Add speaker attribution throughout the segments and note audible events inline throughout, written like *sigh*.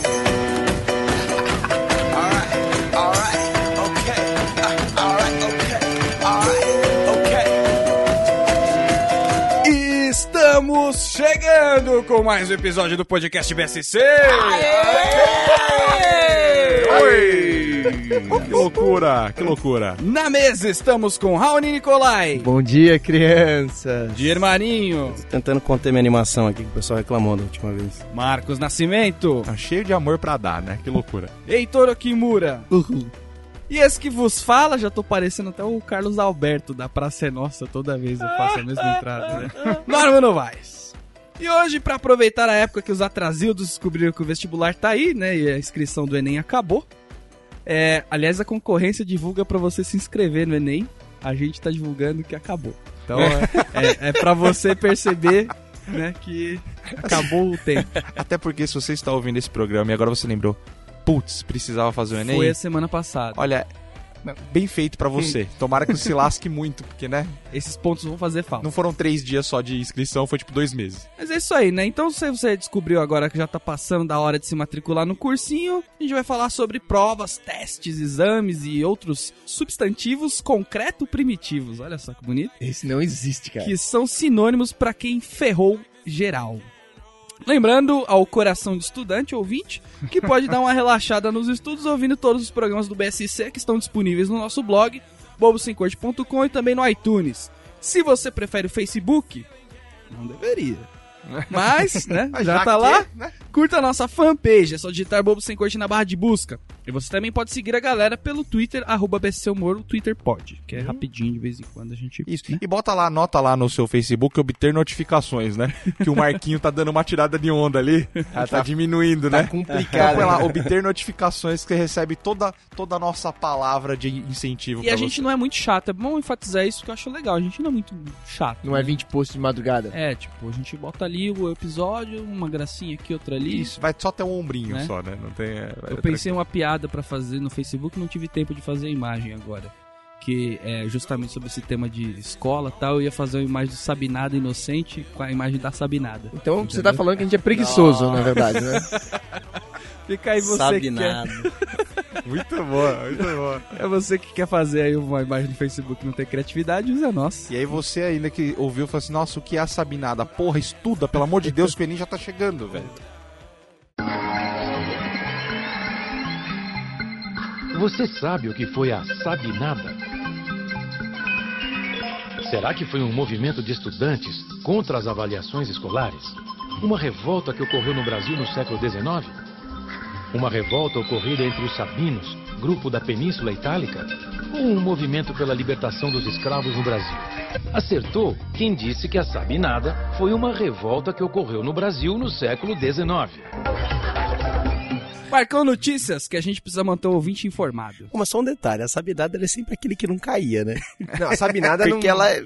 Speaker 1: Uh,
Speaker 2: comigo com mais um episódio do podcast BSC.
Speaker 3: Que loucura, que loucura.
Speaker 2: Na mesa estamos com Raoni Nicolai,
Speaker 4: Bom dia, criança.
Speaker 2: Dier Marinho,
Speaker 1: Tentando conter minha animação aqui que o pessoal reclamou da última vez.
Speaker 2: Marcos Nascimento,
Speaker 3: Tá cheio de amor pra dar, né? Que loucura.
Speaker 2: Heitor Okimura. E esse que vos fala, já tô parecendo até o Carlos Alberto da Praça é Nossa, toda vez eu faço a mesma entrada, né? Norma Novaes. E hoje, pra aproveitar a época que os atrasildos descobriram que o vestibular tá aí, né, e a inscrição do Enem acabou, é, aliás, a concorrência divulga pra você se inscrever no Enem, a gente tá divulgando que acabou. Então, é, é, é pra você perceber, né, que acabou o tempo.
Speaker 3: Até porque se você está ouvindo esse programa e agora você lembrou, putz, precisava fazer o Enem.
Speaker 2: Foi assim. a semana passada.
Speaker 3: Olha, não, bem feito pra você.
Speaker 2: *laughs*
Speaker 3: Tomara que se lasque muito, porque, né?
Speaker 2: Esses pontos vão fazer falta.
Speaker 3: Não foram três dias só de inscrição, foi tipo dois meses.
Speaker 2: Mas é isso aí, né? Então, se você descobriu agora que já tá passando da hora de se matricular no cursinho, a gente vai falar sobre provas, testes, exames e outros substantivos concreto-primitivos. Olha só que bonito.
Speaker 4: Esse não existe, cara.
Speaker 2: Que são sinônimos pra quem ferrou geral. Lembrando ao coração de estudante ouvinte que pode dar uma relaxada nos estudos ouvindo todos os programas do BSC que estão disponíveis no nosso blog bobosemcorte.com e também no iTunes. Se você prefere o Facebook, não deveria. Mas, né, já, tá
Speaker 3: que,
Speaker 2: lá.
Speaker 3: né?
Speaker 2: Curta a nossa fanpage, é só digitar Bobo Sem Corte na barra de busca. E você também pode seguir a galera pelo Twitter, arroba BSC Humor, o Twitter pode, que é rapidinho de vez em quando a gente...
Speaker 3: Isso.
Speaker 2: né?
Speaker 3: E bota lá, anota lá no seu Facebook obter notificações, né? Que o Marquinho tá dando uma tirada de onda ali.
Speaker 2: Ah,
Speaker 3: tá, diminuindo, né? Então,
Speaker 4: *laughs*
Speaker 2: Tá
Speaker 4: complicado.
Speaker 3: põe lá, obter notificações que você recebe toda, toda a nossa palavra de incentivo
Speaker 2: E
Speaker 3: pra
Speaker 2: a gente
Speaker 3: você.
Speaker 2: não é muito chato, é bom enfatizar isso que eu acho legal, a gente não é muito chato.
Speaker 4: Não é 20 postos de madrugada.
Speaker 2: É, tipo, a gente bota ali o episódio, uma gracinha aqui, outra ali.
Speaker 3: Isso, vai só ter um ombrinho
Speaker 2: Né?
Speaker 3: só, né? Não tem... é,
Speaker 2: Eu pensei uma piada pra fazer no Facebook, não tive tempo de fazer a imagem agora. Que é justamente sobre esse tema de escola e tal, eu ia fazer uma imagem do Sabinada Inocente com a imagem da Sabinada.
Speaker 4: Então você tá falando que a gente é preguiçoso, na verdade, *laughs* né?
Speaker 2: Fica aí você
Speaker 1: Sabe
Speaker 2: que
Speaker 1: nada.
Speaker 3: é, Muito boa, muito boa.
Speaker 2: Quer, é você que quer fazer aí uma imagem no Facebook que não tem criatividade, usa a nossa.
Speaker 3: *laughs* E aí você ainda que ouviu, falou assim, nossa, o que é a Sabinada? Porra, estuda, pelo amor de Deus, que o Enem já tá chegando, velho.
Speaker 5: Você sabe o que foi a Sabinada? Será que foi um movimento de estudantes contra as avaliações escolares? Uma revolta que ocorreu no Brasil no século XIX? Uma revolta ocorrida entre os Sabinos, grupo da Península Itálica? Ou um movimento pela libertação dos escravos no Brasil? Acertou quem disse que a Sabinada foi uma revolta que ocorreu no Brasil no século XIX.
Speaker 2: Marcão Notícias, que a gente precisa manter o ouvinte informado.
Speaker 1: Mas só um detalhe, a sabidada ela é sempre aquele que não caía, né?
Speaker 4: Não, a *laughs* Sabinada não...
Speaker 1: Porque ela é,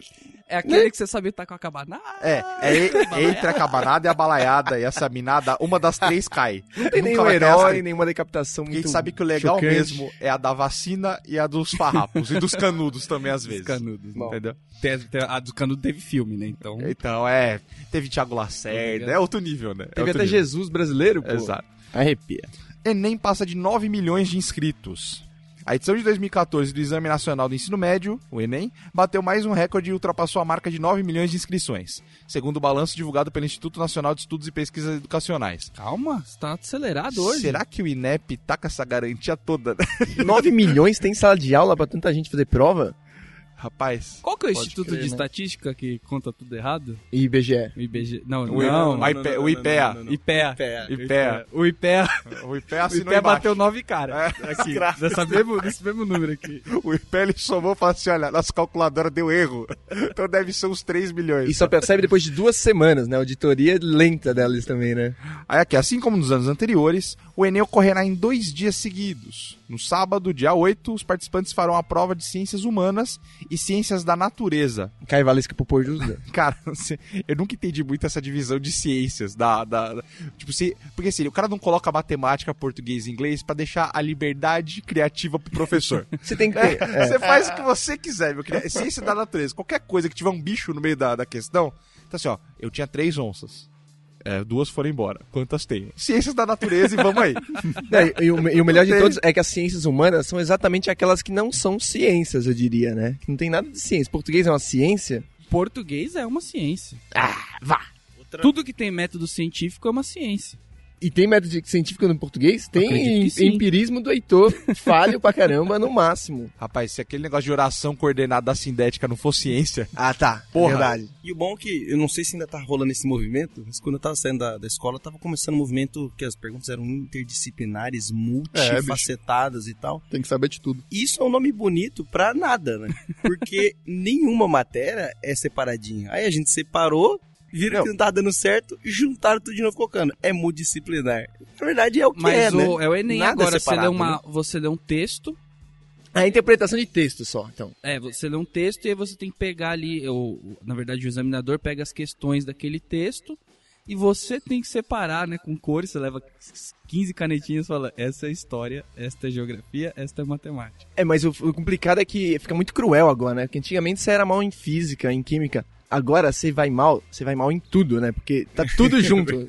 Speaker 2: É
Speaker 4: Né?
Speaker 2: aquele que você sabe que tá com a cabanada.
Speaker 3: É, é e- entre a cabanada e a balaiada e a Sabinada, uma das três cai.
Speaker 4: não tem nenhum
Speaker 3: vai cair as
Speaker 4: herói,
Speaker 3: três.
Speaker 4: nenhuma decapitação muito
Speaker 3: Porque a gente sabe que o legal
Speaker 4: chocante.
Speaker 3: mesmo é a da vacina e a dos farrapos. e dos canudos também, às vezes.
Speaker 2: Canudos, né?
Speaker 4: Bom.
Speaker 3: Entendeu?
Speaker 2: Tem- tem- A do Canudo teve filme, né? Então.
Speaker 3: Então, é. Teve Thiago Lacerda, é outro nível, né? É
Speaker 4: Teve
Speaker 3: outro
Speaker 4: até
Speaker 3: nível.
Speaker 4: Jesus brasileiro, pô.
Speaker 3: Exato.
Speaker 1: Arrepia.
Speaker 3: Enem passa de 9 milhões de inscritos. A edição de 2014 do Exame Nacional do Ensino Médio, o Enem, bateu mais um recorde e ultrapassou a marca de 9 milhões de inscrições, segundo o balanço divulgado pelo Instituto Nacional de Estudos e Pesquisas Educacionais.
Speaker 2: Calma, você tá acelerado hoje.
Speaker 3: Será que o INEP tá com essa garantia toda? *laughs*
Speaker 4: 9 milhões tem sala de aula pra tanta gente fazer prova?
Speaker 3: Rapaz,
Speaker 2: Qual que é o
Speaker 4: Pode
Speaker 2: Instituto
Speaker 4: crer,
Speaker 2: de
Speaker 4: né?
Speaker 2: Estatística que conta tudo errado?
Speaker 4: E IBGE.
Speaker 2: O IBG. Não,
Speaker 3: O-
Speaker 2: não.
Speaker 3: o IPEA, o IPEA.
Speaker 2: IPEA.
Speaker 3: IPEA.
Speaker 2: O IPEA,
Speaker 3: o IPEA
Speaker 2: o
Speaker 3: *laughs* assinou
Speaker 2: IPEA
Speaker 3: embaixo.
Speaker 2: bateu nove caras. Aqui, dessa mesmo, desse mesmo número aqui.
Speaker 3: O IPEA ele somou e falou assim, olha, nossa calculadora deu erro. *laughs* Então deve ser uns 3 milhões.
Speaker 4: E só percebe depois de duas semanas, né? Auditoria lenta delas também, né?
Speaker 3: Aí aqui, assim como nos anos anteriores, o Enem ocorrerá em dois dias seguidos. No sábado, dia 8, os participantes farão a prova de ciências humanas e ciências da natureza. *laughs*
Speaker 4: Caivalesca pro pôr de uso.
Speaker 3: Cara, você- eu nunca entendi muito essa divisão de ciências da. da- da- tipo, se, porque assim, o cara não coloca matemática, português e inglês pra deixar a liberdade criativa pro professor.
Speaker 4: Você tem que *laughs* ter.
Speaker 3: *laughs*
Speaker 4: é.
Speaker 3: Você faz o que você quiser, meu querido. É Ciência da natureza. Qualquer coisa que tiver um bicho no meio da, da questão. Tá assim, ó. Eu tinha três onças. É, duas foram embora. Quantas tenho? Ciências da natureza e vamos
Speaker 4: *laughs*
Speaker 3: aí.
Speaker 4: Não, e, e o, e o melhor de
Speaker 3: Tem.
Speaker 4: todos é que as ciências humanas são exatamente aquelas que não são ciências, eu diria, né? Que não tem nada de ciência. Português é uma ciência?
Speaker 2: Português é uma ciência.
Speaker 6: outra.
Speaker 2: Tudo que tem método científico é uma ciência.
Speaker 4: E tem método científico no português?
Speaker 2: Acredito
Speaker 4: Tem
Speaker 2: que sim.
Speaker 4: empirismo do Heitor, falho pra caramba, no máximo.
Speaker 3: Rapaz, se aquele negócio de oração coordenada sintética não fosse ciência,
Speaker 4: Ah, tá.
Speaker 3: Porra.
Speaker 4: Verdade.
Speaker 1: E o bom é que, eu não sei se ainda tá rolando esse movimento, mas quando eu tava saindo da, da escola, eu tava começando um movimento que as perguntas eram interdisciplinares, multifacetadas e tal.
Speaker 7: Tem que saber de tudo.
Speaker 1: Isso é um nome bonito pra nada, né?
Speaker 4: *laughs*
Speaker 1: Porque nenhuma matéria é separadinha. Aí a gente separou, viram que não tava dando certo, juntaram tudo de novo colocando. É multidisciplinar. Na verdade é o que
Speaker 2: Mas
Speaker 1: é,
Speaker 2: o,
Speaker 1: né?
Speaker 2: é o Enem
Speaker 1: Nada
Speaker 2: agora.
Speaker 1: separado,
Speaker 2: você, lê uma, você lê um texto,
Speaker 4: A interpretação de texto só, então.
Speaker 2: é, você lê um texto e aí você tem que pegar ali, o, na verdade o examinador pega as questões daquele texto e você tem que separar, né, com cores, você leva 15 canetinhas e fala, essa é história, esta é geografia, esta é matemática.
Speaker 4: É, mas o, o complicado é que fica muito cruel agora, né? Porque antigamente você era mal em física, em química. Agora você vai mal, você vai mal em tudo, né? Porque tá *laughs* tudo junto.
Speaker 2: Eu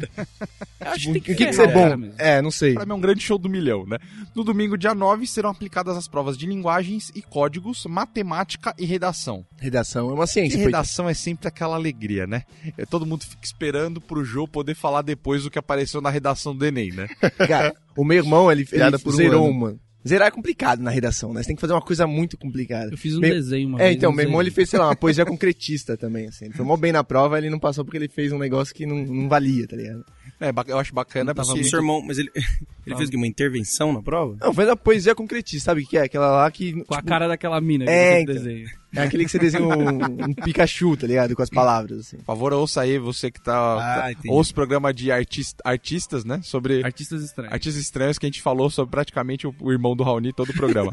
Speaker 2: acho
Speaker 4: o que, que, você é
Speaker 2: ferrar o cara
Speaker 4: bom?
Speaker 2: mesmo.
Speaker 4: É, não sei.
Speaker 3: pra mim é um grande show do milhão, né? No domingo, dia 9, serão aplicadas as provas de linguagens e códigos, matemática e redação.
Speaker 4: Redação é uma
Speaker 3: E
Speaker 4: ciência. pô.
Speaker 3: redação é sempre aquela alegria, né? É, todo mundo fica esperando pro Jô poder falar depois o que apareceu na redação do Enem, né?
Speaker 4: Cara, o meu irmão, ele, ele
Speaker 7: Piada por um
Speaker 4: zerou
Speaker 7: ano.
Speaker 4: uma. Zerar é complicado na redação, né? Você tem que fazer uma coisa muito complicada.
Speaker 2: Eu fiz um
Speaker 4: Meu-
Speaker 2: desenho uma
Speaker 4: É,
Speaker 2: vez,
Speaker 4: então,
Speaker 2: não
Speaker 4: meu irmão
Speaker 2: sei.
Speaker 4: ele fez, sei lá, uma poesia concretista também, assim. Ele foi mó bem na prova, ele não passou porque ele fez um negócio que não, não valia, tá ligado?
Speaker 3: É, ba- eu acho bacana
Speaker 2: Não tava
Speaker 3: porque-
Speaker 1: O seu irmão, mas ele, *laughs* ele fez o quê? uma intervenção na prova?
Speaker 4: Não, fez uma poesia concretista, sabe o que que é? Aquela lá que.
Speaker 2: Com a
Speaker 4: tipo,
Speaker 2: cara daquela mina um que
Speaker 4: É,
Speaker 2: você
Speaker 4: então.
Speaker 2: desenha.
Speaker 4: É aquele que você desenha um, um Pikachu, tá ligado? Com as palavras, assim.
Speaker 3: Por favor, ouça aí, você que tá.
Speaker 1: Ah,
Speaker 3: tá-
Speaker 1: entendi.
Speaker 3: ouça o programa de artista, artistas, né? Sobre
Speaker 2: Artistas estranhos.
Speaker 3: artistas estranhos que a gente falou sobre praticamente o, o irmão do Raoni todo o programa.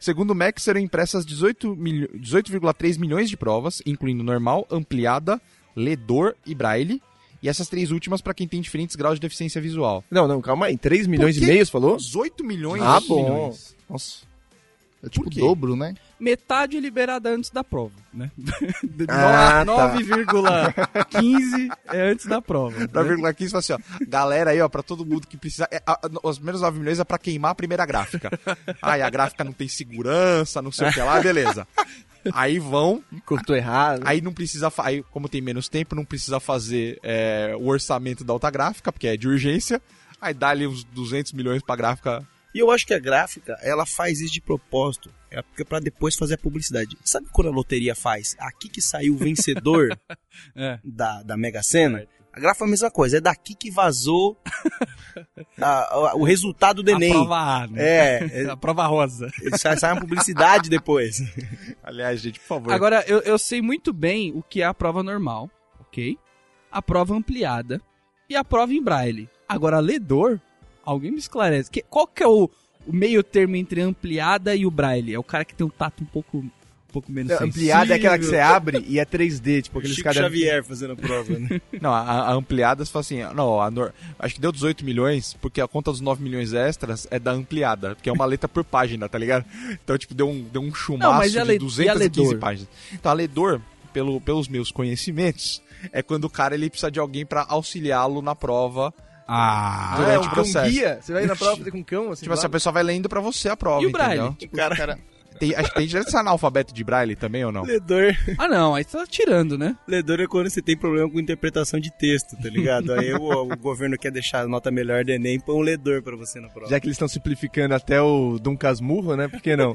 Speaker 3: Segundo o MEC, serão impressas 18 milho- 18,3 milhões de provas, incluindo normal, ampliada, ledor e braille. E essas três últimas para quem tem diferentes graus de deficiência visual.
Speaker 4: Não, não, calma aí. 3 milhões
Speaker 3: quê?
Speaker 4: e meio, você falou?
Speaker 3: 18 milhões?
Speaker 4: Ah, bom.
Speaker 2: milhões.
Speaker 4: Nossa.
Speaker 7: É tipo
Speaker 3: Por
Speaker 7: o
Speaker 3: quê?
Speaker 7: dobro, né?
Speaker 2: Metade é liberada antes da prova, né? *laughs* De-
Speaker 4: Ah,
Speaker 2: no-
Speaker 4: tá.
Speaker 2: 9,15 é antes da prova.
Speaker 3: Da
Speaker 2: né?
Speaker 3: vírgula 15 fala assim, ó. Galera aí, ó, pra todo mundo que precisa. é, a- a- os menos 9 milhões é pra queimar a primeira gráfica. Aí a gráfica não tem segurança, não sei o que lá, beleza. Aí vão,
Speaker 4: Cortou errado.
Speaker 3: aí não precisa. fa- Aí, como tem menos tempo, não precisa fazer é, o orçamento da alta gráfica, porque é de urgência. Aí dá ali uns 200 milhões pra gráfica.
Speaker 1: E eu acho que a gráfica, ela faz isso de propósito. É porque pra depois fazer a publicidade. Sabe quando a loteria faz? Aqui que saiu o
Speaker 4: *laughs*
Speaker 1: vencedor
Speaker 2: É.
Speaker 1: da, da Mega Sena? A gráfica é a mesma coisa. É daqui que vazou a- a- o resultado do Enem.
Speaker 2: A prova A, né?
Speaker 1: É,
Speaker 2: A prova rosa.
Speaker 1: é, sai, sai uma publicidade depois.
Speaker 3: Aliás, gente, por favor.
Speaker 2: Agora, eu, eu sei muito bem o que é a prova normal, ok? A prova ampliada e a prova em braille. Agora, ledor, alguém me esclarece. Que, qual que é o, o meio termo entre ampliada e o braille? É o cara que tem um tato um pouco, um pouco menos
Speaker 4: Não,
Speaker 2: sensível.
Speaker 4: ampliada é aquela que você abre e é 3D, tipo aqueles
Speaker 1: Chico
Speaker 4: cadernos.
Speaker 1: Xavier fazendo a prova, né?
Speaker 3: Não, a, a ampliada você fala assim, não, a nor- acho que deu 18 milhões, porque a conta dos 9 milhões extras é da ampliada, porque é uma letra por página, tá ligado? Então, tipo, deu um, deu um chumaço
Speaker 2: Não, mas e a
Speaker 3: de
Speaker 2: le- e a
Speaker 3: 215
Speaker 2: ledor?
Speaker 3: páginas. Então, a ledor, pelo, pelos meus conhecimentos, é quando o cara ele precisa de alguém pra auxiliá-lo na prova.
Speaker 2: Ah,
Speaker 4: Ah, é
Speaker 3: durante
Speaker 4: um
Speaker 3: o
Speaker 4: cão
Speaker 3: processo.
Speaker 4: guia? Você vai na prova fazer com um cão, assim?
Speaker 3: Tipo assim, a
Speaker 4: do lado?
Speaker 3: pessoa vai lendo pra você a prova,
Speaker 2: E o braille?
Speaker 3: entendeu?
Speaker 7: O cara...
Speaker 3: Tem, acho que tem direito a analfabeto de braille
Speaker 2: *laughs*
Speaker 3: também ou não?
Speaker 1: Ledor,
Speaker 2: ah não, aí você tá tirando, né?
Speaker 1: ledor é quando você tem problema com interpretação de texto, tá ligado? Aí o, o governo quer deixar a nota melhor do Enem, põe um ledor pra você na prova.
Speaker 4: Já que eles estão simplificando até o Dom Casmurro, né? Por
Speaker 2: *laughs*
Speaker 4: que não?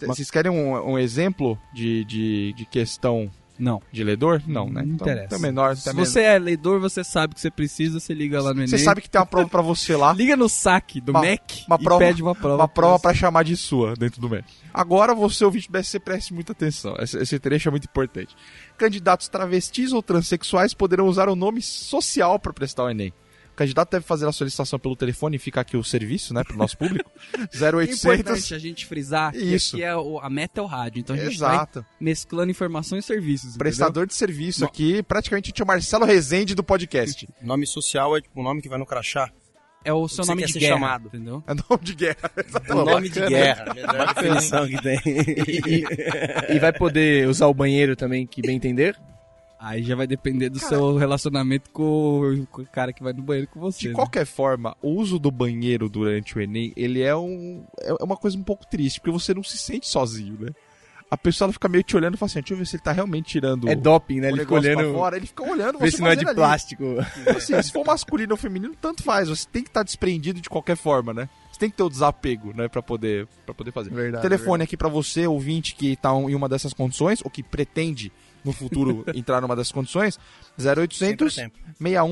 Speaker 3: Mas vocês querem um, um exemplo de, de, de questão
Speaker 2: Não.
Speaker 3: de ledor? Não, né?
Speaker 2: Não
Speaker 3: Então,
Speaker 2: interessa.
Speaker 3: Tá menor, tá
Speaker 2: Se
Speaker 3: menor.
Speaker 2: você é ledor, você sabe o que você precisa, você liga lá no Enem.
Speaker 3: Você sabe que tem uma prova pra você lá.
Speaker 2: Liga no saque do
Speaker 3: Uma-
Speaker 2: MEC
Speaker 3: uma
Speaker 2: e
Speaker 3: prova-
Speaker 2: pede uma prova.
Speaker 3: Uma prova pra chamar de sua dentro do MEC. Agora você, ouvinte do BSC, preste muita atenção. Esse, esse trecho é muito importante. Candidatos travestis ou transexuais poderão usar o nome social para prestar o Enem. O candidato deve fazer a solicitação pelo telefone e fica aqui o serviço, né, pro nosso público.
Speaker 2: É importante
Speaker 3: 0800.
Speaker 2: a gente frisar
Speaker 3: Isso.
Speaker 2: que aqui é o- a meta é o rádio, então a gente vai
Speaker 3: Exato.
Speaker 2: mesclando informação e serviços. Prestador.
Speaker 3: Prestador de serviço
Speaker 2: Não.
Speaker 3: aqui, praticamente o tio Marcelo Rezende do podcast.
Speaker 1: Nome social é tipo o nome que vai no crachá.
Speaker 2: É o seu
Speaker 1: Você
Speaker 2: nome
Speaker 1: quer
Speaker 2: de
Speaker 1: ser
Speaker 2: guerra,
Speaker 1: chamado.
Speaker 2: entendeu?
Speaker 3: É nome de guerra. *laughs*
Speaker 2: Tá
Speaker 1: É um nome de guerra. Melhor definição que tem.
Speaker 4: E, e- e vai poder usar o banheiro também, que bem entender?
Speaker 2: Aí já vai depender do seu relacionamento com o, com o cara que vai no banheiro com você.
Speaker 3: De
Speaker 2: né?
Speaker 3: qualquer forma, o uso do banheiro durante o Enem, ele é, um, é uma coisa um pouco triste, porque você não se sente sozinho, né? a pessoa ela fica meio te olhando e fala assim, deixa eu ver se ele tá realmente tirando
Speaker 4: É doping, né?
Speaker 3: o
Speaker 4: Ele fica
Speaker 3: negócio pra
Speaker 4: olhando,
Speaker 3: fora. Ele fica olhando,
Speaker 4: vê
Speaker 3: você
Speaker 4: se não é de
Speaker 3: fazendo ali.
Speaker 4: plástico.
Speaker 3: Assim, se for masculino ou feminino, tanto faz. Você tem que estar desprendido de qualquer forma, né? Você tem que ter o desapego, né? Pra poder, pra poder fazer.
Speaker 4: Verdade,
Speaker 3: Telefone aqui pra você, ouvinte, que tá um- em uma dessas condições, ou que pretende no
Speaker 4: *laughs*
Speaker 3: futuro entrar numa dessas condições, 0800
Speaker 1: Sempre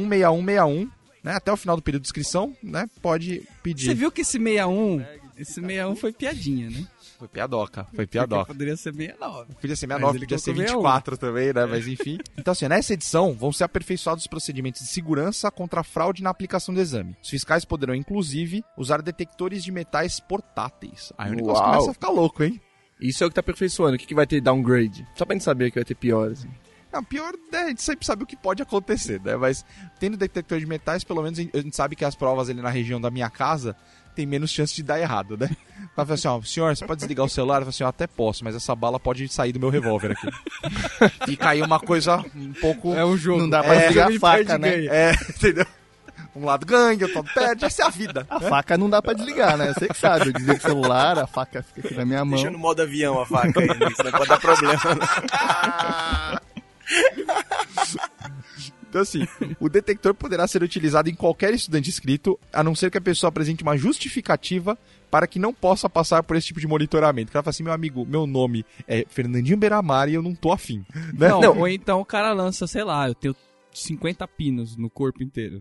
Speaker 3: 616161, né? Até o final do período de inscrição, né? Pode
Speaker 2: Você
Speaker 3: pedir.
Speaker 2: viu que esse 61, esse 61 foi piadinha, né?
Speaker 3: Foi piadoca, foi
Speaker 2: Porque
Speaker 3: piadoca.
Speaker 2: Poderia ser 69.
Speaker 3: Podia ser
Speaker 2: Mas
Speaker 3: 69,
Speaker 2: ele
Speaker 3: assim, podia ser
Speaker 2: colocou um.
Speaker 3: 24 também, né? Mas enfim. Então, assim, nessa edição vão ser aperfeiçoados os procedimentos de segurança contra a fraude na aplicação do exame. Os fiscais poderão, inclusive, usar detectores de metais portáteis. Aí o negócio
Speaker 4: Uau.
Speaker 3: começa a ficar louco, hein?
Speaker 4: Isso é o que tá aperfeiçoando. O que, que vai ter downgrade? Só pra gente saber que vai ter pior, assim.
Speaker 3: Não, pior é, a gente sempre sabe o que pode acontecer, né? Mas tendo detector de metais, pelo menos a gente sabe que as provas ali na região da minha casa tem menos chance de dar errado, né? Ela fala assim, ó, senhor, você pode desligar o celular? Ela fala assim, ó, até posso, mas essa bala pode sair do meu revólver aqui.
Speaker 2: *laughs*
Speaker 3: Fica aí uma coisa um pouco...
Speaker 2: É um jogo.
Speaker 4: Não dá pra desligar
Speaker 2: jogo de
Speaker 4: a faca,
Speaker 2: perde e
Speaker 4: né?
Speaker 2: ganha.
Speaker 3: É, *laughs* entendeu? Um lado ganha, outro lado perde, essa é a vida.
Speaker 6: A faca não dá pra desligar, né? Você que sabe. Eu desligo o celular, a faca fica aqui na minha mão.
Speaker 1: Deixa no modo avião a faca aí, né? Isso não pode dar problema.
Speaker 3: Então, assim, o detector poderá ser utilizado em qualquer estudante inscrito, a não ser que a pessoa apresente uma justificativa para que não possa passar por esse tipo de monitoramento. Que ela fala assim, meu amigo, meu nome é Fernandinho Beramar e eu não tô afim. Né?
Speaker 2: Não,
Speaker 4: Não.
Speaker 2: ou então o cara lança, sei lá, eu tenho 50 pinos no corpo inteiro.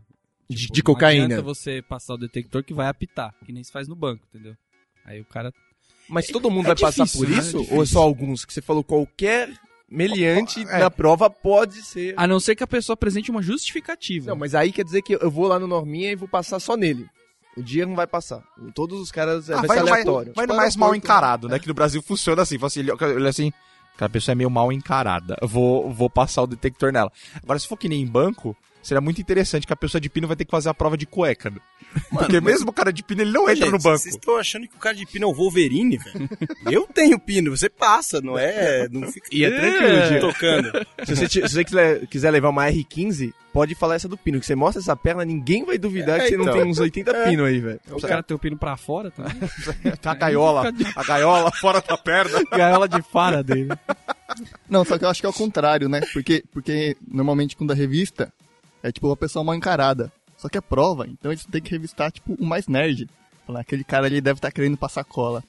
Speaker 4: De,
Speaker 2: Tipo,
Speaker 4: de
Speaker 2: não
Speaker 4: cocaína.
Speaker 2: adianta você passar o detector que vai apitar, que nem se faz no banco, entendeu? Aí o cara.
Speaker 4: Mas todo mundo
Speaker 2: É
Speaker 4: vai passar
Speaker 2: difícil,
Speaker 4: por
Speaker 2: né? É
Speaker 4: isso? ou é
Speaker 2: difícil.
Speaker 4: só alguns? Que você falou qualquer meliante
Speaker 3: É.
Speaker 4: na prova pode ser.
Speaker 2: A não ser que a pessoa apresente uma justificativa.
Speaker 4: Não, mas aí quer dizer que eu vou lá no Norminha e vou passar só nele. O dia não vai passar. Todos os caras é,
Speaker 3: Ah,
Speaker 4: vai,
Speaker 3: vai,
Speaker 4: ser
Speaker 3: no mais-
Speaker 4: aleatório.
Speaker 3: vai no
Speaker 4: Tipo,
Speaker 3: mais mal
Speaker 4: aeroporto,
Speaker 3: encarado, né? Que no Brasil funciona assim. Fala assim ele, ele assim, cara, a pessoa é meio mal encarada. eu Vou, vou passar o detector nela. Agora, se for que nem em banco, seria muito interessante que a pessoa de pino vai ter que fazer a prova de cueca. né? Porque mesmo o cara de pino, ele não entra
Speaker 1: Gente,
Speaker 3: no banco.
Speaker 1: Vocês estão achando que o cara de pino é o Wolverine, velho? *laughs* Eu tenho pino, você passa, não é? Não fica
Speaker 4: E é tranquilo, Diego.
Speaker 1: tocando.
Speaker 4: Se você, ti- se você quiser, quiser levar uma R15, pode falar essa do pino. Que você mostra essa perna, ninguém vai duvidar
Speaker 1: É,
Speaker 4: que você não
Speaker 1: então.
Speaker 4: tem uns 80 pino aí, velho.
Speaker 2: O cara tem o pino pra fora também.
Speaker 3: Tá a gaiola, a gaiola fora da perna.
Speaker 2: *laughs* Gaiola de fara dele.
Speaker 6: Não, só que eu acho que é o contrário, né? Porque, porque normalmente quando a revista é tipo uma pessoa mal encarada. Só que é prova, então eles têm que revistar, tipo, o mais nerd. Falar, aquele cara ali deve estar querendo passar cola.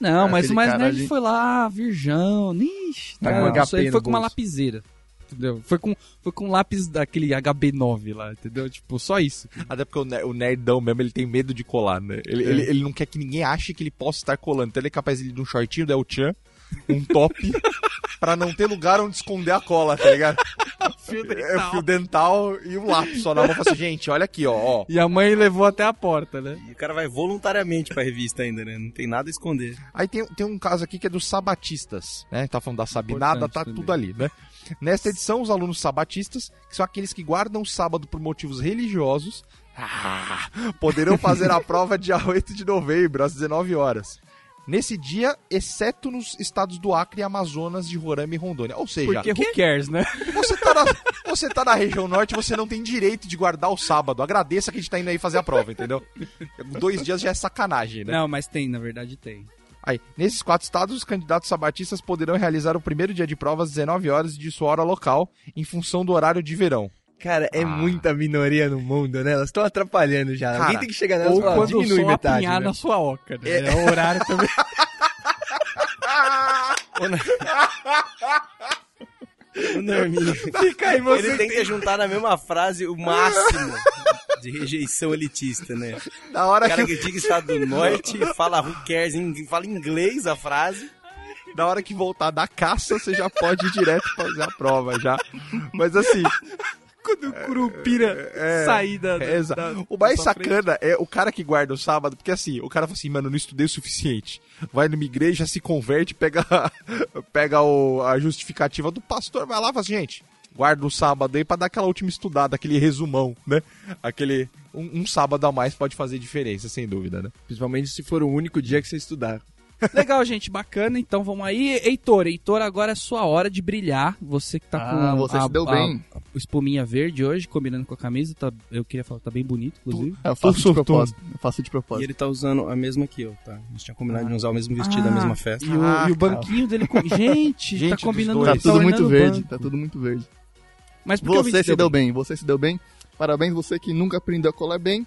Speaker 2: Não, mas
Speaker 6: Aquele
Speaker 2: o mais
Speaker 6: cara
Speaker 2: nerd
Speaker 6: ali.
Speaker 2: foi lá, virgão. Ixi,
Speaker 4: Tá
Speaker 2: tá,
Speaker 4: com
Speaker 2: isso
Speaker 4: HP
Speaker 2: aí
Speaker 4: no
Speaker 2: foi com uma
Speaker 4: bolso.
Speaker 2: lapiseira. Entendeu? Foi com, foi com um lápis daquele HB9 lá, entendeu? Tipo, só isso.
Speaker 3: Até porque o, ner- o nerdão mesmo, ele tem medo de colar, né? Ele, ele, ele não quer que ninguém ache que ele possa estar colando. Então ele é capaz de ir de um shortinho da El-Chan, um *laughs* top, pra não ter lugar onde esconder a cola, tá ligado? *laughs* fio dental. É, o fio dental e o lápis só na mão. Fala assim, gente, olha aqui, ó, ó.
Speaker 2: E a mãe levou até a porta, né?
Speaker 1: E o cara vai voluntariamente pra revista ainda, né? Não tem nada a esconder.
Speaker 3: Aí tem, tem um caso aqui que é dos sabatistas, né? Tá falando da sabinada,
Speaker 2: Importante
Speaker 3: tá
Speaker 2: também.
Speaker 3: tudo ali, né? Nesta edição, os alunos sabatistas, que são aqueles que guardam o sábado por motivos religiosos, ah, poderão
Speaker 2: *laughs*
Speaker 3: fazer a prova dia 8 de novembro, às 19 horas. Nesse dia, exceto nos estados do Acre, Amazonas, de Roraima e Rondônia. Ou seja,
Speaker 2: Porque who cares, né?
Speaker 3: você tá, na, você tá na região norte, você não tem direito de guardar o sábado. Agradeça que a gente tá indo aí fazer a prova, entendeu? Dois dias já é sacanagem, né?
Speaker 2: Não, mas tem, na verdade tem.
Speaker 3: Aí, nesses quatro estados, os candidatos sabatistas poderão realizar o primeiro dia de provas às 19 horas de sua hora local, em função do horário de verão.
Speaker 4: Cara, é
Speaker 3: Ah.
Speaker 4: muita minoria no mundo, né? Elas estão atrapalhando já.
Speaker 3: Cara,
Speaker 4: Alguém tem que chegar nelas
Speaker 2: Ou
Speaker 4: e falar,
Speaker 2: quando o
Speaker 4: Ah, diminui
Speaker 2: sol
Speaker 4: metade.
Speaker 2: apinhar
Speaker 4: né?"
Speaker 2: na sua oca, né? É o horário também. *laughs*
Speaker 1: O Norminho.
Speaker 2: *laughs* Fica aí, você
Speaker 1: Ele tenta juntar na mesma frase o máximo de rejeição elitista, né?
Speaker 3: Na
Speaker 1: O
Speaker 3: hora
Speaker 1: cara
Speaker 3: que,
Speaker 1: que diga Estado do Norte, fala who cares, em- fala inglês a frase.
Speaker 3: na hora que voltar da caça, você já pode ir direto fazer a prova já. Mas assim,
Speaker 2: quando o Curupira
Speaker 3: é,
Speaker 2: sair da,
Speaker 3: é, exa-
Speaker 2: da-
Speaker 3: o
Speaker 2: da
Speaker 3: mais
Speaker 2: sua frente.
Speaker 3: sacana é o cara que guarda o sábado, porque assim, o cara fala assim, mano, não estudei o suficiente. Vai numa igreja, se converte, pega, *laughs* pega o- a justificativa do pastor, vai lá e fala assim, gente, guarda o sábado aí pra dar aquela última estudada, aquele resumão, né? Aquele. Um, um sábado a mais pode fazer diferença, sem dúvida, né?
Speaker 4: Principalmente se for o único dia que você estudar.
Speaker 2: Legal, gente, bacana. Então vamos aí. Heitor, Heitor, agora é sua hora de brilhar. Você que tá
Speaker 6: Ah,
Speaker 2: com
Speaker 6: você
Speaker 2: a,
Speaker 6: se deu
Speaker 2: a-
Speaker 6: bem.
Speaker 2: a espuminha verde hoje, combinando com a camisa. Tá- eu queria falar, tá bem bonito, inclusive.
Speaker 6: É, Eu faço de
Speaker 3: sortudo.
Speaker 6: propósito. Eu faço de
Speaker 1: E
Speaker 6: propósito.
Speaker 1: ele tá usando a mesma que eu, tá? A gente tinha combinado de usar o mesmo vestido da
Speaker 2: Ah,
Speaker 1: mesma festa.
Speaker 2: E o,
Speaker 3: Ah,
Speaker 2: e o banquinho dele *laughs* com... Gente,
Speaker 3: Gente
Speaker 2: tá
Speaker 3: dos
Speaker 2: combinando
Speaker 3: dois.
Speaker 6: Tá
Speaker 3: Ele
Speaker 6: tudo
Speaker 2: ornando
Speaker 6: muito
Speaker 2: o
Speaker 6: verde,
Speaker 2: banco.
Speaker 6: tá tudo muito verde.
Speaker 2: Mas por que o
Speaker 6: Você
Speaker 2: vídeo
Speaker 6: se deu bem, você se deu bem. Parabéns você que nunca aprendeu a colar bem,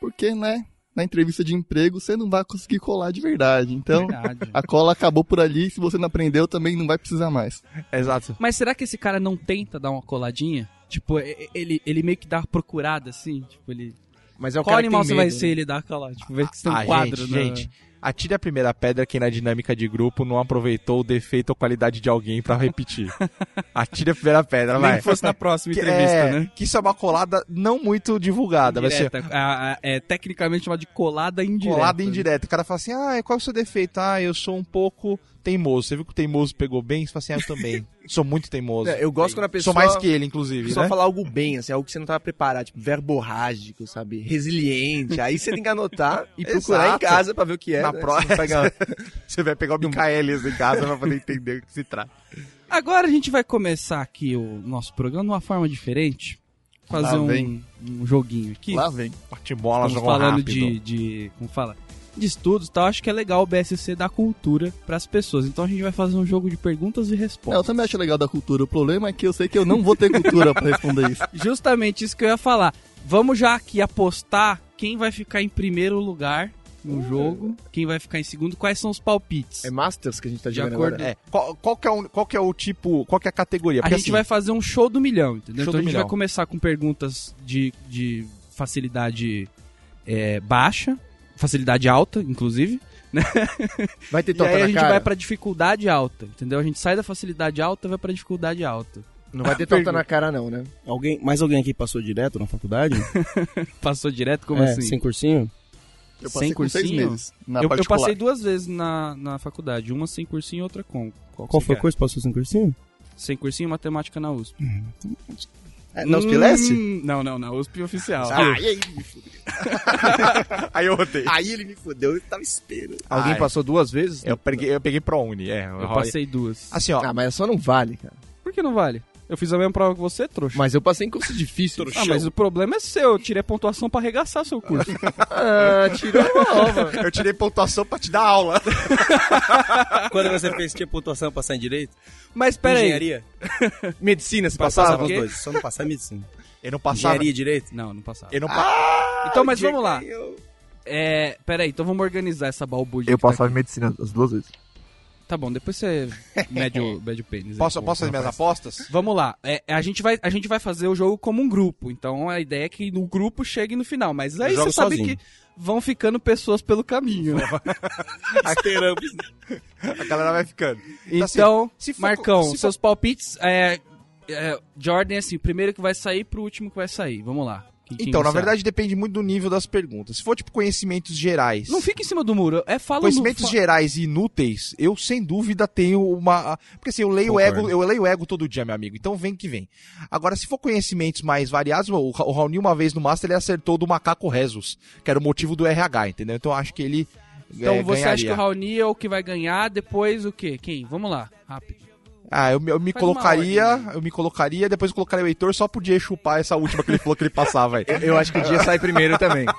Speaker 6: porque, né, na entrevista de emprego você não vai conseguir colar de verdade. Então,
Speaker 2: Verdade.
Speaker 6: a cola acabou por ali, se você não aprendeu também não vai precisar mais.
Speaker 3: Exato.
Speaker 2: Mas será que esse cara não tenta dar uma coladinha? Tipo, e- ele, ele meio que dá uma procurada, assim. Tipo, ele...
Speaker 1: Mas é o
Speaker 2: Qual
Speaker 1: cara que
Speaker 2: animal
Speaker 1: tem
Speaker 2: você
Speaker 1: medo,
Speaker 2: vai ser ele dá aquela... Tipo, vê que você tem um
Speaker 3: né? Ah,
Speaker 2: quadro,
Speaker 3: gente,
Speaker 2: né?
Speaker 3: gente. Atire a primeira pedra quem na dinâmica de grupo não aproveitou o defeito ou qualidade de alguém
Speaker 2: *laughs*
Speaker 3: pra repetir. Atire a primeira pedra,
Speaker 2: Nem
Speaker 3: vai.
Speaker 2: que fosse na próxima
Speaker 3: Que-
Speaker 2: entrevista,
Speaker 3: é,
Speaker 2: né?
Speaker 3: Que isso é uma colada não muito divulgada. Vai ser
Speaker 2: Direta, a- a- é tecnicamente chamada de colada indireta.
Speaker 3: colada
Speaker 2: né?
Speaker 3: indireta. O cara fala assim, ah, qual é o seu defeito? Ah, eu sou um pouco teimoso. Você viu que o teimoso pegou bem? Você fala assim, ah, eu também. sou muito teimoso.
Speaker 4: É, eu gosto quando a
Speaker 3: Sou
Speaker 4: pessoa...
Speaker 3: mais que ele, inclusive,
Speaker 4: Só
Speaker 3: né?
Speaker 4: falar algo bem, assim, algo que você não tava preparado, tipo, verborrágico, sabe? Resiliente. Aí você tem que *laughs* anotar e procurar em
Speaker 3: Exato.
Speaker 4: casa pra ver o que é.
Speaker 3: Na
Speaker 4: né?
Speaker 3: próxima.
Speaker 4: Você *laughs* pega-
Speaker 3: *laughs* Você vai pegar o Micaelis em casa pra poder entender o que se trata.
Speaker 2: Agora a gente vai começar aqui o nosso programa de uma forma diferente. Fazer
Speaker 6: Lá
Speaker 2: um,
Speaker 6: vem.
Speaker 2: um joguinho aqui.
Speaker 6: Lá vem.
Speaker 3: Patimola,
Speaker 2: Estamos
Speaker 3: jogo
Speaker 2: falando
Speaker 3: um rápido.
Speaker 2: de, de. Como fala? De estudos e tal. Acho que é legal o BSC dar cultura pras pessoas. Então a gente vai fazer um jogo de perguntas e
Speaker 6: É, eu
Speaker 2: respostas.
Speaker 6: também acho legal da cultura. O problema é que eu sei que eu não vou ter cultura pra responder isso.
Speaker 2: Justamente isso que eu ia falar. Vamos já aqui apostar quem vai ficar em primeiro lugar no jogo, quem vai ficar em segundo, quais são os palpites.
Speaker 4: É Masters que a gente tá
Speaker 2: De
Speaker 4: jogando
Speaker 2: acordo-
Speaker 4: agora.
Speaker 3: É, qual, qual que é o, qual que é o tipo, qual que é a categoria?
Speaker 2: A
Speaker 3: Porque,
Speaker 2: gente
Speaker 3: assim,
Speaker 2: vai fazer um show do milhão, entendeu? então
Speaker 3: Show do
Speaker 2: a gente
Speaker 3: milhão.
Speaker 2: vai começar com perguntas de, de facilidade é, baixa, facilidade alta, inclusive.
Speaker 4: Vai ter
Speaker 2: E
Speaker 4: torta
Speaker 2: aí a
Speaker 4: na
Speaker 2: gente
Speaker 4: cara?
Speaker 2: vai pra dificuldade alta, entendeu? A gente sai da facilidade alta e vai pra dificuldade alta.
Speaker 4: Não *laughs* vai ter torta na cara não, né?
Speaker 1: Alguém, mais alguém aqui passou direto na faculdade?
Speaker 2: Passou direto? Como
Speaker 1: É,
Speaker 2: assim?
Speaker 1: Sem cursinho?
Speaker 6: Eu
Speaker 2: Sem
Speaker 6: passei com seis
Speaker 2: cursinho?
Speaker 6: meses na
Speaker 2: Eu, eu
Speaker 6: particular.
Speaker 2: passei duas vezes na, na faculdade, uma sem cursinho e outra com. Qual, que
Speaker 1: Qual
Speaker 2: você
Speaker 1: foi o
Speaker 2: quer?
Speaker 1: curso que passou sem cursinho?
Speaker 2: Sem cursinho e matemática na USP.
Speaker 1: É, na USP Leste?
Speaker 2: Hum, não, não, na USP oficial.
Speaker 4: e aí ele me fudeu.
Speaker 3: Aí eu rotei.
Speaker 4: Aí ele me fudeu, eu tava esperando. Alguém
Speaker 3: Ai.
Speaker 4: passou duas vezes?
Speaker 3: Eu peguei, eu peguei ProUni, é.
Speaker 2: eu passei duas.
Speaker 3: Assim, ó,
Speaker 4: Ah, mas só não vale, cara.
Speaker 2: Por que não vale? Eu fiz a mesma prova que você, trouxa.
Speaker 4: Mas eu passei em curso difícil.
Speaker 2: Ah, mas o problema é seu, eu tirei a pontuação pra arregaçar seu curso.
Speaker 4: Ah, tirou uma ova.
Speaker 3: eu tirei pontuação pra te dar aula.
Speaker 1: Quando você fez, tinha pontuação pra passar em direito?
Speaker 2: Mas pera aí.
Speaker 1: Engenharia?
Speaker 4: Medicina, se
Speaker 2: Passava.
Speaker 4: passava.
Speaker 1: Passava os
Speaker 2: quê?
Speaker 1: dois, só não passar em medicina.
Speaker 3: Eu não passava.
Speaker 1: Engenharia e direito?
Speaker 2: Não, não passava.
Speaker 3: Eu não passava.
Speaker 2: então, mas vamos lá. É, pera aí, então vamos organizar essa balbúrdia.
Speaker 7: Eu
Speaker 2: que tá
Speaker 7: passava em medicina as
Speaker 4: *laughs*
Speaker 7: duas vezes.
Speaker 2: aqui. Tá bom, depois você mede o, mede o pênis. aí,
Speaker 3: posso
Speaker 2: pô,
Speaker 3: posso fazer
Speaker 2: rapaz.
Speaker 3: minhas *laughs* apostas?
Speaker 2: Vamos lá, é, a, gente vai, a gente vai fazer o jogo como um grupo, então a ideia é que no grupo chegue no final, mas aí
Speaker 1: Eu
Speaker 2: você
Speaker 1: jogo
Speaker 2: sabe
Speaker 1: sozinho.
Speaker 2: que vão ficando pessoas pelo caminho. né?
Speaker 1: Esperamos.
Speaker 3: A galera vai ficando. assim,
Speaker 2: Então,
Speaker 3: se for-
Speaker 2: Marcão,
Speaker 3: se for-
Speaker 2: seus palpites, é, é, Jordan, assim, primeiro que vai sair pro último que vai sair, vamos lá. Quem- quem
Speaker 3: Então, na
Speaker 2: você acha?
Speaker 3: verdade, depende muito do nível das perguntas. Se for, tipo, conhecimentos gerais.
Speaker 2: Não fica em cima do muro. É fala
Speaker 3: Conhecimentos
Speaker 2: no... fa-
Speaker 3: gerais e inúteis, eu sem dúvida tenho uma. Porque assim, eu leio o
Speaker 1: Concordo.
Speaker 3: ego, eu leio o ego todo dia, meu amigo. Então vem que vem. Agora, se for conhecimentos mais variados, o Ra- o Raoni uma vez no Master ele acertou do macaco Rezos, que era o motivo do RH, entendeu? Então eu acho que ele.
Speaker 2: Então
Speaker 3: é,
Speaker 2: você acha que
Speaker 3: ganharia.
Speaker 2: o Raoni é o que vai ganhar, depois o quê? Quem? Vamos lá, rápido.
Speaker 3: Ah, eu, me- eu me
Speaker 2: Faz uma
Speaker 3: colocaria,
Speaker 2: ordem, né?
Speaker 3: eu me colocaria, depois eu colocaria o Heitor, só podia chupar essa última que ele falou que ele passava aí.
Speaker 4: Eu acho que o dia sai primeiro também.
Speaker 2: Eu,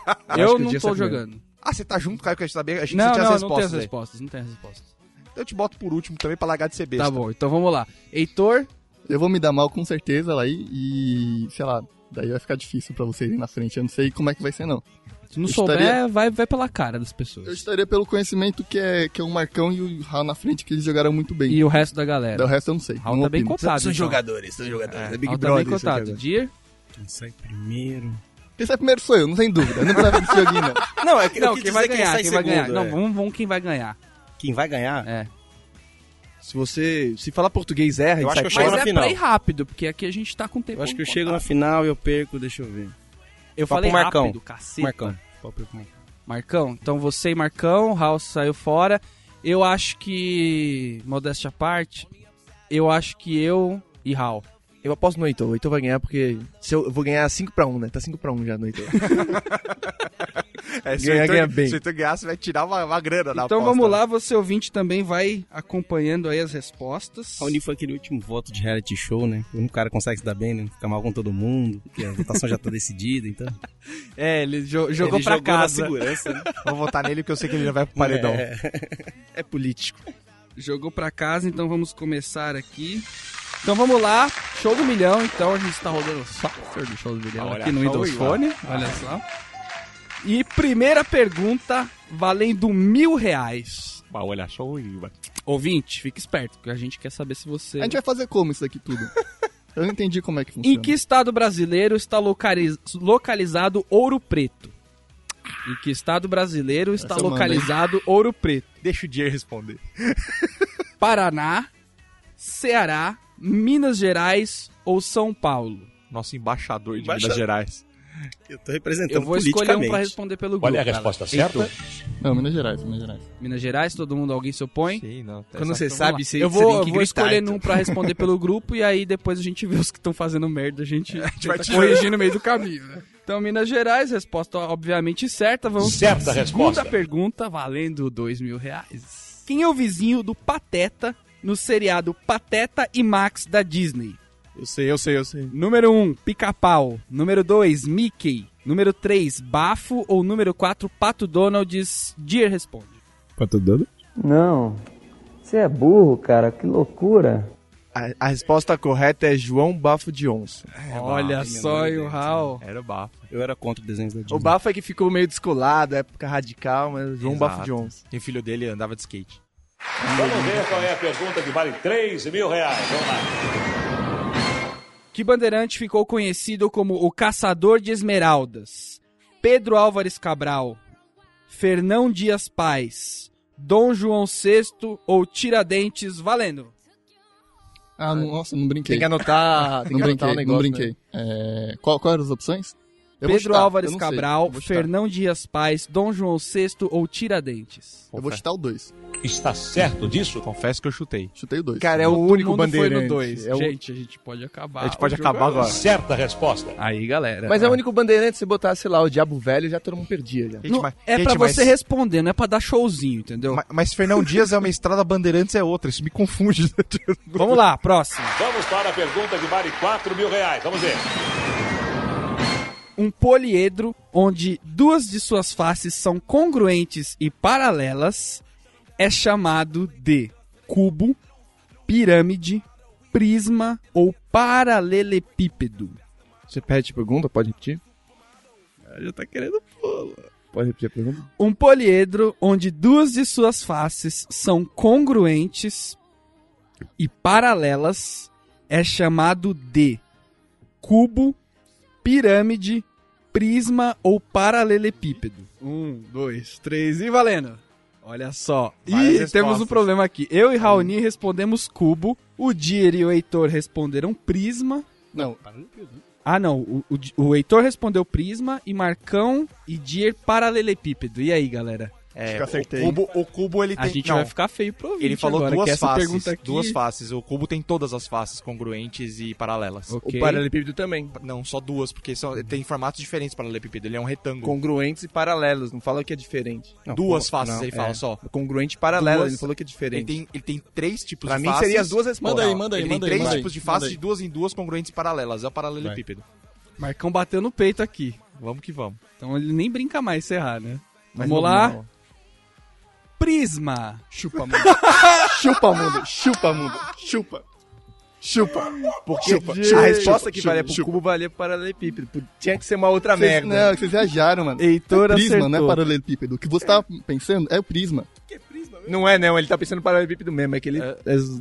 Speaker 4: acho que o
Speaker 2: não
Speaker 4: dia
Speaker 2: tô
Speaker 4: sai primeiro.
Speaker 2: jogando.
Speaker 3: Ah, você tá junto, Caio, que a gente sabia, a gente
Speaker 2: Não,
Speaker 3: tinha
Speaker 2: não,
Speaker 3: as
Speaker 2: não tem as
Speaker 3: respostas. aí.
Speaker 2: respostas, não tem as respostas.
Speaker 3: Então eu te boto por último também pra largar de ser besta.
Speaker 2: Tá bom, então vamos lá. Heitor,
Speaker 6: Eu vou me dar mal com certeza lá aí e, sei lá, daí vai ficar difícil pra vocês aí na frente. Eu não sei como é que vai ser, não.
Speaker 2: se não
Speaker 6: Eu
Speaker 2: souber,
Speaker 6: chutaria-
Speaker 2: vai, vai pela cara das
Speaker 6: Eu
Speaker 2: pessoas.
Speaker 6: estaria pelo conhecimento que é, que é o Marcão e o Raul na frente, que eles jogaram muito bem.
Speaker 2: E o resto da
Speaker 6: Daí
Speaker 2: galera.
Speaker 6: o resto eu não sei.
Speaker 2: Raul
Speaker 6: não
Speaker 2: tá bem
Speaker 6: opino.
Speaker 2: cotado.
Speaker 1: um
Speaker 2: então.
Speaker 1: jogadores, são jogadores. Ah, É,
Speaker 2: Raul tá bem cotado. Dir?
Speaker 1: Quem sai primeiro?
Speaker 6: Quem sai é primeiro sou eu, não tem dúvida. né?
Speaker 2: *laughs*
Speaker 6: Eu não precisa desse joguinho, não.
Speaker 1: Não, é que
Speaker 2: Não,
Speaker 1: eu quis
Speaker 2: quem vai
Speaker 1: dizer
Speaker 2: ganhar,
Speaker 1: sai
Speaker 2: quem vai ganhar.
Speaker 1: segundo,
Speaker 2: Não,
Speaker 1: é.
Speaker 2: vamos, vamos quem vai ganhar.
Speaker 1: Quem vai ganhar?
Speaker 2: É.
Speaker 4: Se você. Se falar português erra,
Speaker 1: Eu
Speaker 4: e
Speaker 1: acho
Speaker 4: sai
Speaker 1: que eu
Speaker 4: fora.
Speaker 1: chego
Speaker 2: Mas
Speaker 1: na
Speaker 2: é
Speaker 1: final.
Speaker 2: pra ir rápido, porque aqui a gente tá com tempo.
Speaker 1: Eu acho que eu chego na final e eu perco, deixa eu ver.
Speaker 2: Eu
Speaker 1: Vai
Speaker 2: falei
Speaker 1: pro Marcão.
Speaker 2: rápido, cacete.
Speaker 1: Marcão. Qual perco, Marcão?
Speaker 2: Marcão, então você e Marcão, Raul saiu fora. Eu acho que. Modéstia à parte, eu acho que eu e Raul.
Speaker 4: Eu aposto no Heitor. O um, Heitor vai ganhar porque. Se eu, eu vou ganhar 5 pra 1, né? Tá 5 pra 1 já no Heitor.
Speaker 3: É, se o
Speaker 4: Ganhar,
Speaker 3: Heitor-
Speaker 4: ganha bem.
Speaker 3: Se o Heitor ganhar, você vai tirar uma, uma grana da
Speaker 2: Então
Speaker 3: aposta,
Speaker 2: vamos
Speaker 3: né?
Speaker 2: lá, você ouvinte também vai acompanhando aí as respostas.
Speaker 1: A Uni foi aquele último voto de reality show, né? Um cara consegue se dar bem, né? Fica mal com todo mundo, porque a votação já tá decidida, então.
Speaker 2: É, ele jo- jogou pra
Speaker 1: na
Speaker 2: casa.
Speaker 1: segurança, né?
Speaker 3: Vou votar nele porque eu sei que ele já vai pro paredão.
Speaker 1: É.
Speaker 4: É político.
Speaker 2: Jogou pra casa, então vamos começar aqui. Então vamos lá, show do milhão. Então a gente está rodando o software do show do milhão
Speaker 3: Olha
Speaker 2: aqui no
Speaker 3: só,
Speaker 2: Windows
Speaker 3: ui,
Speaker 2: Phone. Olha só. E primeira pergunta, valendo mil reais.
Speaker 3: Bah, olha só, ui, bah.
Speaker 2: Ouvinte, fique esperto, porque a gente quer saber se você.
Speaker 6: A gente vai fazer como isso
Speaker 2: *laughs*
Speaker 6: daqui tudo? Eu não entendi como é que funciona.
Speaker 2: Em que estado brasileiro está localiz- localizado Ouro Preto? Em que estado brasileiro está
Speaker 6: Essa manda, hein?
Speaker 2: localizado Ouro Preto?
Speaker 3: Deixa o Dier responder.
Speaker 2: Paraná, Ceará, Minas Gerais ou São Paulo?
Speaker 3: Nosso embaixador de
Speaker 1: Embaixa-
Speaker 3: Minas Gerais.
Speaker 1: Eu tô representando
Speaker 2: Eu vou escolher um
Speaker 1: politicamente.
Speaker 2: pra responder pelo grupo.
Speaker 5: Olha é a
Speaker 2: cara.
Speaker 5: resposta certa.
Speaker 6: Não, Minas Gerais, Minas Gerais.
Speaker 2: Minas Gerais, todo mundo, alguém se opõe?
Speaker 3: Sim, não. tá
Speaker 4: Quando
Speaker 3: certo.
Speaker 4: você
Speaker 2: Então,
Speaker 4: sabe,
Speaker 2: vamos lá.
Speaker 4: você
Speaker 2: eu
Speaker 4: você
Speaker 2: vou,
Speaker 4: tem
Speaker 2: eu
Speaker 4: que
Speaker 2: vou
Speaker 4: gritar,
Speaker 2: escolher
Speaker 4: então.
Speaker 2: um pra responder pelo grupo e aí depois a gente vê os que estão fazendo merda, a gente, É, a gente
Speaker 3: vai
Speaker 2: vai
Speaker 3: te-
Speaker 2: corrigir *laughs* no meio do caminho, né? Então, Minas Gerais, resposta obviamente certa. Vamos para a
Speaker 5: Certa
Speaker 2: segunda
Speaker 5: resposta.
Speaker 2: pergunta, valendo dois mil reais. Quem é o vizinho do Pateta no seriado Pateta e Max da Disney?
Speaker 4: Eu sei, eu sei, eu sei.
Speaker 2: Número 1, um, pica-pau. Número 2, Mickey. Número 3, bafo. Ou número 4, Pato Donalds. Dear responde.
Speaker 4: Tá
Speaker 7: Quanto dando?
Speaker 8: Não. Você é burro, cara. Que loucura.
Speaker 4: A, a resposta correta é João Bafo de Onça.
Speaker 2: Olha
Speaker 1: bafo,
Speaker 2: só,
Speaker 1: hein,
Speaker 2: e o Raul.
Speaker 3: Era bafo.
Speaker 1: Eu era contra desenhos da
Speaker 4: O
Speaker 1: Disney.
Speaker 4: Bafo é que ficou meio descolado, época radical, mas João
Speaker 3: Exato.
Speaker 4: Bafo de Onça.
Speaker 3: E o filho dele andava de skate.
Speaker 5: Vamos ver qual é a pergunta que vale 3 mil reais. Vamos lá.
Speaker 2: Que bandeirante ficou conhecido como o Caçador de Esmeraldas? Pedro Álvares Cabral, Fernão Dias Paz, Dom João VI ou Tiradentes Valendo?
Speaker 6: Ah, não- nossa, não brinquei.
Speaker 4: Tem que anotar, tem
Speaker 6: não
Speaker 4: que anotar
Speaker 2: um
Speaker 4: o
Speaker 6: brinquei,
Speaker 4: negócio.
Speaker 6: não
Speaker 4: né?
Speaker 6: brinquei. É, qual, qual eram as opções? Eu vou
Speaker 2: Pedro
Speaker 6: chutar, eu
Speaker 2: Álvares
Speaker 6: não sei,
Speaker 2: Cabral,
Speaker 6: eu vou chutar.
Speaker 2: Fernão Dias Paz, Dom João VI ou Tiradentes?
Speaker 6: Eu vou chutar o 2.
Speaker 5: Está certo disso?
Speaker 3: Confesso que eu chutei.
Speaker 6: Chutei o 2.
Speaker 4: Cara, é o
Speaker 2: Todo
Speaker 4: único
Speaker 2: mundo
Speaker 4: bandeirante.
Speaker 2: Foi no dois.
Speaker 4: É o-
Speaker 2: Gente, a gente pode acabar.
Speaker 3: a gente pode
Speaker 2: o jogo é
Speaker 3: acabar agora.
Speaker 5: Certa resposta.
Speaker 3: Aí, galera. Ah.
Speaker 4: Mas é o único bandeirante, se botar, sei lá, o Diabo Velho, já todo mundo perdia. Já.
Speaker 3: Gente,
Speaker 2: Não,
Speaker 3: mas-
Speaker 2: é
Speaker 3: gente,
Speaker 2: pra
Speaker 3: mas-
Speaker 2: você responder, não é pra dar showzinho, entendeu?
Speaker 3: ma- Mas Fernão Dias é uma estrada, Bandeirantes é outra. Isso me confunde. *laughs*
Speaker 2: Vamos lá, próximo.
Speaker 5: Vamos para a pergunta que vale 4 mil reais. Vamos ver.
Speaker 2: Um poliedro onde duas de suas faces são congruentes e paralelas é chamado de cubo, pirâmide, prisma ou paralelepípedo.
Speaker 4: Você pede pergunta, pode repetir? Ah,
Speaker 1: Já tá querendo pulo.
Speaker 4: Pode repetir a pergunta?
Speaker 2: Um poliedro onde duas de suas faces são congruentes e paralelas é chamado de cubo, pirâmide, prisma ou paralelepípedo. Um, dois, três e valendo! Olha só.
Speaker 3: Várias
Speaker 2: Ih, temos um
Speaker 3: respostas.
Speaker 2: problema aqui. Eu e Raoni respondemos cubo, o Dier e o Heitor responderam prisma.
Speaker 6: Não,
Speaker 2: Ah, não. O, o, Di- o Heitor respondeu prisma e Marcão e Dier paralelepípedo. E aí, galera?
Speaker 3: É,
Speaker 6: Acho que eu acertei.
Speaker 3: O cubo, o cubo ele tem.
Speaker 2: A gente
Speaker 3: não,
Speaker 2: vai ficar feio pro ouvinte
Speaker 3: Ele falou
Speaker 2: agora, que
Speaker 3: duas
Speaker 2: essa
Speaker 3: faces.
Speaker 2: pergunta aqui...
Speaker 3: Duas faces. O cubo tem todas as faces congruentes e paralelas.
Speaker 2: Ok.
Speaker 4: O paralelepípedo também.
Speaker 3: Não, só duas, porque são, tem formatos diferentes para paralelepípedo. Ele é um retângulo.
Speaker 4: Congruentes e paralelos, não fala que é diferente. Não,
Speaker 3: duas
Speaker 4: pô,
Speaker 3: faces,
Speaker 4: não,
Speaker 3: ele fala
Speaker 4: é.
Speaker 3: só.
Speaker 4: Congruente e paralelo,
Speaker 3: Duas-
Speaker 4: ele falou que é
Speaker 3: Ele
Speaker 4: diferente.
Speaker 3: tem, ele tem três tipos
Speaker 4: Pra
Speaker 3: de
Speaker 4: mim
Speaker 3: faces.
Speaker 4: seria as duas respostas.
Speaker 7: Manda aí, manda aí,
Speaker 3: Ele tem
Speaker 7: manda aí.
Speaker 3: três
Speaker 7: Manda aí.
Speaker 3: tipos de faces,
Speaker 6: Manda
Speaker 3: de duas em duas congruentes e paralelas. É o paralelepípedo.
Speaker 2: Marcão bateu no peito aqui.
Speaker 3: Vamos que vamos.
Speaker 2: Então ele nem brinca mais se errar, né?
Speaker 4: Mas
Speaker 2: Vamos
Speaker 4: não-
Speaker 2: lá.
Speaker 4: não.
Speaker 2: Prisma.
Speaker 6: chupa, mundo. *laughs* chupa, mundo. Chupa, mundo. Chupa. Chupa.
Speaker 4: Porque
Speaker 6: Chupa,
Speaker 4: a
Speaker 6: chupa,
Speaker 4: resposta
Speaker 6: chupa,
Speaker 4: que
Speaker 6: chupa,
Speaker 4: valia pro
Speaker 6: chupa.
Speaker 4: cubo valia pro paralelepípedo. Pô, Tinha que ser uma outra
Speaker 6: Vocês-
Speaker 4: merda.
Speaker 6: Não, vocês viajaram, mano.
Speaker 2: Heitor
Speaker 6: é prisma,
Speaker 2: acertou.
Speaker 6: não é paralelepípedo. O que você tava pensando é o prisma.
Speaker 4: Não é, não. Ele tá pensando no paralelepípedo mesmo. É que ele. É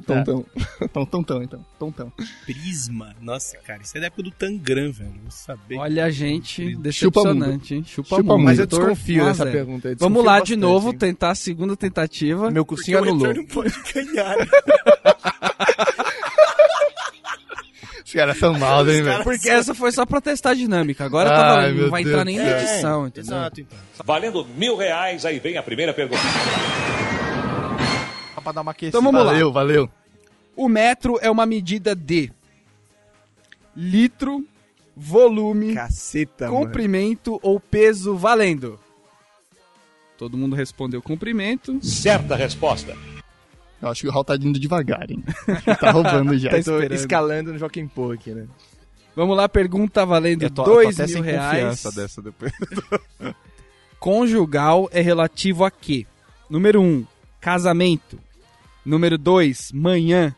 Speaker 6: Tão,
Speaker 4: tá.
Speaker 6: *laughs* tão. tão, tão, tão, então. Tão, tão.
Speaker 1: Prisma. Nossa, cara, isso é da época do Tangram, velho. Vou saber.
Speaker 2: Olha, gente,
Speaker 6: Chupa mundo.
Speaker 2: decepcionante, hein? Chupa,
Speaker 6: Chupa
Speaker 2: mundo.
Speaker 6: mundo.
Speaker 4: Mas eu
Speaker 2: Heitor,
Speaker 4: desconfio
Speaker 2: um a
Speaker 4: dessa
Speaker 2: zero.
Speaker 4: pergunta. eu
Speaker 2: Vamos
Speaker 4: desconfio
Speaker 2: lá de
Speaker 4: bastante,
Speaker 2: novo
Speaker 4: hein.
Speaker 2: tentar a segunda tentativa.
Speaker 4: Meu cursinho anulou.
Speaker 1: Então pode *laughs* ganhar.
Speaker 6: Os caras são maus, hein, velho.
Speaker 2: Porque essa foi só pra testar a dinâmica. Agora tá
Speaker 6: Ai,
Speaker 2: valendo, não
Speaker 6: meu
Speaker 2: vai
Speaker 6: Deus
Speaker 2: entrar nem
Speaker 6: do
Speaker 2: na
Speaker 6: céu.
Speaker 2: edição, entendeu?
Speaker 1: Exato, então.
Speaker 5: Valendo mil reais, aí vem a primeira pergunta.
Speaker 3: Só pra dar uma aquecida.
Speaker 2: Então vamos lá.
Speaker 6: Valeu, valeu.
Speaker 2: O metro é uma medida de litro, volume,
Speaker 4: Caceta, mano.
Speaker 2: comprimento ou peso valendo. Todo mundo respondeu cumprimento.
Speaker 5: Certa resposta.
Speaker 6: Eu acho que o Raul tá indo devagar, hein? Acho que tá roubando já.
Speaker 2: Tá
Speaker 4: Eu tô
Speaker 2: esperando.
Speaker 4: escalando no Joaquim Pô aqui, né?
Speaker 2: Vamos lá, pergunta valendo
Speaker 3: Eu tô,
Speaker 2: dois
Speaker 3: eu tô até
Speaker 2: mil
Speaker 3: sem
Speaker 2: reais.
Speaker 3: confiança dessa depois.
Speaker 2: Conjugal é relativo a quê? Número 1, um, casamento. Número 2, manhã.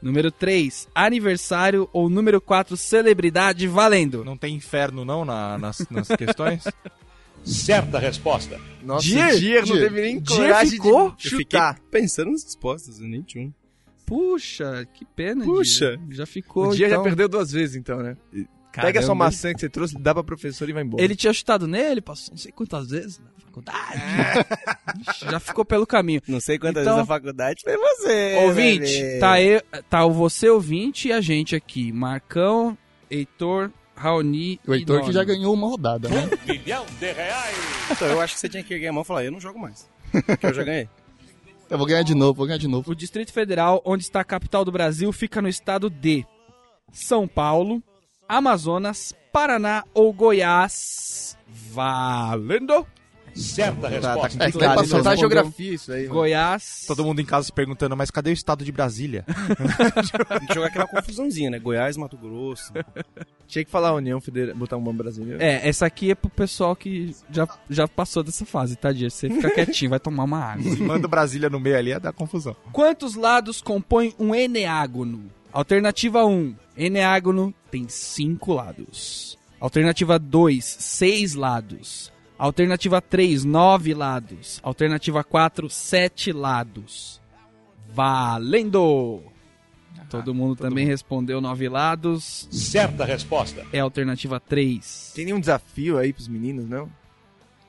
Speaker 2: Número 3, aniversário. Ou número 4, celebridade valendo.
Speaker 3: Não tem inferno, não, na- nas, nas questões?
Speaker 5: Certa resposta.
Speaker 4: Nossa,
Speaker 2: Dier?
Speaker 4: o Dier não
Speaker 6: Dier.
Speaker 4: teve nem
Speaker 2: Dier
Speaker 4: coragem
Speaker 2: ficou?
Speaker 4: de
Speaker 1: Eu fiquei
Speaker 4: chutar.
Speaker 1: pensando nas respostas, eu nem tinha um.
Speaker 2: Puxa, que pena.
Speaker 1: Puxa.
Speaker 2: Diego. Já ficou.
Speaker 4: O Dier
Speaker 2: então.
Speaker 4: já perdeu duas vezes, então, né? Pega a sua maçã que você trouxe, dá pra professora e vai embora.
Speaker 2: Ele tinha chutado nele, passou não sei quantas vezes na faculdade.
Speaker 3: É.
Speaker 2: *laughs* já ficou pelo caminho.
Speaker 1: Não sei quantas
Speaker 2: Então-
Speaker 1: vezes a faculdade foi você. né,
Speaker 2: Ouvinte,
Speaker 1: bebê.
Speaker 2: tá, eu, tá o você ouvinte e a gente aqui. Marcão, Heitor, Raoni.
Speaker 6: O Heitor
Speaker 2: e
Speaker 6: que já
Speaker 2: Nono.
Speaker 6: ganhou uma rodada, né?
Speaker 5: Milhão de reais.
Speaker 1: Então, eu acho que você tinha que erguer a mão e falar, eu não jogo mais. Que eu já ganhei.
Speaker 6: Eu vou ganhar de novo, vou ganhar de novo.
Speaker 2: O Distrito Federal, onde está a capital do Brasil, fica no estado de São Paulo, Amazonas, Paraná ou Goiás. Valendo!
Speaker 5: Certa
Speaker 3: Tá,
Speaker 5: resposta.
Speaker 6: É, que daí
Speaker 4: Cara,
Speaker 6: passou,
Speaker 4: isso tá
Speaker 6: respondeu-
Speaker 4: geografia isso aí. mano.
Speaker 2: Goiás.
Speaker 3: Todo mundo em casa se perguntando, mas cadê o estado de Brasília?
Speaker 1: Tem que jogar aquela confusãozinha, né? Goiás, Mato Grosso.
Speaker 4: Tinha que falar União Federal, botar um nome brasileiro.
Speaker 2: É, essa aqui é pro pessoal que já, já passou dessa fase, tá, Diego? Você fica quietinho, vai tomar uma água.
Speaker 3: Se Manda o Brasília no meio ali, é dar confusão.
Speaker 2: Quantos lados compõem um eneágono? Alternativa 1. Eneágono tem 5 lados. Alternativa 2. 6 lados. Alternativa 3. 9 lados. Alternativa 4. 7 lados. Valendo!
Speaker 3: Ah,
Speaker 2: Todo mundo também respondeu 9 lados.
Speaker 5: Certa resposta.
Speaker 2: É a alternativa 3.
Speaker 4: Tem nenhum desafio aí pros meninos, não?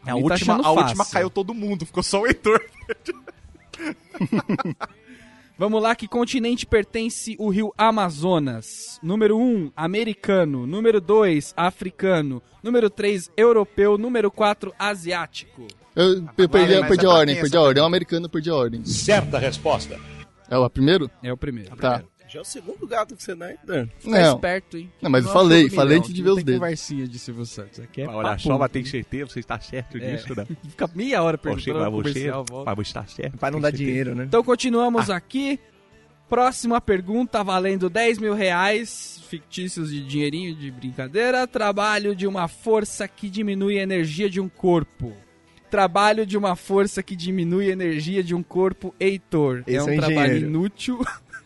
Speaker 2: A
Speaker 3: É A,
Speaker 2: Mi tá
Speaker 3: última,
Speaker 2: achando
Speaker 3: a última
Speaker 2: fácil.
Speaker 3: caiu todo mundo, ficou só o Heitor.
Speaker 2: Vamos lá, que continente pertence o rio Amazonas? Número 1, americano. Número 2, africano. Número 3, europeu. Número 4, asiático.
Speaker 6: Eu, eu perdi, eu
Speaker 3: mas
Speaker 6: perdi
Speaker 3: é
Speaker 6: a
Speaker 3: pra
Speaker 6: ordem,
Speaker 3: quem
Speaker 6: perdi
Speaker 3: essa
Speaker 6: a ordem. É um americano, perdi a ordem.
Speaker 5: Certa resposta.
Speaker 6: É o primeiro?
Speaker 2: É o primeiro.
Speaker 6: Tá.
Speaker 1: Já é o segundo gato que você dá, hein, Dan?
Speaker 2: Tá
Speaker 6: Não,
Speaker 2: esperto, hein?
Speaker 6: Não, mas eu
Speaker 2: é
Speaker 6: falei,
Speaker 2: jogo do
Speaker 6: falei
Speaker 2: milhão,
Speaker 6: antes de
Speaker 2: que
Speaker 6: ver
Speaker 2: não
Speaker 6: os
Speaker 2: tem
Speaker 6: dedos.
Speaker 2: conversaha de Silvio Santos. Aqui é
Speaker 3: Olha
Speaker 2: papo.
Speaker 3: só, mas tem certeza, você está tá certo disso, *laughs* né?
Speaker 2: Fica meia hora perguntando
Speaker 3: Mas
Speaker 2: no comercial, volta.
Speaker 3: mas você está certo.
Speaker 4: Pra não dar dinheiro, né?
Speaker 2: Então continuamos aqui. Próxima pergunta, valendo 10 mil reais, fictícios de dinheirinho de brincadeira. Trabalho de uma força que diminui a energia de um corpo. Trabalho de uma força que diminui a energia de um corpo, Heitor.
Speaker 4: Esse
Speaker 2: é um
Speaker 4: é engenheiro.
Speaker 2: trabalho inútil. *laughs*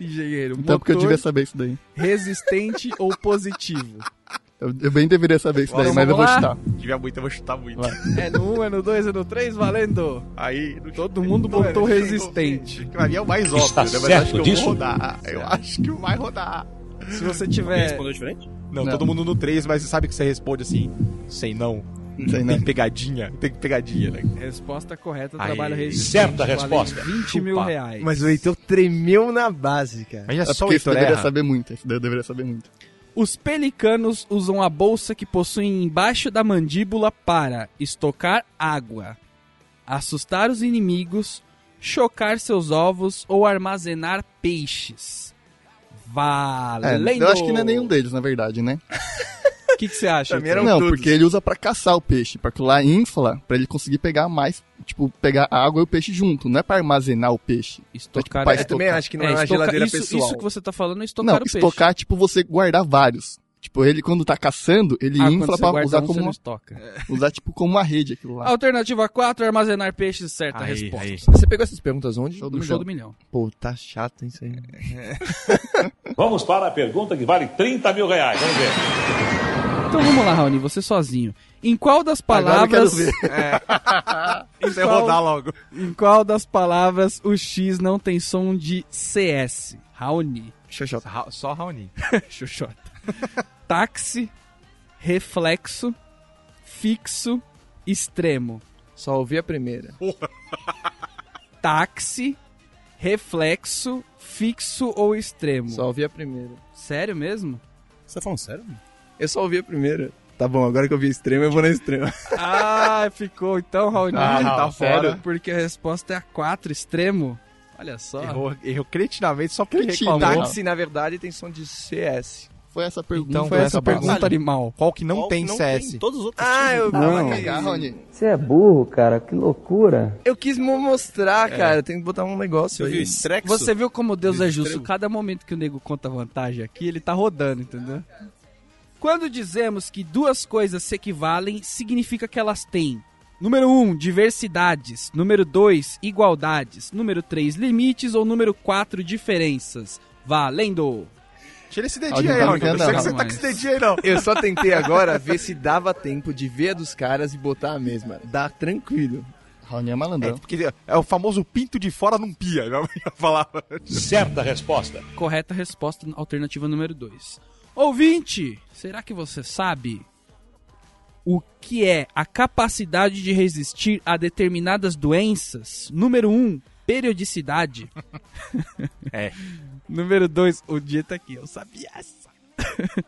Speaker 2: engenheiro,
Speaker 6: então porque eu
Speaker 2: motor,
Speaker 6: devia saber isso daí.
Speaker 2: resistente ou
Speaker 6: *laughs*
Speaker 2: positivo?
Speaker 6: Eu, eu bem deveria saber isso daí,
Speaker 2: Vamos
Speaker 6: mas eu vou
Speaker 2: lá.
Speaker 6: chutar.
Speaker 3: Tiver muito, eu vou chutar muito.
Speaker 2: É no 1, é no 2, é no 3, valendo.
Speaker 3: Aí,
Speaker 2: Todo mundo
Speaker 6: Então,
Speaker 3: né?
Speaker 2: botou
Speaker 6: é,
Speaker 2: resistente.
Speaker 3: Pra mim é o mais óbvio,
Speaker 5: Está
Speaker 3: né? Mas
Speaker 5: certo
Speaker 3: acho que eu
Speaker 5: disso?
Speaker 3: vou rodar. Eu acho que vai rodar.
Speaker 2: Se você
Speaker 1: Ele
Speaker 2: tiver...
Speaker 1: Respondeu diferente?
Speaker 3: Não,
Speaker 6: Não.
Speaker 3: todo mundo no 3, mas você sabe que você responde assim, sei não.
Speaker 6: Sei né?
Speaker 2: *laughs*
Speaker 6: não.
Speaker 3: Tem pegadinha, tem pegadinha, né?
Speaker 2: Resposta correta,
Speaker 3: Aí.
Speaker 2: trabalho resistente.
Speaker 5: Certa
Speaker 2: valendo
Speaker 5: resposta.
Speaker 2: 20 mil
Speaker 3: Chupa.
Speaker 2: reais.
Speaker 4: Mas o Heitor tremeu na base, cara.
Speaker 3: Mas é
Speaker 6: É
Speaker 3: só o
Speaker 6: porque isso
Speaker 2: né?
Speaker 3: Heitor
Speaker 6: daí eu deveria
Speaker 3: erra.
Speaker 6: saber muito, isso daí eu deveria saber muito.
Speaker 2: Os pelicanos usam a bolsa que possuem embaixo da mandíbula para estocar água, assustar os inimigos, chocar seus ovos ou armazenar peixes.
Speaker 6: É,
Speaker 2: Valendo!
Speaker 6: eu acho que não é nenhum deles, na verdade, né?
Speaker 2: O que, que você acha?
Speaker 4: Também
Speaker 2: Heitor?
Speaker 4: era Eram
Speaker 6: não,
Speaker 4: todos.
Speaker 6: porque ele usa pra caçar o peixe, pra que lá infla, pra ele conseguir pegar mais, tipo, pegar a água e o peixe junto, não é pra armazenar o peixe.
Speaker 2: Estocar...
Speaker 6: pra
Speaker 4: Eu também acho que não é, uma
Speaker 2: estocar-
Speaker 4: geladeira
Speaker 2: isso,
Speaker 4: pessoal.
Speaker 2: Isso que você tá falando é estocar
Speaker 6: Não,
Speaker 2: o peixe.
Speaker 6: estocar é tipo você guardar vários. Tipo, ele quando tá caçando, ele
Speaker 2: Ah, quando
Speaker 6: infla
Speaker 2: você
Speaker 6: pra
Speaker 2: guarda
Speaker 6: usar,
Speaker 2: um,
Speaker 6: como
Speaker 2: você Ah, não
Speaker 6: uma,
Speaker 2: estoca.
Speaker 6: usar tipo como uma rede aquilo lá.
Speaker 2: Alternativa 4, armazenar peixes, certa
Speaker 3: Aí,
Speaker 2: resposta.
Speaker 3: aí.
Speaker 4: Você pegou essas perguntas onde?
Speaker 2: No show do milhão.
Speaker 4: Pô, tá chato isso aí.
Speaker 5: Vamos para a pergunta que vale 30 mil reais. Vamos ver.
Speaker 2: Então vamos lá, Raoni, você sozinho. Em qual das
Speaker 6: Agora eu quero
Speaker 2: palavras... *laughs* É.
Speaker 6: ver. *laughs*
Speaker 3: Isso é rodar logo.
Speaker 2: Em qual das palavras o X não tem som de CS? Raoni,
Speaker 4: Xoxota.
Speaker 3: Ra- Só
Speaker 6: *laughs*
Speaker 3: Raoni.
Speaker 2: Xoxota. Táxi, reflexo, fixo, extremo.
Speaker 4: Só ouvi a primeira.
Speaker 2: Táxi, reflexo, fixo ou extremo?
Speaker 4: Só ouvi a primeira.
Speaker 2: Sério mesmo?
Speaker 1: Você tá falando sério? mano?
Speaker 4: Eu só ouvi a primeira. Tá bom, agora que eu vi extremo, eu vou na *laughs* extrema.
Speaker 2: ah, ficou então, Raoni.
Speaker 3: Ah, Raul, sério?
Speaker 2: Porque a resposta é a 4, extremo. Olha só.
Speaker 3: Tá. Errou, errou cretinamente só porque
Speaker 6: Cretino.
Speaker 3: reclamou.
Speaker 6: Tá.
Speaker 4: Táxi, na verdade, tem som de CS.
Speaker 6: foi essa pergunta?
Speaker 3: Então,
Speaker 2: Foi
Speaker 3: com
Speaker 2: essa
Speaker 3: essa base.
Speaker 2: pergunta animal.
Speaker 3: Qual que não
Speaker 1: Qual
Speaker 3: tem
Speaker 1: que
Speaker 3: CS?
Speaker 1: Todos os outros
Speaker 4: Ah, eu,
Speaker 6: Não,
Speaker 8: Não.
Speaker 6: vai cagar, Rony.
Speaker 8: Você é burro, cara, que loucura.
Speaker 4: eu quis mo- mostrar, cara. Tem que botar um negócio
Speaker 1: Você viu
Speaker 4: aí.
Speaker 1: Strexo?
Speaker 2: Você viu como Deus é justo?
Speaker 1: Extremo.
Speaker 2: Cada momento que o nego conta vantagem aqui, ele tá rodando, entendeu? Quando dizemos que duas coisas se equivalem, significa que elas têm. Número 1, um, diversidades. Número 2, igualdades. Número 3, limites. Ou número 4, diferenças. Valendo!
Speaker 3: Tira esse
Speaker 6: Alguém
Speaker 3: dedinho
Speaker 6: tá
Speaker 3: aí, Raul. Não
Speaker 6: brincando,
Speaker 3: sei que
Speaker 2: não,
Speaker 3: você tá com
Speaker 2: mas-
Speaker 3: esse dedinho aí, não.
Speaker 4: Eu só tentei agora ver se dava tempo de ver a dos caras e botar a mesma. Dá tranquilo. *laughs*
Speaker 6: Rony é
Speaker 3: É,
Speaker 6: malandrão.
Speaker 3: porque é o famoso pinto de fora não pia, já já falava.
Speaker 5: Certa resposta.
Speaker 2: Correta resposta, alternativa número 2. Ouvinte, será que você sabe o que é a capacidade de resistir a determinadas doenças? Número 1, um, periodicidade.
Speaker 3: É.
Speaker 2: Número 2, o dia tá aqui, eu sabia essa. *laughs*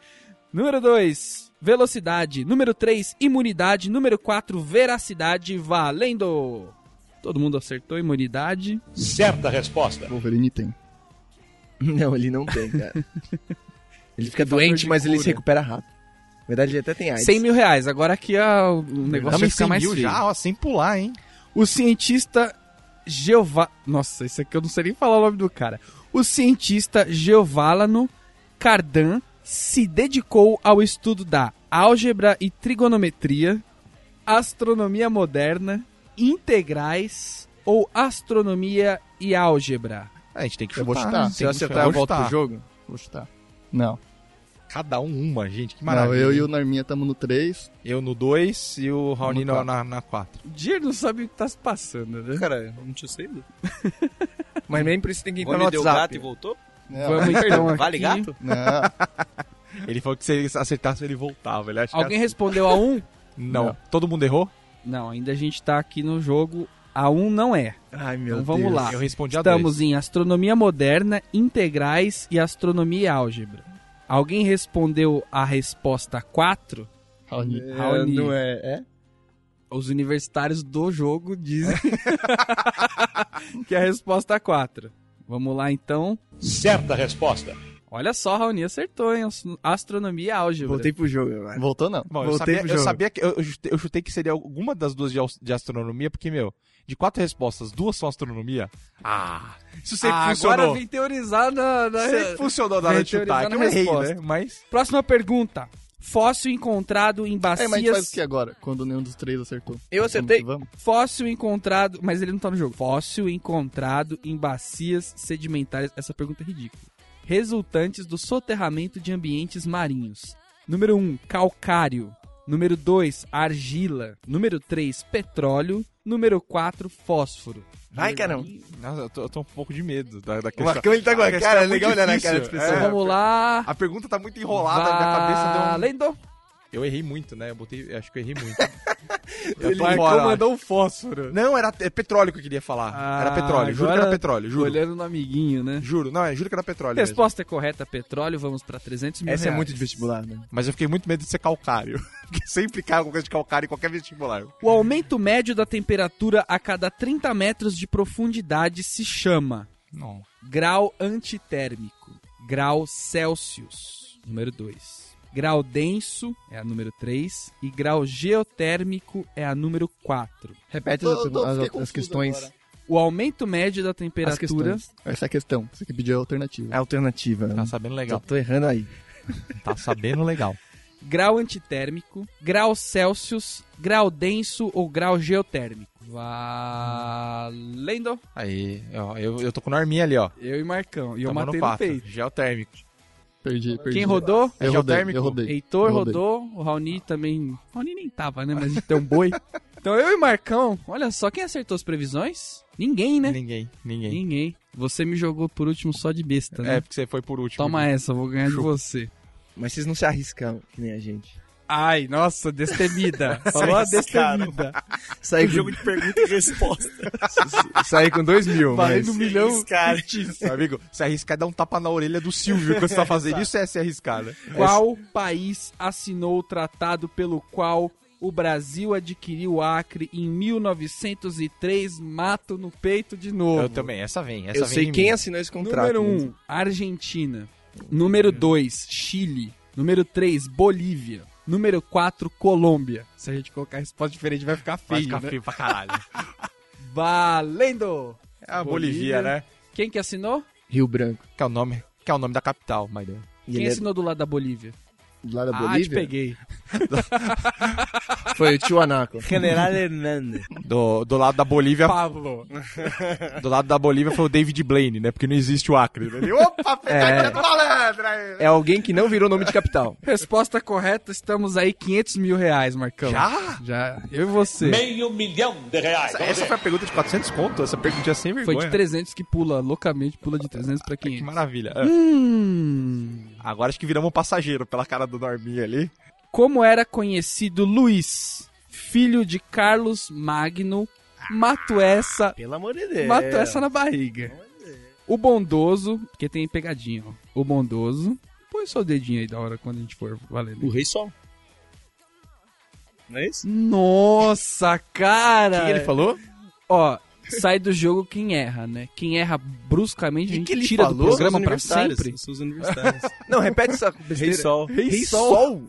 Speaker 2: Número 2, velocidade. Número 3, imunidade. Número 4, veracidade. Valendo! Todo mundo acertou imunidade.
Speaker 5: Certa resposta.
Speaker 6: Wolverine tem.
Speaker 4: Não, ele não tem, cara. Ele fica
Speaker 2: Fator
Speaker 4: doente,
Speaker 2: de
Speaker 4: mas ele
Speaker 2: cura.
Speaker 4: se recupera rápido. Na verdade, ele até tem AIDS.
Speaker 2: 100 mil reais. Agora aqui ah, o negócio vai
Speaker 3: Também
Speaker 2: ficar
Speaker 3: 100
Speaker 2: mais
Speaker 3: mil
Speaker 2: feio.
Speaker 3: já, ó, sem pular, hein?
Speaker 2: O cientista Geova... Nossa, isso aqui eu não sei nem falar o nome do cara. O cientista Geovalano Cardan se dedicou ao estudo da álgebra e trigonometria, astronomia moderna, integrais ou astronomia e álgebra.
Speaker 3: A gente tem que
Speaker 6: Eu
Speaker 3: chutar.
Speaker 6: vou chutar.
Speaker 3: tem
Speaker 6: Se
Speaker 3: que
Speaker 6: acertar, eu
Speaker 3: Vou
Speaker 6: volto pro
Speaker 3: chutar.
Speaker 6: jogo. Vou chutar. Não.
Speaker 3: Cada um uma, gente, que
Speaker 6: Não,
Speaker 3: maravilha.
Speaker 6: eu e
Speaker 3: hein?
Speaker 6: o Norminha estamos no 3.
Speaker 3: Eu no 2 e o Raoni
Speaker 6: No
Speaker 3: na- na na 4.
Speaker 2: O Dier não sabe o que tá se passando, né?
Speaker 1: Cara, não tinha saído.
Speaker 4: *laughs* Mas nem por isso tem que entrar no
Speaker 1: Rony deu
Speaker 4: WhatsApp.
Speaker 1: gato e voltou?
Speaker 6: Né? É, *laughs*
Speaker 2: Vamos então aqui.
Speaker 1: Vale gato?
Speaker 6: Não.
Speaker 3: Ele falou que se ele acertasse, ele voltava. Ele acha que
Speaker 2: Alguém respondeu a um?
Speaker 3: era- não. Todo mundo errou?
Speaker 2: Não, ainda a gente tá aqui no jogo. A um não é.
Speaker 4: Ai, meu
Speaker 2: Então vamos
Speaker 4: Deus.
Speaker 6: Ah.
Speaker 2: lá.
Speaker 3: Eu respondi a
Speaker 2: Estamos
Speaker 3: 2.
Speaker 2: em astronomia moderna, integrais e astronomia e álgebra. Alguém respondeu a resposta 4?
Speaker 6: Raoni.
Speaker 4: É,
Speaker 2: Raoni.
Speaker 4: não é, é?
Speaker 2: Os universitários do jogo dizem *laughs* que é a resposta 4. Vamos lá então.
Speaker 5: Certa resposta.
Speaker 2: Olha só, Raoni acertou, hein? As- Astronomia e álgebra.
Speaker 4: Voltei pro jogo agora.
Speaker 6: Voltou não.
Speaker 3: Bom, eu
Speaker 4: Voltei
Speaker 3: sabia,
Speaker 4: pro
Speaker 3: eu
Speaker 4: jogo.
Speaker 3: sabia que eu, eu chutei, eu chutei que seria alguma das duas de, aus- de astronomia, porque, meu, de quatro respostas, duas são astronomia. Ah, isso sempre
Speaker 2: Ah, agora
Speaker 3: funcionou.
Speaker 2: vem teorizar na. na-
Speaker 3: Sempre funcionou na hora de
Speaker 2: vem
Speaker 3: chutar,
Speaker 2: teorizar
Speaker 3: que eu
Speaker 2: na
Speaker 3: errei,
Speaker 2: resposta.
Speaker 3: né? Mas
Speaker 2: Próxima pergunta. Fóssil encontrado em
Speaker 6: É, mas a gente faz
Speaker 2: bacias.
Speaker 6: o que agora? Quando nenhum dos três acertou.
Speaker 4: Eu acertei.
Speaker 6: Vamos, que
Speaker 2: Fóssil encontrado. Mas ele não tá no jogo. Fóssil encontrado em bacias sedimentares. Essa pergunta é ridícula. Resultantes do soterramento de ambientes marinhos. Número 1, calcário. Número 2, argila. Número 3, petróleo. Número 4, fósforo.
Speaker 4: Ai, caramba.
Speaker 3: nossa, eu, tô, eu tô um pouco de medo da, da
Speaker 4: O
Speaker 3: questão.
Speaker 4: Marcão, ele tá com a
Speaker 3: Essa
Speaker 4: cara,
Speaker 3: é muito
Speaker 4: legal olhar na
Speaker 3: difícil,
Speaker 4: cara das pessoas.
Speaker 3: é.
Speaker 2: Então Vamos lá.
Speaker 3: A pergunta tá muito enrolada, minha cabeça deu um...
Speaker 2: Valendo.
Speaker 3: Eu errei muito, né? Eu botei. Acho que eu errei
Speaker 2: *laughs*
Speaker 3: muito.
Speaker 2: Ele mandou um fósforo.
Speaker 3: Não, era é petróleo que eu queria falar.
Speaker 2: Ah,
Speaker 3: era petróleo, juro que
Speaker 2: agora-
Speaker 3: era petróleo, juro.
Speaker 2: Olhando no amiguinho, né?
Speaker 3: Juro, não, é, juro que era petróleo. mesmo.
Speaker 2: Resposta correta, petróleo. Vamos pra 300 mil
Speaker 4: Essa é
Speaker 2: reais.
Speaker 4: muito de vestibular, né?
Speaker 3: Mas eu fiquei muito medo de ser calcário. *laughs* Porque sempre cai alguma coisa de calcário em qualquer vestibular.
Speaker 2: O aumento médio da temperatura a cada 30 metros de profundidade se chama
Speaker 3: Não.
Speaker 2: grau antitérmico, grau Celsius, número 2. Grau denso é a número 3 e grau geotérmico é a número 4.
Speaker 4: Repete
Speaker 6: Tô-
Speaker 4: as,
Speaker 6: tô-
Speaker 4: as-
Speaker 6: fiquei
Speaker 4: as
Speaker 6: confuso
Speaker 4: questões.
Speaker 6: agora.
Speaker 2: O aumento médio da
Speaker 4: As
Speaker 2: temperatura
Speaker 4: questões.
Speaker 6: Essa é a questão. Você que pediu a alternativa.
Speaker 4: A alternativa.
Speaker 3: Tá sabendo
Speaker 4: Só
Speaker 3: legal.
Speaker 4: tô errando aí.
Speaker 3: *laughs* Tá sabendo legal.
Speaker 2: grau antitérmico, grau Celsius, grau denso ou grau geotérmico. Valendo!
Speaker 3: Aí, ó, eu, eu tô com o Norminha ali, ó.
Speaker 2: Eu e Marcão. E eu
Speaker 3: Tomando
Speaker 2: matei no
Speaker 3: pato.
Speaker 2: peito.
Speaker 3: Geotérmico.
Speaker 6: Perdi, perdi.
Speaker 2: Quem rodou?
Speaker 6: Eu rodei,
Speaker 3: Geotérmico?
Speaker 6: eu rodei.
Speaker 2: Heitor
Speaker 6: Eu rodei.
Speaker 2: rodou, o Raoni também. O Raoni nem tava, né? Mas tem um boi. *laughs* Então eu e Marcão, olha só, quem acertou as previsões? Ninguém, né?
Speaker 3: Ninguém, ninguém.
Speaker 2: Ninguém. Você me jogou por último só de besta, né?
Speaker 3: É, porque você foi por último. *laughs*
Speaker 2: Toma essa, eu vou ganhar de
Speaker 3: Chupa.
Speaker 2: você.
Speaker 4: Mas vocês não se arriscam, que nem a gente.
Speaker 2: Ai, nossa, *laughs* destemida. Falou a destemida.
Speaker 4: Saí,
Speaker 1: Um jogo de pergunta e resposta.
Speaker 4: com, *laughs* saí com dois mil, mas...
Speaker 3: Valendo um milhão.
Speaker 1: Esse cara. é tipo
Speaker 3: Justiça, amigo. Se arriscar é dar um tapa na orelha do Silvio quando você tá fazendo isso, é se arriscar, né?
Speaker 2: Qual país assinou o tratado pelo qual o Brasil adquiriu o Acre em 1903? Mato no peito de novo.
Speaker 3: Eu também, essa vem. Essa
Speaker 4: Eu
Speaker 3: vem
Speaker 4: sei
Speaker 3: em
Speaker 4: quem é
Speaker 3: mim.
Speaker 2: um.
Speaker 4: assinou esse contrato.
Speaker 2: Número 1,
Speaker 4: né?
Speaker 2: um, Argentina. Número 2, Chile. Número 3, Bolívia. Número 4, Colômbia. Se a gente colocar resposta diferente, vai ficar feio.
Speaker 3: Vai ficar
Speaker 2: né?
Speaker 3: feio pra caralho.
Speaker 2: Valendo!
Speaker 3: É a
Speaker 2: Bolívia,
Speaker 3: Bolívia, né?
Speaker 2: Quem que assinou?
Speaker 4: Rio Branco.
Speaker 3: Que é o nome, que é o nome da capital, Maidana.
Speaker 4: E
Speaker 2: Quem
Speaker 4: ele é
Speaker 2: assinou do lado da Bolívia?
Speaker 4: do lado da
Speaker 2: Ah, te
Speaker 4: Bolívia?
Speaker 2: peguei.
Speaker 4: Foi o Tiwanaku.
Speaker 1: General Hernandes.
Speaker 3: Do, do lado da Bolívia,
Speaker 2: Pablo.
Speaker 3: *laughs* do lado da Bolívia foi o David Blaine, né? Porque não existe o Acre. Né? Ele, Opa, pegadinha do malandro aí.
Speaker 4: É alguém que não virou nome de capital.
Speaker 2: Resposta correta, estamos aí 500 mil reais, Marcão.
Speaker 3: Já?
Speaker 2: Já. Eu e você.
Speaker 3: Essa, essa foi a pergunta de 400 conto, essa perguntinha sem
Speaker 2: Foi
Speaker 3: vergonha.
Speaker 2: de 300 que pula, loucamente pula de 300 pra
Speaker 3: Que
Speaker 2: 500.
Speaker 3: maravilha. É.
Speaker 2: Hum.
Speaker 3: Agora acho que viramos um passageiro pela cara do Norminha ali.
Speaker 2: Como era conhecido Luiz, filho de Carlos Magno, mato essa,
Speaker 1: Pelo amor de Deus.
Speaker 2: mato essa na barriga. O bondoso, que tem pegadinha, ó. O bondoso, põe só o dedinho aí da hora quando a gente for valendo.
Speaker 1: *laughs* O Rei Sol. Não é isso?
Speaker 2: Nossa, cara!
Speaker 3: falou?
Speaker 2: Ó, sai do jogo quem erra, né? Quem erra bruscamente, a
Speaker 4: Que
Speaker 2: gente
Speaker 4: que ele
Speaker 2: tira do
Speaker 4: falou?
Speaker 2: programa
Speaker 1: Os
Speaker 2: pra
Speaker 1: universitários,
Speaker 2: sempre.
Speaker 1: Os universitários.
Speaker 4: Não, repete essa
Speaker 1: Rei
Speaker 4: besteira.
Speaker 1: Sol.
Speaker 4: Rei, Sol?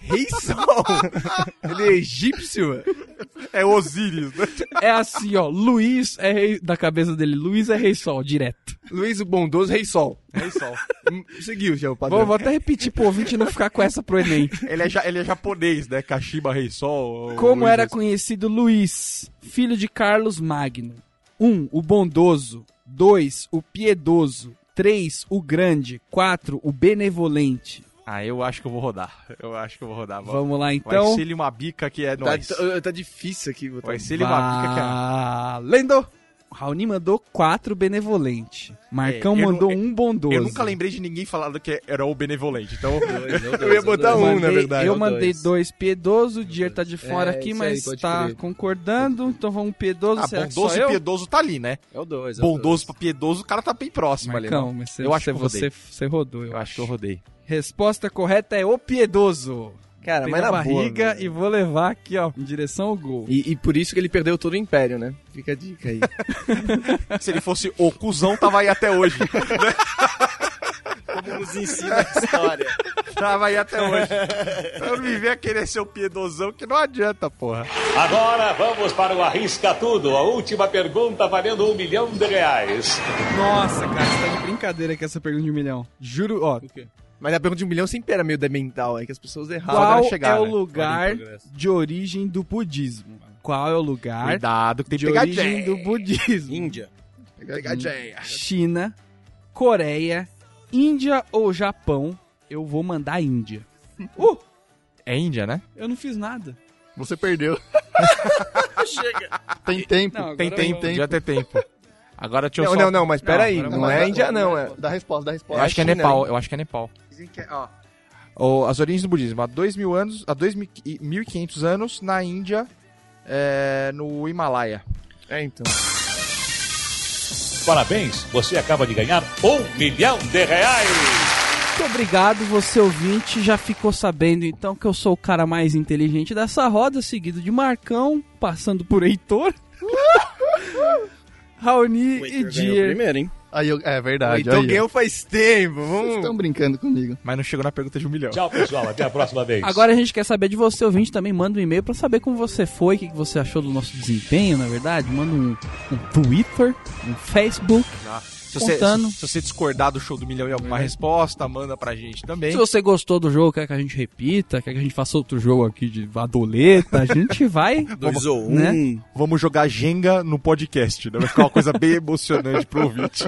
Speaker 4: Rei Sol? Ele é egípcio?
Speaker 3: É Osíris, né?
Speaker 2: É assim, ó. Luiz é rei. Da cabeça dele, Luiz é rei sol, direto.
Speaker 4: Luiz o Bondoso, Rei Sol.
Speaker 3: Rei Sol.
Speaker 4: Hum, Seguiu já o
Speaker 2: Vou,
Speaker 4: padrão.
Speaker 2: vou até repetir pro ouvinte não ficar com essa pro
Speaker 3: *laughs*
Speaker 2: Enem.
Speaker 3: Ele é, ja- ele é japonês, né? Kashiba Rei Sol.
Speaker 2: Como
Speaker 3: Luiz
Speaker 2: era
Speaker 3: Rei Sol.
Speaker 2: conhecido Luiz, filho de Carlos Magno? 1. Um, o bondoso. 2. O piedoso. 3. O grande. 4. O benevolente.
Speaker 3: Ah, eu acho que eu vou rodar. Eu acho que eu vou rodar. Vamos.
Speaker 2: Vamos lá,
Speaker 3: Vai
Speaker 2: então.
Speaker 3: ser ele uma bica que é
Speaker 4: Tá,
Speaker 3: nóis.
Speaker 4: tá- tá difícil aqui. Vou
Speaker 3: Vai
Speaker 4: tá-
Speaker 3: ser ele uma bica que é...
Speaker 2: Valendo! O Raoni mandou 4 benevolente. Marcão
Speaker 3: É, eu
Speaker 2: mandou
Speaker 3: não-
Speaker 2: um bondoso.
Speaker 3: Eu nunca lembrei de ninguém falar do que era o benevolente, então...
Speaker 4: um Eu ia botar um, na
Speaker 2: Mandei-
Speaker 4: verdade.
Speaker 2: Eu
Speaker 1: Ou
Speaker 2: mandei dois,
Speaker 1: dois.
Speaker 2: piedoso, o Dier tá de fora
Speaker 4: É,
Speaker 2: aqui,
Speaker 4: isso
Speaker 2: mas
Speaker 4: aí, pode
Speaker 2: tá
Speaker 4: crer.
Speaker 2: concordando. Então vamos piedoso,
Speaker 3: Ah,
Speaker 2: será que
Speaker 3: bondoso
Speaker 2: sou
Speaker 3: e
Speaker 2: eu?
Speaker 3: piedoso tá ali, né?
Speaker 1: É o 2.
Speaker 3: Bondoso pra piedoso, o cara tá bem próximo ali.
Speaker 2: Marcão, mas você,
Speaker 3: Eu acho
Speaker 2: você,
Speaker 3: que eu rodei.
Speaker 2: você, você rodou, eu,
Speaker 3: Eu acho que eu rodei.
Speaker 2: Resposta correta é o piedoso.
Speaker 4: Cara,
Speaker 2: Tem
Speaker 4: mas
Speaker 2: na
Speaker 4: na boa,
Speaker 2: barriga
Speaker 4: velho.
Speaker 2: e vou levar aqui, ó, em direção ao gol.
Speaker 4: E, e por isso que ele perdeu todo o império, né? Fica a dica aí.
Speaker 3: Se ele fosse o cuzão, tava aí até hoje.
Speaker 1: Como nos ensina a história.
Speaker 3: Tava aí até hoje. Eu não me venha querer ser o piedosão, que não adianta, porra.
Speaker 7: Agora vamos para o Arrisca Tudo, a última pergunta valendo um milhão de reais.
Speaker 2: Nossa, cara, você tá de brincadeira com essa pergunta de um milhão. Juro, ó.
Speaker 4: mas a pergunta de um milhão sempre era meio demental, é que as pessoas erraram.
Speaker 2: Qual
Speaker 3: chegar,
Speaker 2: é o
Speaker 3: né?
Speaker 2: lugar
Speaker 1: Ordem e progresso.
Speaker 2: de origem do budismo? Qual é o lugar
Speaker 3: Cuidado que tem
Speaker 2: de
Speaker 3: pegadinha.
Speaker 2: origem do budismo?
Speaker 1: Índia.
Speaker 4: É
Speaker 3: Pegadinha.
Speaker 2: China, Coreia, Índia ou Japão, eu vou mandar a Índia. Uh,
Speaker 3: É Índia, né?
Speaker 2: eu não fiz nada.
Speaker 6: Você perdeu. Chega. Tem tempo.
Speaker 2: Não, agora
Speaker 6: tem
Speaker 2: eu
Speaker 6: tempo.
Speaker 2: vou-
Speaker 3: Já tem tempo. Agora deixa eu
Speaker 4: Não,
Speaker 3: só...
Speaker 4: não, não, mas peraí.
Speaker 2: agora
Speaker 4: Não,
Speaker 2: vai
Speaker 4: é
Speaker 2: dar-
Speaker 4: Índia, não. É...
Speaker 6: Dá a resposta, dá a
Speaker 3: Eu
Speaker 6: resposta.
Speaker 3: acho que é
Speaker 4: China,
Speaker 3: Nepal,
Speaker 4: hein?
Speaker 3: eu acho que é Nepal. Ou as origens do budismo. Há dois mil anos, há dois mil e- 1.500 anos, na Índia, é, no Himalaia.
Speaker 4: É, então.
Speaker 7: Parabéns, você acaba de ganhar um milhão de reais.
Speaker 2: Muito obrigado, você ouvinte. Já ficou sabendo então que eu sou o cara mais inteligente dessa roda, seguido de Marcão, passando por Heitor, *laughs* Raoni e Dier.
Speaker 1: primeiro, hein?
Speaker 6: Aí eu- É verdade.
Speaker 4: então
Speaker 6: aí, ó.
Speaker 4: ganhou faz tempo.
Speaker 6: Vocês
Speaker 4: Vamos.
Speaker 6: estão brincando comigo.
Speaker 3: Mas não chegou na pergunta de um milhão.
Speaker 7: Tchau, pessoal, até a próxima vez.
Speaker 2: Agora a gente quer saber de você, ouvinte, também manda um e-mail pra saber como você foi, o que que você achou do nosso desempenho, na verdade. Manda um, um Twitter, um Facebook.
Speaker 3: Se você,
Speaker 2: Contando.
Speaker 3: se- se você discordar do show do milhão e alguma resposta, manda pra gente também.
Speaker 2: Se você gostou do jogo, quer que a gente repita, quer que a gente faça outro jogo aqui de vadoleta, a gente vai.
Speaker 1: *laughs* Dois ou um.
Speaker 2: Né?
Speaker 3: Vamos jogar Jenga no podcast, né? Vai ficar uma coisa *laughs* bem emocionante pro ouvinte.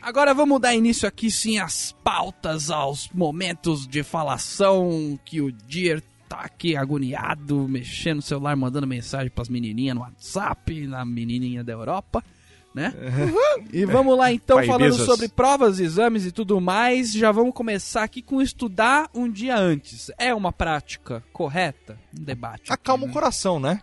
Speaker 2: Agora vamos dar início aqui sim às pautas, aos momentos de falação que o Dier tá aqui agoniado, mexendo no celular, mandando mensagem pras menininhas no WhatsApp, na menininha da Europa, né?
Speaker 3: É.
Speaker 2: E vamos lá então, falando
Speaker 3: Painezas.
Speaker 2: sobre provas, exames e tudo mais, já vamos começar aqui com estudar um dia antes. É uma prática correta? Um debate.
Speaker 3: Acalma o coração, né?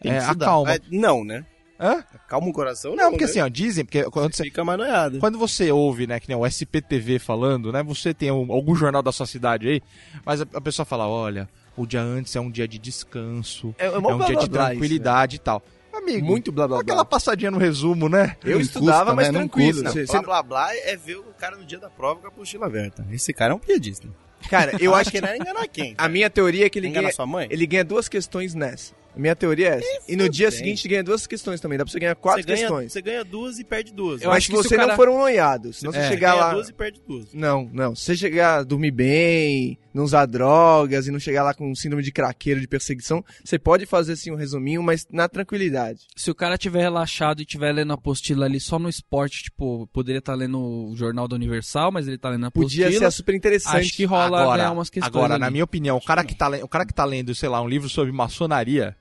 Speaker 6: Tem que
Speaker 3: É,
Speaker 6: estudar.
Speaker 3: acalma.
Speaker 1: É, não, né?
Speaker 3: Hã?
Speaker 1: Calma o coração.
Speaker 3: Não, porque
Speaker 1: né?
Speaker 3: assim, ó, dizem, porque quando você,
Speaker 1: Fica mais noiado.
Speaker 3: quando você ouve, né, que nem o SPTV falando, né, você tem um- algum jornal da sua cidade aí, mas a, a pessoa fala, olha, o dia antes é um dia de descanso,
Speaker 4: É,
Speaker 3: é um dia de tranquilidade e tal. Amigo,
Speaker 4: Muito blá blá
Speaker 3: aquela
Speaker 4: blá.
Speaker 3: passadinha no resumo, né?
Speaker 4: Eu
Speaker 6: Não
Speaker 4: estudava,
Speaker 6: custa,
Speaker 4: mas
Speaker 6: né? Não
Speaker 4: tranquilo.
Speaker 6: custa.
Speaker 4: Você- você
Speaker 1: blá, blá, blá é ver o cara no dia da prova com a apostila aberta. Esse cara é um piadista.
Speaker 4: Cara, eu
Speaker 1: *laughs*
Speaker 4: acho que.
Speaker 1: Quem era enganar quem?
Speaker 4: A minha teoria é que ele
Speaker 1: Enganar
Speaker 4: ganha,
Speaker 1: sua mãe?
Speaker 4: ele ganha duas questões nessa. A minha teoria é essa. E no dia
Speaker 1: bem.
Speaker 4: seguinte ganha duas questões também. Dá pra você ganhar quatro
Speaker 1: você, ganha,
Speaker 4: questões.
Speaker 1: você ganha duas e perde duas.
Speaker 2: Eu
Speaker 4: Mas
Speaker 2: acho
Speaker 4: se
Speaker 2: que se
Speaker 4: você
Speaker 2: o cara-
Speaker 4: não for um noiado, se
Speaker 2: É.
Speaker 4: não você
Speaker 1: Você ganha
Speaker 4: chegar lá.
Speaker 1: duas e perde duas.
Speaker 4: Não, não. Se você chegar a dormir bem, não usar drogas e não chegar lá com síndrome de craqueiro, de perseguição, você pode fazer sim um resuminho, mas na tranquilidade.
Speaker 2: Se o cara tiver relaxado e tiver lendo a apostila ali só no esporte, tipo, poderia estar lendo o Jornal da Universal, mas ele tá lendo a
Speaker 4: Podia
Speaker 2: apostila.
Speaker 4: ser super interessante.
Speaker 2: acho que rola ganhar umas questões.
Speaker 3: Agora, na
Speaker 2: ali.
Speaker 3: minha opinião, o cara, que tá, le- o cara que tá lendo, sei lá, um livro sobre maçonaria,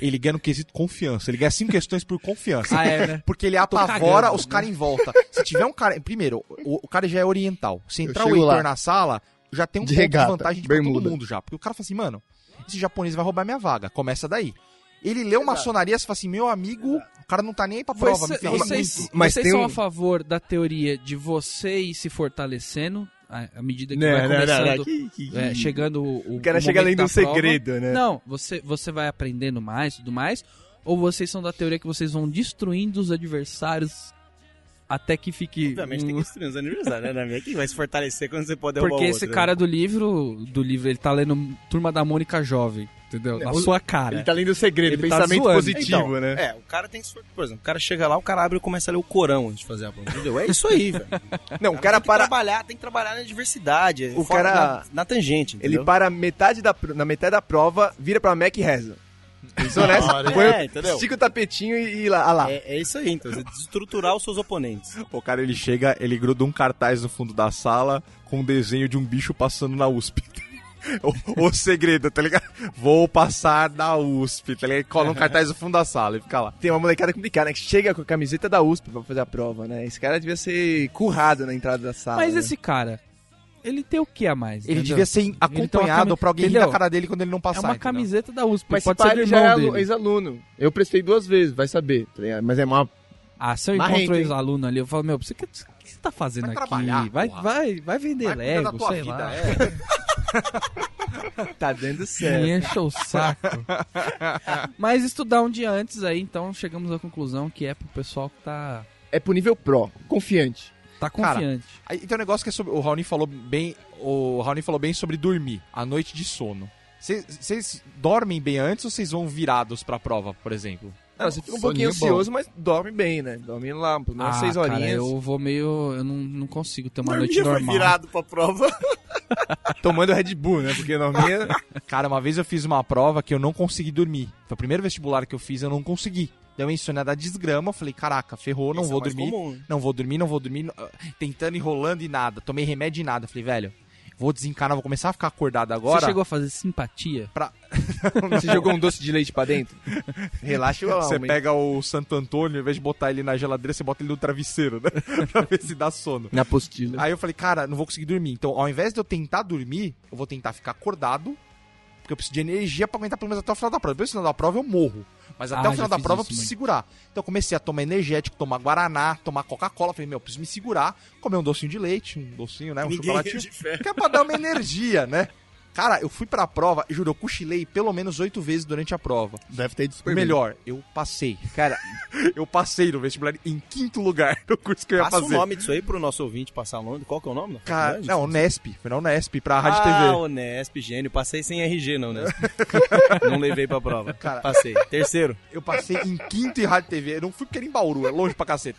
Speaker 3: ele ganha no quesito confiança. Ele ganha cinco questões por confiança.
Speaker 2: Ah, é,
Speaker 4: *laughs*
Speaker 2: né?
Speaker 3: Porque ele apavora os caras em volta. Se tiver um cara. Primeiro, o, o cara já é oriental. Se
Speaker 6: Eu
Speaker 3: entrar o
Speaker 6: chego
Speaker 3: Heitor
Speaker 6: lá.
Speaker 3: na sala, já tem um
Speaker 6: De
Speaker 3: ponto
Speaker 6: regata,
Speaker 3: de vantagem pra
Speaker 6: bermuda.
Speaker 3: todo mundo já. Porque o cara fala assim, mano, esse japonês vai roubar minha vaga. Começa daí. Ele leu maçonaria e fala assim, meu amigo, o cara não tá nem aí pra prova.
Speaker 2: Você-
Speaker 3: me ferrei muito.
Speaker 2: vocês
Speaker 4: Mas
Speaker 2: vocês
Speaker 4: tem
Speaker 2: são
Speaker 4: um-
Speaker 2: a favor da teoria de você ir se fortalecendo à à medida que
Speaker 4: Não,
Speaker 2: vai
Speaker 4: não, não, não.
Speaker 2: começando,
Speaker 4: Que- né, que-
Speaker 2: é, chegando o,
Speaker 4: O cara
Speaker 2: momento
Speaker 4: chega além
Speaker 2: da
Speaker 4: do
Speaker 2: prova?
Speaker 4: segredo, né?
Speaker 2: Não, você, você vai aprendendo mais e tudo mais, ou vocês são da teoria que vocês vão destruindo os adversários até que fique...
Speaker 1: Obviamente
Speaker 2: um-
Speaker 1: tem que destruir os aniversários, né? Na minha, quem vai se fortalecer quando você pode
Speaker 2: Porque
Speaker 1: derrubar o
Speaker 2: esse
Speaker 1: outro, né?
Speaker 2: cara do livro, do livro, ele tá lendo Turma da Mônica Jovem, entendeu? Na
Speaker 4: o-
Speaker 2: sua cara.
Speaker 4: Ele tá lendo o segredo,
Speaker 2: Ele tá
Speaker 4: pensamento
Speaker 2: zoando.
Speaker 4: positivo,
Speaker 1: Então,
Speaker 4: né?
Speaker 1: né? É, o cara tem que se for- Por exemplo, o cara chega lá, o cara abre e começa a ler o corão antes de fazer a prova, entendeu? É isso aí, velho.
Speaker 4: Não, o cara
Speaker 1: tem que
Speaker 4: para.
Speaker 1: trabalhar, tem que trabalhar na diversidade.
Speaker 4: O
Speaker 1: fora
Speaker 4: cara-
Speaker 1: Na, na tangente,
Speaker 4: Ele
Speaker 1: entendeu?
Speaker 4: para metade da, pro- na metade da prova, vira pra Mac e reza.
Speaker 2: *laughs*
Speaker 4: Pensou nessa? Põe o-
Speaker 1: É, entendeu?
Speaker 4: Estica o tapetinho e, e lá, ah lá.
Speaker 1: É, é isso aí, então. Você desestruturar os seus oponentes.
Speaker 3: O cara ele chega, ele gruda um cartaz no fundo da sala com um desenho de um bicho passando na USP. *laughs* o, o segredo, tá ligado? Vou passar na USP, tá ligado? Ele Cola um cartaz no fundo da sala e fica lá.
Speaker 4: Tem uma molecada complicada, né? Que chega com a camiseta da USP pra fazer a prova, né? Esse cara devia ser currado na entrada da sala.
Speaker 2: Mas
Speaker 4: né?
Speaker 2: esse cara, ele tem o que a mais?
Speaker 3: Ele
Speaker 2: entendeu?
Speaker 3: devia ser acompanhado
Speaker 2: cami-
Speaker 3: pra alguém rir
Speaker 2: Entendeu?
Speaker 3: da cara dele quando ele não passar.
Speaker 2: É uma
Speaker 3: entendeu?
Speaker 2: camiseta da USP,
Speaker 6: Mas
Speaker 2: pode
Speaker 6: se pá,
Speaker 2: ser do
Speaker 6: ele já é
Speaker 2: irmão
Speaker 6: alu-
Speaker 2: dele.
Speaker 6: ex-aluno. Eu prestei duas vezes, vai saber, tá ligado? Mas é uma...
Speaker 2: Ah, se eu
Speaker 6: Marrento,
Speaker 2: encontro um
Speaker 6: hein?
Speaker 2: ex-aluno ali, eu falo, meu, você que- o que, você tá fazendo
Speaker 3: Vai
Speaker 2: aqui?
Speaker 3: trabalhar,
Speaker 2: vai,
Speaker 3: porra.
Speaker 2: vai, vai vender
Speaker 3: Vai cuidar da
Speaker 2: Lego,
Speaker 3: tua
Speaker 2: sei
Speaker 3: vida,
Speaker 2: lá.
Speaker 3: é.
Speaker 4: tá dando certo.
Speaker 2: Me encha o saco. *laughs* Mas estudar um dia antes aí, então chegamos à conclusão que é pro pessoal que tá,
Speaker 6: É pro nível pro, confiante.
Speaker 2: tá
Speaker 3: Cara,
Speaker 2: confiante.
Speaker 3: Aí tem um negócio que é sobre. O Raoni falou bem. O Raoni falou bem sobre dormir, a noite de sono. Vocês dormem bem antes ou vocês vão virados pra prova, por exemplo?
Speaker 4: Não, você fica um pouquinho
Speaker 6: Soninho bom.
Speaker 4: ansioso, mas dorme bem, né? Dorme lá, pelo menos
Speaker 2: é Ah,
Speaker 4: seis
Speaker 2: cara,
Speaker 4: horinhas.
Speaker 2: eu vou meio. Eu não, não consigo ter uma noite
Speaker 1: Norminha foi
Speaker 2: normal.
Speaker 1: virado pra prova.
Speaker 4: *laughs* Tomando Red Bull, né? Porque Norminha...
Speaker 3: Cara, uma vez eu fiz uma prova que eu não consegui dormir. Foi o primeiro vestibular que eu fiz, eu não consegui. Deu uma insônia da desgrama, eu falei, caraca, ferrou, não
Speaker 1: Esse é
Speaker 3: vou
Speaker 1: o mais
Speaker 3: dormir.
Speaker 1: comum, né?
Speaker 3: Não vou dormir, não vou dormir. não- ah, Tentando, enrolando e nada. Tomei remédio e nada. Falei, velho, vou desencanar, vou começar a ficar acordado agora.
Speaker 2: Você chegou a fazer simpatia?
Speaker 4: Você jogou um doce de leite pra dentro? *laughs* Relaxa o
Speaker 3: Você
Speaker 4: alma, hein?
Speaker 3: pega o Santo Antônio, ao invés de botar ele na geladeira, você bota ele no travesseiro, né? *laughs* pra ver se dá sono.
Speaker 4: Na apostila.
Speaker 3: Aí eu falei, cara, não vou conseguir dormir. Então, ao invés de eu tentar dormir, eu vou tentar ficar acordado, porque eu preciso de energia pra aguentar pelo menos até o final da prova. Depois do final da prova eu morro. Mas até
Speaker 2: Ah,
Speaker 3: o final
Speaker 2: já
Speaker 3: da
Speaker 2: fiz
Speaker 3: prova eu
Speaker 2: isso
Speaker 3: preciso
Speaker 2: muito.
Speaker 3: segurar. Então eu comecei a tomar energético, tomar Guaraná, tomar Coca-Cola. Falei, meu, eu preciso me segurar, comer um docinho de leite, um docinho, né? Um
Speaker 1: Ninguém é
Speaker 3: chocolatinho.
Speaker 1: de ferro.
Speaker 3: Que é pra dar uma energia, né? Cara, eu fui pra prova, juro, eu cochilei pelo menos oito vezes durante a prova.
Speaker 6: Deve ter ido super bem.
Speaker 3: Melhor, eu passei. Cara, eu passei no vestibular em quinto lugar no curso que eu ia
Speaker 1: Passa o
Speaker 3: fazer.
Speaker 1: nome disso aí pro nosso ouvinte passar o nome. Qual que é o nome? da
Speaker 3: Cara,
Speaker 1: faculdade?
Speaker 3: não, Nesp, foi na Unesp, pra Rádio
Speaker 1: Ah,
Speaker 3: TV.
Speaker 1: o Nesp, gênio. Passei sem RG, não,
Speaker 3: *laughs*
Speaker 1: Nesp. não levei pra prova.
Speaker 3: Cara.
Speaker 1: Passei. Terceiro.
Speaker 3: Eu passei em quinto em Rádio TV, eu não fui porque era em Bauru, é longe pra caceta.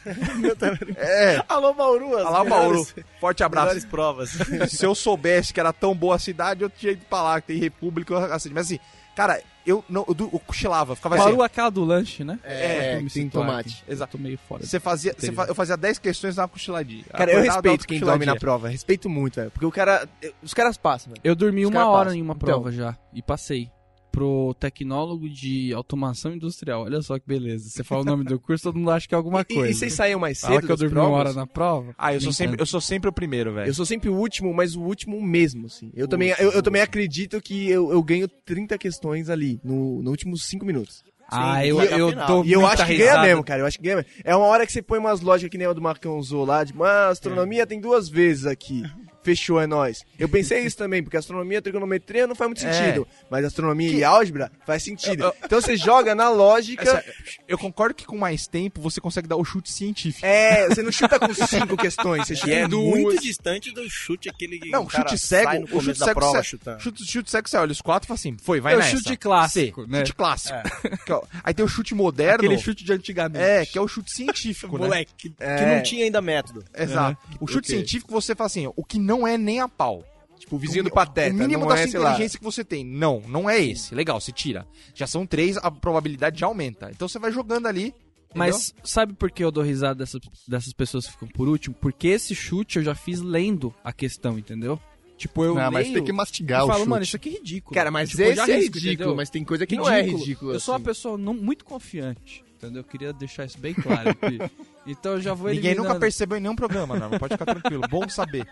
Speaker 3: é,
Speaker 1: Alô, Bauru. as
Speaker 3: lá Bauru,
Speaker 1: melhores-
Speaker 3: forte
Speaker 1: Melhores
Speaker 3: abraço.
Speaker 1: provas.
Speaker 3: Se eu soubesse que era tão boa a cidade, eu tinha ido pra lá, que tem república, eu- cacete. Mas assim, cara, eu, não, eu, du- eu cochilava, ficava assim.
Speaker 2: Parou aquela do lanche, né?
Speaker 6: É, que tem tomate.
Speaker 2: Exato. Tô meio fora.
Speaker 3: Você fazia, você fa- eu fazia 10 questões na cochiladinha.
Speaker 4: Cara, eu
Speaker 3: Acordava, dava
Speaker 4: respeito quem dorme na
Speaker 3: cochiladinha.
Speaker 4: prova. Respeito muito, velho. Porque o cara... Os caras passam, velho.
Speaker 2: Eu dormi
Speaker 4: Os
Speaker 2: uma
Speaker 4: cara
Speaker 2: hora
Speaker 4: passa.
Speaker 2: em uma
Speaker 4: Então.
Speaker 2: prova já e passei. Pro tecnólogo de automação industrial. Olha só que beleza. Você fala o nome do curso, todo mundo acha que é alguma
Speaker 4: E,
Speaker 2: coisa.
Speaker 4: e vocês saíam mais
Speaker 2: Fala
Speaker 4: cedo
Speaker 2: que eu
Speaker 4: das
Speaker 2: dormi uma
Speaker 4: provas?
Speaker 2: hora na prova.
Speaker 3: Ah, eu sou,
Speaker 2: Nem
Speaker 3: sempre, eu sou sempre o primeiro, velho.
Speaker 4: Eu sou sempre o último, mas o último mesmo, assim. Eu também, eu, eu também acredito que eu, eu ganho 30 questões ali, no, no últimos 5 minutos.
Speaker 2: Ah,
Speaker 1: Sim,
Speaker 2: eu,
Speaker 1: e a
Speaker 2: eu
Speaker 1: final.
Speaker 2: dou
Speaker 4: E eu
Speaker 2: muita
Speaker 4: acho que
Speaker 2: risada.
Speaker 4: ganha mesmo, cara. Eu acho que ganha mesmo. É uma hora que você põe umas lógicas que nem a do Marcão usou lá, de ah, astronomia tem duas vezes aqui. Fechou, é nóis. Eu pensei isso também, porque astronomia e trigonometria não faz muito
Speaker 3: É.
Speaker 4: sentido. Mas astronomia e álgebra faz sentido. Então você joga na lógica.
Speaker 3: Eu concordo que com mais tempo você consegue dar o chute científico.
Speaker 4: É, você não chuta com cinco questões, você chuta
Speaker 1: E é
Speaker 4: com duas.
Speaker 1: muito distante do chute aquele que
Speaker 3: Não,
Speaker 1: o cara
Speaker 3: chute
Speaker 1: sai
Speaker 3: cego,
Speaker 1: no
Speaker 3: o chute
Speaker 1: começo da
Speaker 3: cego,
Speaker 1: prova
Speaker 3: você-
Speaker 1: chutando.
Speaker 3: chute, chute cego, você olha os quatro e fala assim, foi, vai
Speaker 2: É o
Speaker 3: nessa.
Speaker 2: chute clássico,
Speaker 3: C,
Speaker 2: né?
Speaker 3: Chute clássico. *laughs* Que é o- Aí tem o chute moderno,
Speaker 2: Aquele chute de antigamente.
Speaker 3: é, que é o
Speaker 2: *laughs*
Speaker 3: chute científico, né?
Speaker 2: Moleque. né?
Speaker 1: Que não tinha ainda método.
Speaker 3: Exato. O chute
Speaker 2: Ok.
Speaker 3: científico você fala assim, o que não é nem a pau.
Speaker 4: Tipo, o vizinho do pateta.
Speaker 3: o mínimo
Speaker 4: não
Speaker 3: da
Speaker 4: é,
Speaker 3: sua
Speaker 4: sei lá.
Speaker 3: inteligência que você tem. Não, não é esse. Legal, você tira. Já são três, a probabilidade já aumenta. Então você vai jogando ali.
Speaker 2: Mas sabe por que eu dou risada dessas, dessas pessoas que ficam por último? Porque esse chute eu já fiz lendo a questão, entendeu? Tipo, eu
Speaker 6: Ah, mas
Speaker 2: leio
Speaker 6: tem que
Speaker 2: e
Speaker 6: mastigar o
Speaker 2: falo,
Speaker 6: chute.
Speaker 2: mano, isso aqui é ridículo.
Speaker 4: Cara, mas
Speaker 2: eu
Speaker 6: esse
Speaker 2: já
Speaker 6: é
Speaker 2: risco,
Speaker 6: ridículo,
Speaker 2: entendeu?
Speaker 6: mas tem coisa que
Speaker 2: Ridículo.
Speaker 6: não é ridículo.
Speaker 2: Eu sou
Speaker 6: assim.
Speaker 2: uma pessoa não- muito confiante, entendeu? Eu queria deixar isso bem claro.
Speaker 6: *laughs*
Speaker 2: aqui. então eu já vou
Speaker 3: Ninguém nunca
Speaker 2: eliminando.
Speaker 3: percebeu em nenhum programa, não. Pode ficar tranquilo. Bom saber.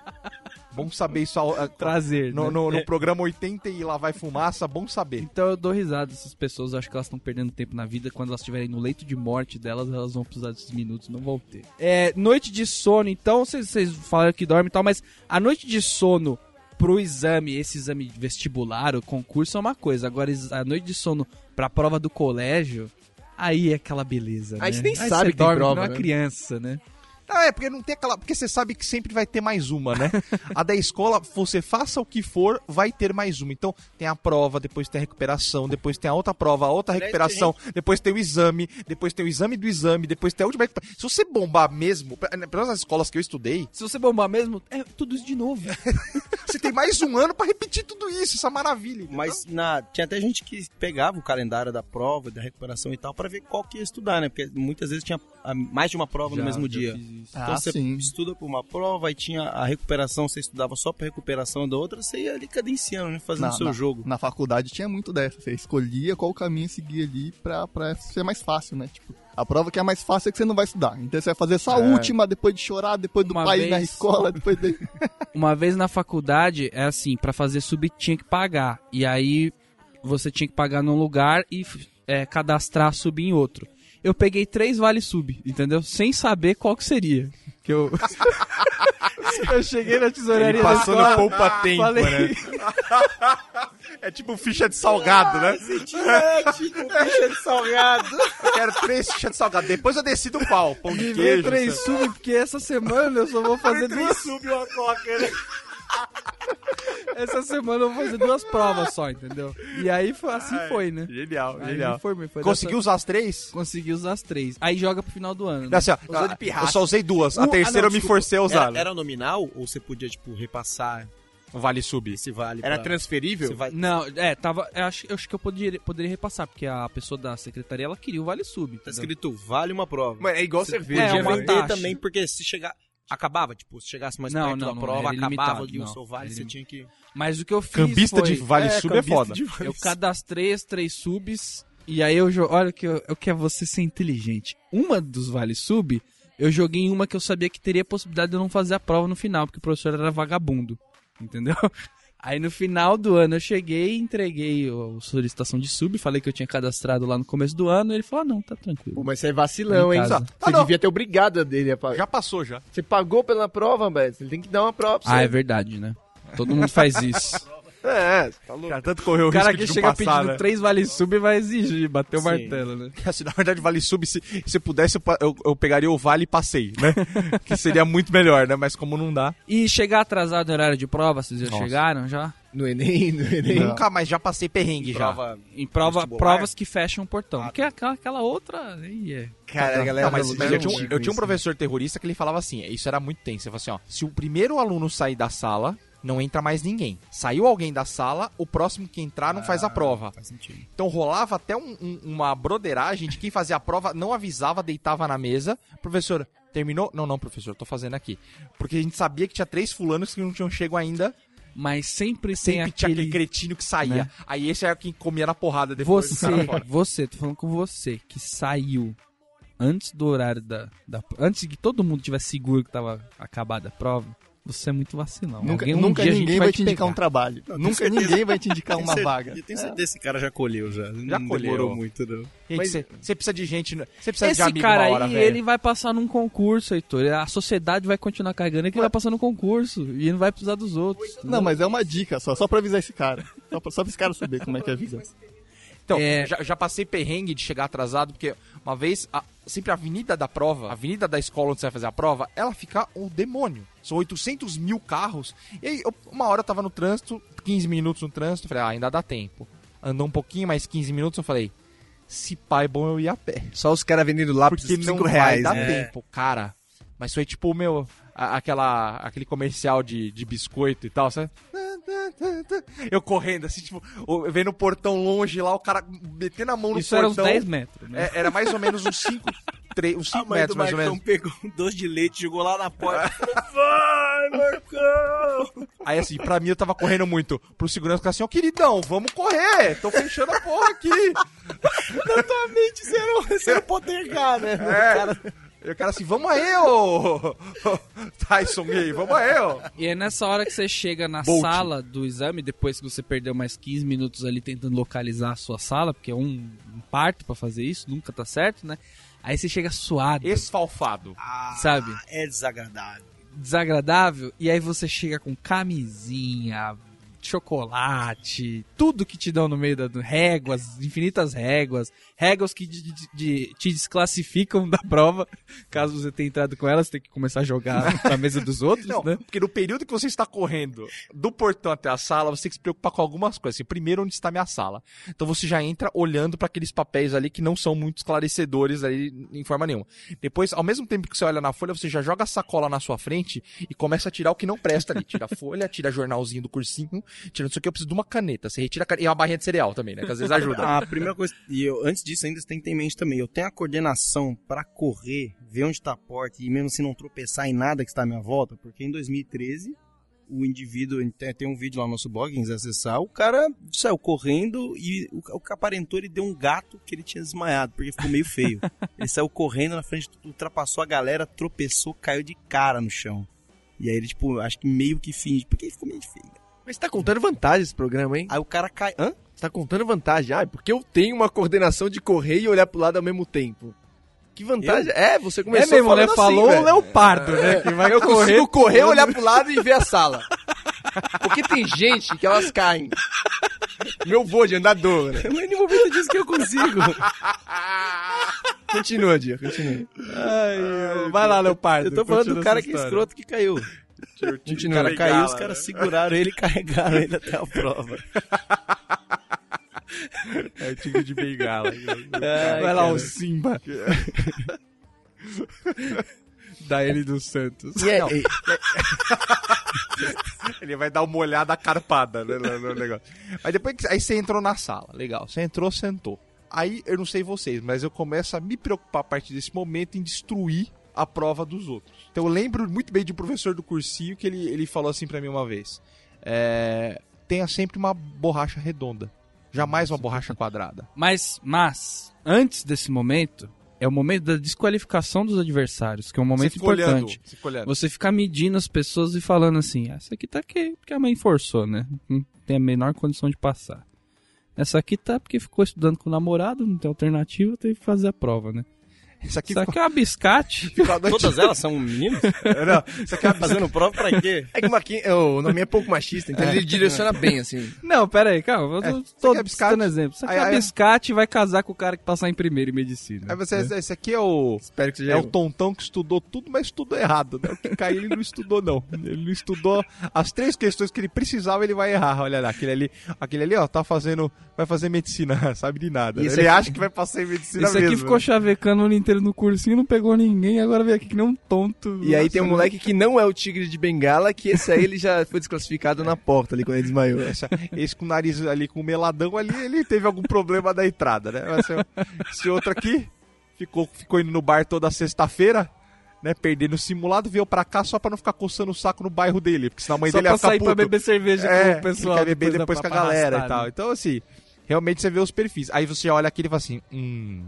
Speaker 3: Bom saber isso
Speaker 2: *laughs*
Speaker 3: ao- a-
Speaker 2: Trazer,
Speaker 3: no,
Speaker 2: né?
Speaker 3: no- no programa 80 e lá vai fumaça, bom saber.
Speaker 2: Então eu dou risada dessas pessoas, eu acho que elas estão perdendo tempo na vida. Quando elas estiverem no leito de morte delas, elas vão precisar desses minutos, não vão ter. É, noite de sono, então, vocês- vocês falaram que dorme e tal, mas a noite de sono pro exame, esse exame de vestibular, o concurso é uma coisa. Agora, ex- a noite de sono pra prova do colégio, aí é aquela beleza,
Speaker 4: Aí
Speaker 2: né?
Speaker 4: você nem sabe
Speaker 2: você
Speaker 4: que tem
Speaker 2: dorme
Speaker 4: prova,
Speaker 2: que nem uma
Speaker 4: né?
Speaker 2: criança, né?
Speaker 3: *laughs* Ah, é, porque não tem aquela. Porque você sabe que sempre vai ter mais uma, *laughs* né? A da escola, você faça o que for, vai ter mais uma. Então, tem a prova, depois tem a recuperação, depois tem a outra prova, a outra recuperação, depois tem o exame, depois tem o exame do exame, depois tem a última recuperação. Se você bombar mesmo, pe- pelo menos nas escolas que eu estudei,
Speaker 2: Se você bombar mesmo, é tudo isso de novo.
Speaker 3: você tem mais um ano pra repetir tudo isso, essa maravilha. entendeu?
Speaker 1: Mas na, tinha até gente que pegava o calendário da prova, da recuperação e tal, pra ver qual que ia estudar, né? Porque muitas vezes tinha ah, mais de uma prova no mesmo dia. Então
Speaker 6: Ah,
Speaker 1: você
Speaker 6: sim.
Speaker 1: estuda por uma prova, aí tinha a recuperação, você estudava só pra recuperação da outra, você ia ali cadenciando, né? Fazendo o seu
Speaker 3: *laughs*
Speaker 1: jogo.
Speaker 6: Na faculdade tinha muito dessa. Você escolhia qual caminho seguir ali pra, pra ser mais fácil, né? Tipo, a prova que é mais fácil é que você não vai estudar. Então você vai fazer só a última, depois de chorar, depois do
Speaker 2: É. Uma
Speaker 6: pai
Speaker 2: vez-
Speaker 6: na escola, depois de...
Speaker 2: Uma vez na faculdade, é assim, pra fazer sub tinha que pagar. E aí você tinha que pagar num lugar e f- é, cadastrar sub em outro. Eu peguei três vale sub, entendeu? Sem saber qual que seria. Que eu... *laughs* eu cheguei na tesouraria da escola,
Speaker 3: poupa-tempo,
Speaker 2: falei...
Speaker 3: É tipo ficha de salgado, né?
Speaker 1: Ficha de salgado.
Speaker 3: Eu quero três fichas de salgado. Depois eu decido o pau. Pão de queijo.
Speaker 2: três sub, porque essa semana eu só vou fazer duas...
Speaker 3: sub uma coca, né?
Speaker 2: *laughs* Essa semana eu vou fazer duas provas só, entendeu? E aí foi, assim foi, né?
Speaker 3: Genial,
Speaker 2: Aí me
Speaker 3: genial.
Speaker 2: formei, foi
Speaker 3: Conseguiu
Speaker 2: dessa-
Speaker 3: usar as três?
Speaker 2: Consegui usar as três. Aí joga pro final do ano. né?
Speaker 3: Não, assim, ó,
Speaker 4: Usou de pirraça.
Speaker 3: eu só usei duas.
Speaker 2: Um-
Speaker 3: A
Speaker 2: ah,
Speaker 3: terceira
Speaker 2: não,
Speaker 3: eu me forcei a usar. né?
Speaker 1: Era, era nominal ou você podia, tipo, repassar
Speaker 3: Vale sub.
Speaker 1: esse vale?
Speaker 4: Era
Speaker 1: pra-
Speaker 4: transferível?
Speaker 1: Você vai...
Speaker 2: Não, é, tava. Eu acho, eu acho que eu poderia, poderia repassar, porque a pessoa da secretaria ela queria o Vale Sub.
Speaker 1: Tá
Speaker 2: entendeu?
Speaker 1: escrito vale uma prova.
Speaker 4: Mano, é igual cerveja.
Speaker 2: É,
Speaker 1: Podia
Speaker 2: uma
Speaker 4: né?
Speaker 1: vender
Speaker 2: taxa.
Speaker 1: também, porque se chegar. Acabava, tipo, se chegasse mais
Speaker 2: Não,
Speaker 1: perto
Speaker 2: não,
Speaker 1: da
Speaker 2: não,
Speaker 1: prova,
Speaker 2: era
Speaker 1: acabava
Speaker 2: ilimitado,
Speaker 1: ali o
Speaker 2: não,
Speaker 1: seu vale,
Speaker 2: era
Speaker 1: você
Speaker 2: ilim-
Speaker 1: tinha que.
Speaker 2: Mas o que eu fiz.
Speaker 3: Cambista
Speaker 2: foi,
Speaker 3: de vale sub é
Speaker 1: cambista
Speaker 3: foda.
Speaker 1: de
Speaker 2: Eu cadastrei as três subs. E aí eu jo- Olha o que, eu- o que é você ser inteligente. Uma dos Vale Sub, eu joguei em uma que eu sabia que teria possibilidade de eu não fazer a prova no final, porque o professor era vagabundo. Entendeu? *laughs* Aí no final do ano eu cheguei, entreguei o a solicitação de sub, falei que eu tinha cadastrado lá no começo do ano, e ele falou: ah, não, tá
Speaker 4: Pô,
Speaker 2: tranquilo.
Speaker 4: mas você é vacilão, hein?
Speaker 2: Em
Speaker 4: Você
Speaker 2: casa.
Speaker 3: Ah, não.
Speaker 4: devia ter obrigado a dele a pagar.
Speaker 3: Já passou, já.
Speaker 4: Você pagou pela prova, mas ele tem que dar uma prova pra você.
Speaker 2: Ah, é verdade, né? Todo mundo faz isso.
Speaker 4: É, você tá louco.
Speaker 3: Já tanto correu
Speaker 2: O cara que chega
Speaker 3: né?
Speaker 2: pedindo três vale sub vai exigir, bater o martelo, né?
Speaker 3: Se assim, na verdade vale sub, se, se eu pudesse, eu, pa- eu- eu pegaria o vale e passei, né? que seria muito melhor, né? Mas como não dá.
Speaker 2: E chegar atrasado no horário de prova, vocês já chegaram já?
Speaker 4: No Enem, no Enem.
Speaker 3: Nunca mais, já passei perrengue já.
Speaker 1: Prova.
Speaker 2: Em prova,
Speaker 1: Vestibular?
Speaker 2: provas que fecham o portão. Porque aquela, aquela outra. aí é.
Speaker 4: Cara, a galera
Speaker 3: Não, mas eu,
Speaker 4: tá lutando
Speaker 3: tinha um,
Speaker 4: muito
Speaker 3: eu
Speaker 4: com
Speaker 3: tinha um
Speaker 4: isso.
Speaker 3: professor terrorista que ele falava assim, isso era muito tenso. Ele falava assim, ó, se o primeiro aluno sair da sala, não entra mais ninguém. Saiu alguém da sala, o próximo que entrar não Ah, faz a prova.
Speaker 1: Faz sentido.
Speaker 3: Então rolava até um- um- uma broderagem de quem fazia a prova, não avisava, deitava na mesa. Professor, terminou? Não, não, professor, tô fazendo aqui. Porque a gente sabia que tinha três fulanos que não tinham chego ainda,
Speaker 2: Mas sempre, tem
Speaker 3: sempre tinha
Speaker 2: aquele.
Speaker 3: aquele cretino que saía.
Speaker 2: Né?
Speaker 3: Aí esse era quem comia na porrada depois.
Speaker 2: Você, *laughs* você, tô falando com você, que saiu antes do horário da. da- antes que todo mundo tivesse seguro que tava acabada a prova. Você é muito vacilão.
Speaker 6: Nunca,
Speaker 2: *laughs* Alguém um
Speaker 6: nunca
Speaker 2: dia a gente
Speaker 6: ninguém vai te
Speaker 2: pegar.
Speaker 6: indicar um trabalho. nunca ninguém vai
Speaker 2: *laughs*
Speaker 6: te indicar uma vaga.
Speaker 1: Eu tenho certeza que esse cara já colheu, É. já.
Speaker 3: Já
Speaker 1: não
Speaker 3: colheu.
Speaker 1: demorou muito, não.
Speaker 3: Mas você precisa de gente. Você precisa de
Speaker 2: Esse
Speaker 3: amigo
Speaker 2: cara
Speaker 3: na
Speaker 2: aí,
Speaker 3: hora, velho.
Speaker 2: ele vai passar num concurso, Heitor. A sociedade vai continuar carregando ele que ele vai passar num concurso. E ele não vai precisar dos outros.
Speaker 6: Não, mas é uma dica só, só pra avisar esse cara. Só pra, só pra esse cara saber como é que é a vida.
Speaker 3: Então,
Speaker 2: É.
Speaker 3: já, já passei perrengue de chegar atrasado, porque uma vez, a- sempre a avenida da prova, a avenida da escola onde você vai fazer a prova, ela fica um demônio. São 800 mil carros. E aí, eu- uma hora eu tava no trânsito, 15 minutos no trânsito, eu falei, ah, ainda dá tempo. Andou um pouquinho, mais 15 minutos, eu falei, se pai bom eu ia a pé.
Speaker 4: Só os caras vendendo lápis
Speaker 3: Porque
Speaker 4: por
Speaker 3: não
Speaker 4: 5
Speaker 3: um vai
Speaker 4: reais.
Speaker 3: dar
Speaker 4: né?
Speaker 3: tempo, cara. Mas foi tipo o meu. a- aquela, aquele comercial de, de biscoito e tal, sabe? Eu correndo, assim, tipo, o- vendo o portão longe lá, o cara metendo a mão no
Speaker 2: Isso era uns
Speaker 3: portão.
Speaker 2: 10 metros, né?
Speaker 3: É, era mais ou menos uns 5 uns
Speaker 1: A
Speaker 3: cinco
Speaker 1: mãe
Speaker 3: metros,
Speaker 1: do
Speaker 3: mais ou
Speaker 1: Marcão *laughs*
Speaker 3: menos.
Speaker 1: pegou um doce de leite, jogou lá na porta. Vai, Marcão!
Speaker 3: Aí assim, pra mim eu tava correndo muito. Pro segurança ficar assim, ó, queridão, vamos correr! Tô fechando a
Speaker 1: *laughs*
Speaker 3: porra aqui!
Speaker 1: Na tua mente, você não, você não pode negar, né?
Speaker 3: É. E o cara assim, vamos aí, ô! Tyson Gay, vamos aí, ô!
Speaker 2: E é nessa hora que você chega na
Speaker 3: Bolt.
Speaker 2: sala do exame, depois que você perdeu mais 15 minutos ali tentando localizar a sua sala, porque é um, um parto pra fazer isso, nunca tá certo, né? Aí você chega suado,
Speaker 3: Esfalfado.
Speaker 2: sabe?
Speaker 1: É desagradável.
Speaker 2: Desagradável. E aí você chega com camisinha, chocolate, tudo que te dão no meio da réguas, infinitas réguas, réguas que de- de- de- te desclassificam *laughs* da prova. Caso você tenha entrado com elas, tem que começar a jogar na mesa dos outros,
Speaker 3: Não,
Speaker 2: né?
Speaker 3: porque no período que você está correndo do portão até a sala, você tem que se preocupar com algumas coisas. Assim, primeiro, onde está a minha sala? Então você já entra olhando para aqueles papéis ali que não são muito esclarecedores ali em forma nenhuma. Depois, ao mesmo tempo que você olha na folha, você já joga a sacola na sua frente e começa a tirar o que não presta ali. Tira a folha, tira jornalzinho do cursinho, tira não sei o que, eu preciso de uma caneta. Você retira a caneta e é uma barrinha de cereal também, né? Que às vezes ajuda.
Speaker 1: Ah, A primeira coisa, e eu, antes disso ainda você tem que ter em mente também, eu tenho a coordenação pra correr, ver onde tá a porta e mesmo assim não tropeçar em nada que está à minha volta, porque em 2013 o indivíduo, tem, tem um vídeo lá no nosso blog, quem quiser acessar, o cara saiu correndo e o, ca- o que aparentou ele deu um gato que ele tinha desmaiado, porque ficou meio feio. ele saiu correndo na frente, ultrapassou a galera, tropeçou, caiu de cara no chão. E aí ele, tipo, acho que meio que finge, porque ele ficou meio feio.
Speaker 4: Mas tá contando vantagem esse programa, hein?
Speaker 1: Aí o cara cai, hã?
Speaker 4: Você tá contando vantagem. Ah, é porque eu tenho uma coordenação de correr e olhar pro lado ao mesmo tempo. Que vantagem. É, você
Speaker 2: É
Speaker 4: começou
Speaker 2: mesmo, né?
Speaker 4: falando assim,
Speaker 2: Falou
Speaker 4: velho.
Speaker 2: o leopardo, né? Que vai
Speaker 4: eu
Speaker 2: correr.
Speaker 4: consigo correr, olhar pro lado e ver a sala. Porque tem gente que elas caem. Meu vô de andador. Né?
Speaker 1: Mas em nenhum momento eu disse que eu consigo.
Speaker 4: Continua, Dia, continua.
Speaker 2: Vai lá, Leopardo.
Speaker 1: Eu tô falando do
Speaker 2: continua
Speaker 1: cara
Speaker 2: essa
Speaker 1: que é
Speaker 2: história.
Speaker 1: escroto que caiu. O
Speaker 4: Continua. Tá
Speaker 1: cara caiu, os caras seguraram ele e carregaram ele até a prova.
Speaker 3: É o tigre de bengala.
Speaker 2: Vai lá, o Simba. da ele dos Santos.
Speaker 4: E é-
Speaker 3: Não.
Speaker 4: e-
Speaker 3: Ele vai dar uma olhada carpada né, no, no negócio. Mas depois que, aí você entrou na sala, legal. Você entrou, sentou. Aí eu não sei vocês, mas eu começo a me preocupar a partir desse momento em destruir a prova dos outros. Então eu lembro muito bem de um professor do cursinho que ele, ele falou assim pra mim uma vez: é, tenha sempre uma borracha redonda, jamais uma borracha quadrada.
Speaker 2: Mas, mas, antes desse momento, é o momento da desqualificação dos adversários, que é um momento
Speaker 3: fica olhando,
Speaker 2: importante.
Speaker 3: você fica olhando.
Speaker 2: Você ficar medindo as pessoas e falando assim, ah, essa aqui tá aqui porque a mãe forçou, né? Não tem a menor condição de passar. Essa aqui tá porque ficou estudando com o namorado, não tem alternativa, teve que fazer a prova, né?
Speaker 3: Isso aqui
Speaker 2: Isso
Speaker 3: ficou
Speaker 2: aqui é um
Speaker 3: *laughs*
Speaker 2: abiscate.
Speaker 3: ficou a noite.
Speaker 1: *laughs* Todas elas são meninos?
Speaker 3: Não, Isso aqui é uma
Speaker 1: Fazendo prova pra quê?
Speaker 4: é que o Marquinhos, o nome é pouco machista, então ele direciona *laughs* bem, assim.
Speaker 2: Não, pera aí, calma, eu tô-
Speaker 3: aqui
Speaker 2: tô
Speaker 3: é abiscate.
Speaker 2: dando exemplo. Isso aqui
Speaker 3: Aí-
Speaker 2: é
Speaker 3: aí-
Speaker 2: abiscate e vai casar com o cara que passar em primeiro em medicina.
Speaker 3: Aí você, esse aqui é o.
Speaker 4: Espero que seja
Speaker 3: É o
Speaker 4: eu.
Speaker 3: tontão que estudou tudo, mas estudou errado, né? O que caiu ele não estudou, não. Ele não estudou as três questões que ele precisava, ele vai errar. Olha lá, aquele ali, aquele ali, ó, tá fazendo. Vai fazer medicina, *laughs* sabe de nada.
Speaker 4: E
Speaker 3: né?
Speaker 4: esse
Speaker 3: Ele
Speaker 4: aqui-
Speaker 3: acha que vai passar em medicina
Speaker 2: Esse aqui
Speaker 3: mesmo,
Speaker 2: ficou
Speaker 3: né?
Speaker 2: chavecando o ano inteiro no cursinho, não pegou ninguém, agora veio aqui que nem um tonto.
Speaker 4: E aí tem um moleque que não é o tigre de bengala, que esse aí ele já foi desclassificado na porta ali quando ele desmaiou.
Speaker 3: Essa- né? esse com o nariz ali, com o meladão ali, ele teve algum problema da entrada, né? Mas esse- esse outro aqui ficou, ficou indo no bar toda sexta-feira. Né, perdendo o simulado, veio pra cá só pra não ficar coçando o saco no bairro dele, porque senão a mãe
Speaker 2: Só
Speaker 3: dele
Speaker 2: pra
Speaker 3: ia ficar
Speaker 2: sair pra
Speaker 3: puto.
Speaker 2: beber cerveja
Speaker 3: É,
Speaker 2: com o pessoal.
Speaker 3: Quer beber
Speaker 2: da
Speaker 3: depois, com a
Speaker 2: paparrastada.
Speaker 3: galera e tal. Então, assim, realmente você vê os perfis. Aí você olha aqui e fala assim: hum.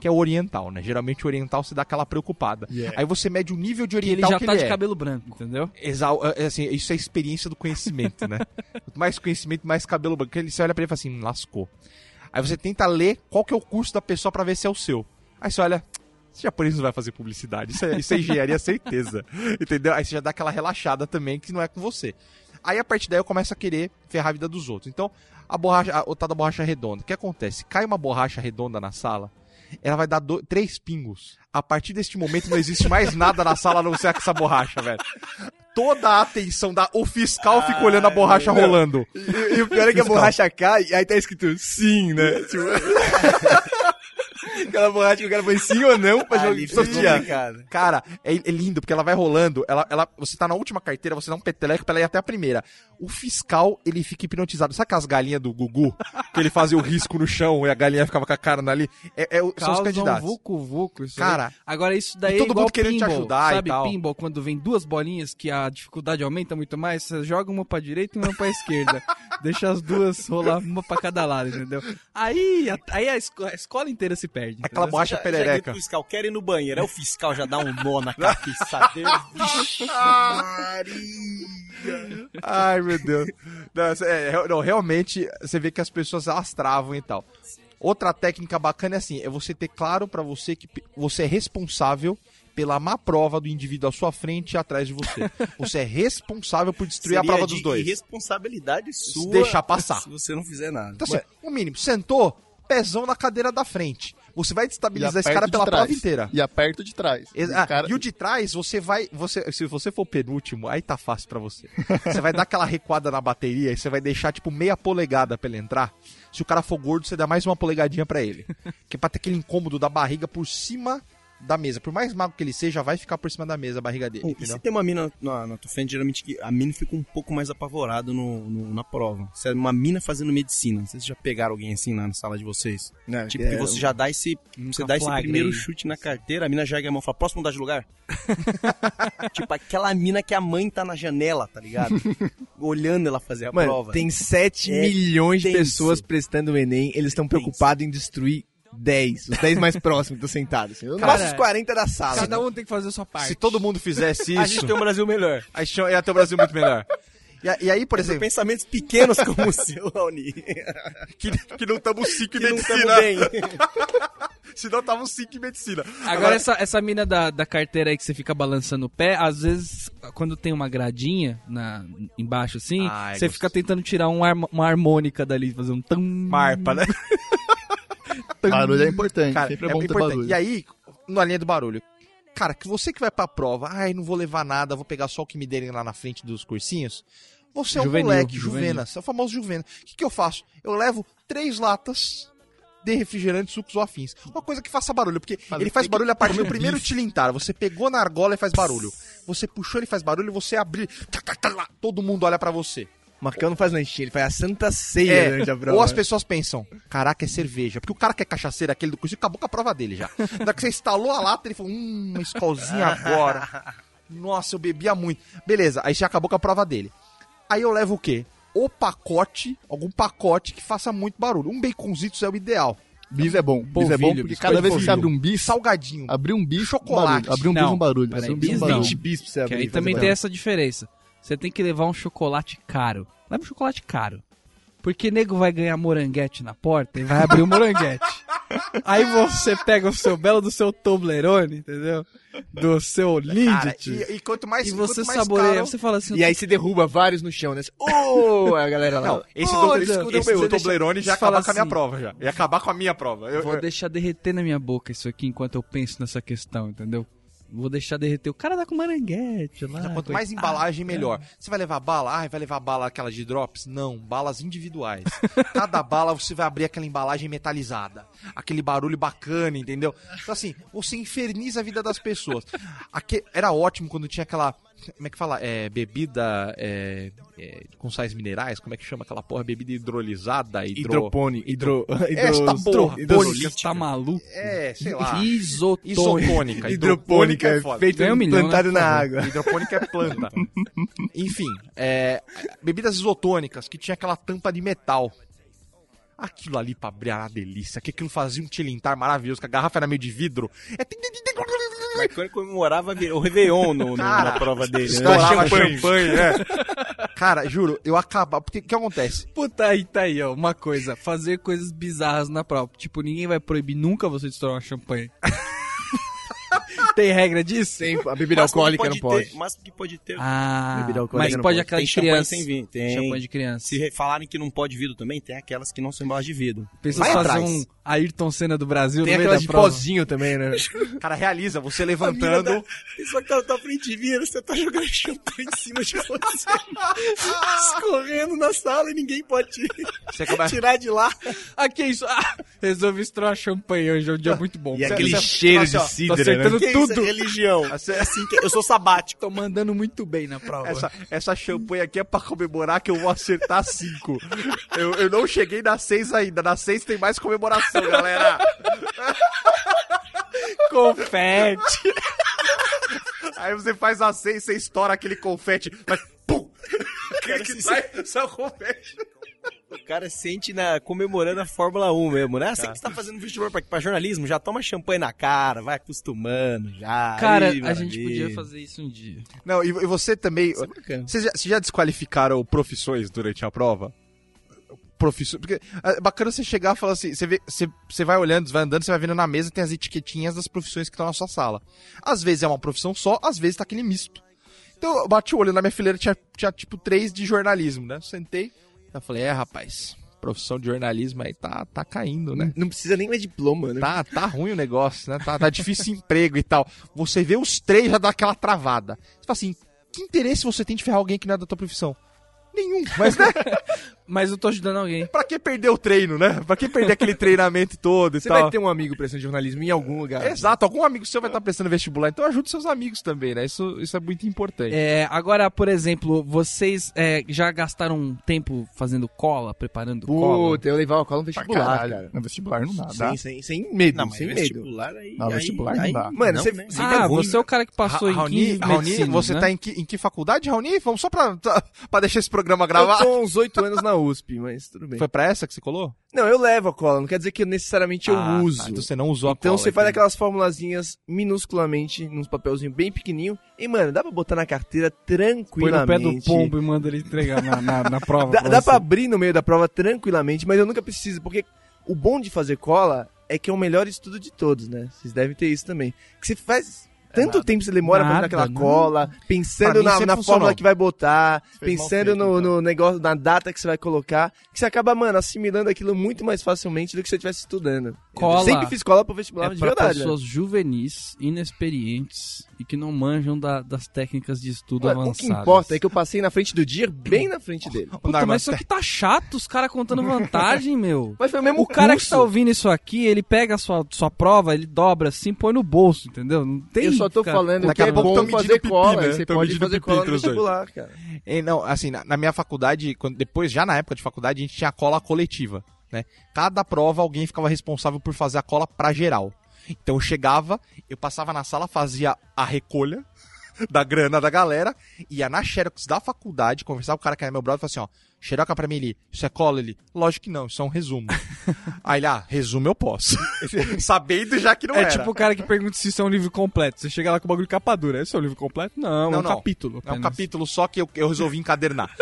Speaker 3: que é o oriental, né? Geralmente o oriental se dá aquela preocupada. Aí você mede o nível de
Speaker 2: Ele
Speaker 3: oriental
Speaker 2: já
Speaker 3: que
Speaker 2: tá
Speaker 3: ele
Speaker 2: de
Speaker 3: é.
Speaker 2: cabelo branco, entendeu?
Speaker 3: Exau- é, assim, isso é experiência do conhecimento, né? Quanto mais conhecimento, mais cabelo branco. Ele você olha pra ele e fala assim, lascou. Aí você tenta ler qual que é o curso da pessoa pra ver se é o seu. Aí você olha, esse japonês não vai fazer publicidade, isso é, isso é engenharia certeza. Entendeu? Aí você já dá aquela relaxada também que não é com você. Aí a partir daí eu começo a querer ferrar a vida dos outros. Então, a borracha, a, o tal da borracha redonda. O que acontece? Cai uma borracha redonda na sala, ela vai dar do- três pingos. A partir deste momento não existe mais nada na sala a não ser essa borracha, velho. Toda a atenção da o fiscal fica olhando a borracha rolando.
Speaker 4: E o pior é que a borracha cai, aí tá escrito sim, né? Tipo... Aquela borracha que o cara põe sim ou não pra
Speaker 1: Ali
Speaker 4: jogar
Speaker 1: ficou
Speaker 4: sortear.
Speaker 1: complicado.
Speaker 3: Cara, é, é lindo, porque ela vai rolando, ela, ela, você tá na última carteira, você dá um peteleco pra ela ir até a primeira. O fiscal, ele fica hipnotizado. Sabe aquelas galinhas do Gugu? Que ele fazia o risco no chão e a galinha ficava com a cara ali? É, é o- são os
Speaker 2: Causam
Speaker 3: candidatos.
Speaker 2: vucu vucu isso aí.
Speaker 3: Cara,
Speaker 2: Agora isso daí
Speaker 3: e todo
Speaker 2: é igual
Speaker 3: mundo querendo te
Speaker 2: pinball,
Speaker 3: ajudar e
Speaker 2: sabe?
Speaker 3: tal.
Speaker 2: pinball, quando vem duas bolinhas que a dificuldade aumenta muito mais, você joga uma pra direita e uma pra
Speaker 3: *laughs*
Speaker 2: esquerda. Deixa as duas rolar uma pra cada lado, entendeu? Aí a, aí a, esco- a escola inteira se perde.
Speaker 3: aquela
Speaker 2: entendeu?
Speaker 3: borracha
Speaker 1: Já grita
Speaker 3: perereca.
Speaker 1: pro fiscal, quero ir no banheiro. Aí o fiscal já dá um nó *laughs* na cabeça dele.
Speaker 3: Ai, meu Deus. Não, essa- é, é, não, realmente, você vê que as pessoas elas travam e tal. Outra técnica bacana é assim, é você ter claro pra você que pe- você é responsável pela má prova do indivíduo à sua frente e atrás de você. Você é responsável por destruir
Speaker 1: Seria
Speaker 3: a prova
Speaker 1: de
Speaker 3: dos dois.
Speaker 1: Irresponsabilidade sua.
Speaker 3: deixar passar.
Speaker 1: Se você não fizer nada.
Speaker 3: Então, assim, o mínimo, sentou, pezão na cadeira da frente. Você vai destabilizar esse
Speaker 6: aperto
Speaker 3: cara
Speaker 6: de
Speaker 3: pela
Speaker 6: trás.
Speaker 3: prova inteira.
Speaker 6: E aperto de trás.
Speaker 3: Ex- ah, E o de trás, você vai. Você, se você for o penúltimo, aí tá fácil pra você. Você vai dar aquela recuada na bateria e você vai deixar, tipo, meia polegada pra ele entrar. Se o cara for gordo, você dá mais uma polegadinha pra ele. Que é pra ter aquele incômodo da barriga por cima da mesa. Por mais magro que ele seja, vai ficar por cima da mesa a barriga dele.
Speaker 1: Bom, e
Speaker 3: entendeu?
Speaker 1: se tem uma mina na, na tua frente, geralmente que a mina fica um pouco mais apavorada no, no- na prova. Se é uma mina fazendo medicina, não sei se vocês já pegaram alguém assim na, na sala de vocês. Tipo,
Speaker 4: é
Speaker 1: que você já dá esse. Você dá esse
Speaker 2: flagrei.
Speaker 1: primeiro chute na carteira, a mina já a mão e fala, posso mudar de lugar? tipo, aquela mina que a mãe tá na janela, tá ligado? Olhando ela fazer a
Speaker 4: Mano,
Speaker 1: prova.
Speaker 4: tem 7
Speaker 1: É
Speaker 4: milhões de
Speaker 1: tenso.
Speaker 4: pessoas prestando o Enem, eles estão preocupados em destruir 10, os 10 mais próximos que estão sentados. Assim. Eu
Speaker 2: Cara,
Speaker 4: faço os 40 da sala. né?
Speaker 2: Cada um tem que fazer a sua parte.
Speaker 3: Se todo mundo *laughs* fizesse
Speaker 1: A gente
Speaker 3: isso,
Speaker 1: tem um Brasil melhor.
Speaker 3: a gente ia ter o Brasil muito melhor. E, a- e aí, por
Speaker 1: Tem
Speaker 3: exemplo,
Speaker 1: pensamentos pequenos como o seu, *laughs* Raoni.
Speaker 3: que, que não estamos cinco em
Speaker 1: Que não estamos
Speaker 3: medicina.
Speaker 1: bem.
Speaker 3: Senão tava uns cinco em medicina.
Speaker 2: Agora, essa, essa mina da, da carteira aí que você fica balançando o pé, às vezes, quando tem uma gradinha na, embaixo assim,
Speaker 3: Ah, é
Speaker 2: você
Speaker 3: gostoso.
Speaker 2: fica tentando tirar um harmo- uma harmônica dali, fazer um tam.
Speaker 3: Marpa, né?
Speaker 6: Barulho é importante.
Speaker 3: Cara,
Speaker 6: sempre é,
Speaker 3: é
Speaker 6: bom ter
Speaker 3: importante.
Speaker 6: barulho.
Speaker 3: E aí, na linha do barulho, cara, que você que vai pra prova, ai, não vou levar nada, vou pegar só o que me derem lá na frente dos cursinhos. Você é um
Speaker 2: Juvenil,
Speaker 3: moleque,
Speaker 2: juvenil.
Speaker 3: juvena, você é o famoso juvena. O que, que eu faço? Eu levo três latas de refrigerante, sucos ou afins. Uma coisa que faça barulho, porque
Speaker 6: Mas
Speaker 3: ele
Speaker 6: tem
Speaker 3: faz
Speaker 6: que
Speaker 3: barulho a partir do primeiro tilintar. Você pegou na argola e faz barulho. Você puxou, ele faz barulho, você abriu, tá, tá, tá, lá, todo mundo olha pra você.
Speaker 4: Marcão não faz lanchinho, ele faz a Santa Ceia
Speaker 3: É,
Speaker 4: durante a prova.
Speaker 3: ou as pessoas pensam, caraca, é cerveja. Porque o cara que é cachaceiro, aquele do cursinho, acabou com a prova dele já. Na hora que você instalou a lata, ele falou, hum, uma escolzinha agora. Nossa, eu bebia muito. Beleza, aí você acabou com a prova dele. Aí eu levo o quê? O pacote, algum pacote que faça muito barulho. Um baconzitos é o ideal.
Speaker 6: Bis é bom. Bis é bom
Speaker 3: Polvilho,
Speaker 6: porque
Speaker 3: biscoito
Speaker 6: cada vez que você abre
Speaker 3: polvilho.
Speaker 6: um bis,
Speaker 3: Salgadinho.
Speaker 6: abrir um bis,
Speaker 3: Chocolate.
Speaker 6: barulho. Abrir um bis,
Speaker 2: Não,
Speaker 6: um barulho.
Speaker 2: peraí,
Speaker 6: Abrir um bis, um
Speaker 2: bis não.
Speaker 6: barulho.
Speaker 4: 20 bis pra você
Speaker 2: Que
Speaker 4: abrir.
Speaker 2: aí
Speaker 4: fazer
Speaker 2: também
Speaker 4: barulho.
Speaker 2: tem essa diferença. Você tem que levar um chocolate caro. Leva um chocolate caro. Porque nego vai ganhar moranguete na porta e vai abrir o moranguete. Aí você pega o seu belo do seu Toblerone, entendeu? Do seu
Speaker 3: Cara,
Speaker 2: Lindt.
Speaker 3: e, e quanto mais
Speaker 2: um e
Speaker 3: quanto
Speaker 2: você
Speaker 3: mais
Speaker 2: saboreia,
Speaker 3: caro-
Speaker 2: você fala assim...
Speaker 4: E aí você derruba vários no chão, né? Você- *laughs* Ô, a galera lá.
Speaker 3: Não, esse,
Speaker 4: Ô,
Speaker 3: do,
Speaker 4: Deus.
Speaker 3: esse,
Speaker 2: Deus,
Speaker 3: esse
Speaker 2: você
Speaker 3: do
Speaker 2: deixa-
Speaker 3: Toblerone já ia
Speaker 2: você fala
Speaker 3: acabar com a minha
Speaker 2: assim.
Speaker 3: prova já. Ia acabar com a minha prova. Eu,
Speaker 2: Vou
Speaker 3: eu-
Speaker 2: deixar derreter na minha boca isso aqui enquanto eu penso nessa questão, entendeu? Vou deixar derreter. O cara tá com moranguete lá.
Speaker 3: Quanto mais
Speaker 2: coitado.
Speaker 3: embalagem, melhor. Você vai levar bala? Ah, vai levar bala aquela de drops? Não, balas individuais. *laughs* Cada bala você vai abrir aquela embalagem metalizada. Aquele barulho bacana, entendeu? Então, assim, você inferniza a vida das pessoas. Aque- Era ótimo quando tinha aquela. Como é que fala? É, bebida é, é, com sais minerais? Como é que chama aquela porra? Bebida hidrolisada? Hidro...
Speaker 4: Hidropônico. Hidro...
Speaker 3: Esta
Speaker 4: hidro-
Speaker 3: porra,
Speaker 4: hidro-
Speaker 2: Pô,
Speaker 3: política.
Speaker 2: você tá maluco?
Speaker 3: É, sei lá.
Speaker 2: Isotônico.
Speaker 3: Isotônica.
Speaker 4: *laughs* Hidropônica,
Speaker 3: é
Speaker 4: é
Speaker 3: foda.
Speaker 4: feito
Speaker 2: Ganha um milhão,
Speaker 4: plantado
Speaker 2: né,
Speaker 4: na
Speaker 2: por favor.
Speaker 4: água.
Speaker 3: Hidropônica é planta. Enfim, é, bebidas isotônicas que tinha aquela tampa de metal. Aquilo ali pra abrir era uma delícia, que aquilo fazia um tilintar maravilhoso, que a garrafa era meio de vidro. É...
Speaker 1: Mas quando ele comemorava o Réveillon no, no-
Speaker 3: Cara,
Speaker 1: na prova dele, né?
Speaker 3: Estourava champanhe, né? Cara, juro, eu acabava. Porque o que acontece?
Speaker 2: Puta, aí tá aí, ó. Uma coisa, fazer coisas bizarras na prova. Tipo, ninguém vai proibir nunca você de estourar uma champanhe. Tem regra disso?
Speaker 4: Tem, a bebida alcoólica não
Speaker 1: que
Speaker 4: pode.
Speaker 1: Ter, o máximo que pode ter.
Speaker 2: Ah,
Speaker 4: Bebida alcoólica
Speaker 2: mas
Speaker 4: não
Speaker 2: pode
Speaker 4: pode.
Speaker 2: aquela
Speaker 1: tem
Speaker 2: de
Speaker 1: champanhe
Speaker 2: criança.
Speaker 1: sem vinho. Tem.
Speaker 2: Champanhe de criança.
Speaker 1: Se re- falarem que não pode vidro também, tem aquelas que não são embalas de vidro.
Speaker 2: Pensou
Speaker 4: Vai
Speaker 2: fazer
Speaker 4: atrás.
Speaker 2: um Ayrton Senna do Brasil
Speaker 4: Tem
Speaker 2: no meio
Speaker 4: aquela
Speaker 2: da
Speaker 4: de
Speaker 2: prova?
Speaker 4: pozinho também, né?
Speaker 3: Cara, realiza, você levantando.
Speaker 1: Só que tá na tua frente de mim, você tá jogando champanhe em cima de você. Escorrendo na sala e ninguém pode te
Speaker 3: Você começa.
Speaker 1: tirar de lá.
Speaker 2: Ah, que isso? Ah, resolvi estourar uma champanhe hoje, é um dia muito bom.
Speaker 4: E
Speaker 2: Tô
Speaker 4: aquele
Speaker 3: você-
Speaker 4: cheiro
Speaker 3: Nossa, ó,
Speaker 4: de
Speaker 3: tô
Speaker 4: cidra, né?
Speaker 2: acertando
Speaker 1: Que isso,
Speaker 2: tudo.
Speaker 1: é religião.
Speaker 3: Essa-
Speaker 1: É assim que eu sou sabático.
Speaker 2: Tô mandando muito bem na prova.
Speaker 3: Essa, essa champanhe aqui é pra comemorar que eu vou acertar cinco. Eu, eu não cheguei na seis ainda. Na seis tem mais comemoração, galera.
Speaker 2: Confete.
Speaker 3: Aí você faz a seis, você estoura aquele confete. Mas, pum! Aquele que sai, sai o confete.
Speaker 1: O cara sente na, comemorando a Fórmula 1 mesmo, né? Assim que você tá fazendo vestibular pra, pra jornalismo, já toma champanhe na cara, vai acostumando já.
Speaker 2: Cara,
Speaker 1: Ih,
Speaker 2: a gente
Speaker 1: maravilha.
Speaker 2: podia fazer isso um dia.
Speaker 3: Não, e, e você também. Vocês já, vocês já desqualificaram profissões durante a prova? Profissões. Porque é bacana você chegar e falar assim: você, vê, você, você vai olhando, você vai andando, você vai vendo na mesa, tem as etiquetinhas das profissões que estão na sua sala. Às vezes é uma profissão só, às vezes tá aquele misto. Então eu bati o olho na minha fileira, tinha, tinha tipo três de jornalismo, né? Sentei, eu falei: é, rapaz, profissão de jornalismo aí tá, tá caindo, né?
Speaker 4: Não precisa nem mais diploma, né?
Speaker 3: Tá, tá ruim o negócio, né? Tá, tá difícil emprego e tal. Você vê os três já dá aquela travada. Você fala assim, que interesse você tem de ferrar alguém que não é da tua profissão? Nenhum. Mas, né? *laughs*
Speaker 2: Mas eu tô ajudando alguém.
Speaker 3: pra que perder o treino, né? Pra que perder aquele treinamento todo e
Speaker 4: Você
Speaker 3: tal?
Speaker 4: vai ter um amigo prestando jornalismo em algum lugar.
Speaker 3: Exato. Algum amigo seu vai estar prestando vestibular, então ajuda seus amigos também, né? Isso, isso é muito importante.
Speaker 2: É, agora, por exemplo, vocês é, já gastaram um tempo fazendo cola, preparando cola?
Speaker 4: Puta, eu levava cola no
Speaker 6: Pra
Speaker 4: vestibular,
Speaker 6: caralho.
Speaker 4: cara.
Speaker 6: No vestibular não dá. dá.
Speaker 4: Sem, sem, sem medo,
Speaker 1: Não, mas
Speaker 4: sem medo.
Speaker 1: vestibular aí...
Speaker 6: Não,
Speaker 1: aí-
Speaker 6: vestibular não
Speaker 1: aí-
Speaker 6: dá.
Speaker 4: Mano,
Speaker 1: Não,
Speaker 4: você-
Speaker 1: né?
Speaker 4: você-
Speaker 2: Ah,
Speaker 1: Tá ruim,
Speaker 2: você é o cara que passou
Speaker 3: Ra-
Speaker 2: em 15 medicinas,
Speaker 3: você
Speaker 2: né?
Speaker 3: tá em que, em que faculdade, Raoni? Vamos só pra, tá- pra deixar esse programa
Speaker 4: Eu
Speaker 3: gravado.
Speaker 4: tô uns oito anos na USP, mas tudo bem.
Speaker 3: Foi pra essa que você colou?
Speaker 4: Não, eu levo a cola, não quer dizer que eu necessariamente
Speaker 3: Ah,
Speaker 4: eu
Speaker 3: tá.
Speaker 4: uso.
Speaker 3: então você não usou a
Speaker 4: Então
Speaker 3: cola.
Speaker 4: você faz
Speaker 3: entendi.
Speaker 4: aquelas formulazinhas minusculamente, nos papelzinhos bem pequenininho. E, mano, dá pra botar na carteira
Speaker 2: Põe no
Speaker 4: tranquilamente.
Speaker 2: pé do pombo assim. e manda ele entregar na, na, na prova.
Speaker 4: Dá,
Speaker 2: pra
Speaker 4: dá
Speaker 2: você.
Speaker 4: pra abrir no meio da prova tranquilamente, mas eu nunca preciso, porque o bom de fazer cola é que é o melhor estudo de todos, né? Vocês devem ter isso também. Que você faz tanto tempo que você
Speaker 2: É
Speaker 4: demora
Speaker 2: Nada,
Speaker 4: fazendo aquela
Speaker 2: né?
Speaker 4: cola,
Speaker 3: Pra
Speaker 4: pensando
Speaker 3: mim
Speaker 4: na,
Speaker 2: é
Speaker 3: sempre
Speaker 4: na
Speaker 3: funcionou.
Speaker 4: fórmula que vai botar,
Speaker 6: Fez mal
Speaker 4: pensando
Speaker 6: feito,
Speaker 4: no,
Speaker 6: então.
Speaker 4: no negócio, na data que você vai colocar, que você acaba, mano, assimilando aquilo muito mais facilmente do que se você estivesse estudando.
Speaker 2: Cola
Speaker 4: Eu sempre fiz cola pro vestibular
Speaker 2: É
Speaker 4: de
Speaker 2: pra
Speaker 4: verdade. né?
Speaker 2: pessoas juvenis, inexperientes e que não manjam da- das técnicas de estudo
Speaker 4: Mano, o
Speaker 2: avançadas.
Speaker 4: que importa é que eu passei na frente do Dir, bem na frente dele.
Speaker 2: Puta,
Speaker 3: Norma,
Speaker 2: mas isso aqui tá chato, os caras
Speaker 4: *laughs*
Speaker 2: contando vantagem, meu.
Speaker 4: Mas foi o mesmo
Speaker 2: O cara que
Speaker 4: curso.
Speaker 2: tá ouvindo isso aqui, ele pega a sua, sua prova, ele dobra assim, põe no bolso, entendeu? Não tem
Speaker 4: Eu só tô
Speaker 2: cara.
Speaker 4: falando
Speaker 3: Daqui
Speaker 4: que
Speaker 3: a
Speaker 4: é
Speaker 3: pouco tão
Speaker 4: bom
Speaker 3: medindo
Speaker 4: fazer
Speaker 3: pipi,
Speaker 4: cola,
Speaker 3: né?
Speaker 4: você
Speaker 3: Tão
Speaker 4: pode
Speaker 3: medindo
Speaker 4: fazer
Speaker 3: pipi
Speaker 4: cola
Speaker 3: entre
Speaker 4: no
Speaker 3: os dois.
Speaker 4: vestibular, cara.
Speaker 3: É, não, assim, na, na minha faculdade, quando- depois, já na época de faculdade, a gente tinha a cola coletiva, né? Cada prova alguém ficava responsável por fazer a cola pra geral. Então eu chegava, eu passava na sala, fazia a recolha *laughs* da grana da galera, ia na Xerox da faculdade, conversava com o cara que era meu brother e falava assim, ó, Xeroca pra mim ele, isso é cola ele? Lógico que não, isso é
Speaker 2: *laughs*
Speaker 3: um resumo. Aí ele, ah, resumo eu posso. *laughs* Sabendo já que não
Speaker 2: É
Speaker 3: era.
Speaker 2: tipo o cara que pergunta se isso é um livro completo. Você chega lá com o bagulho capa dura. Esse é um livro completo? Não, é
Speaker 3: Não,
Speaker 2: um
Speaker 3: não.
Speaker 2: capítulo.
Speaker 3: É um
Speaker 2: apenas.
Speaker 3: capítulo só que eu, eu resolvi *laughs* encadernar.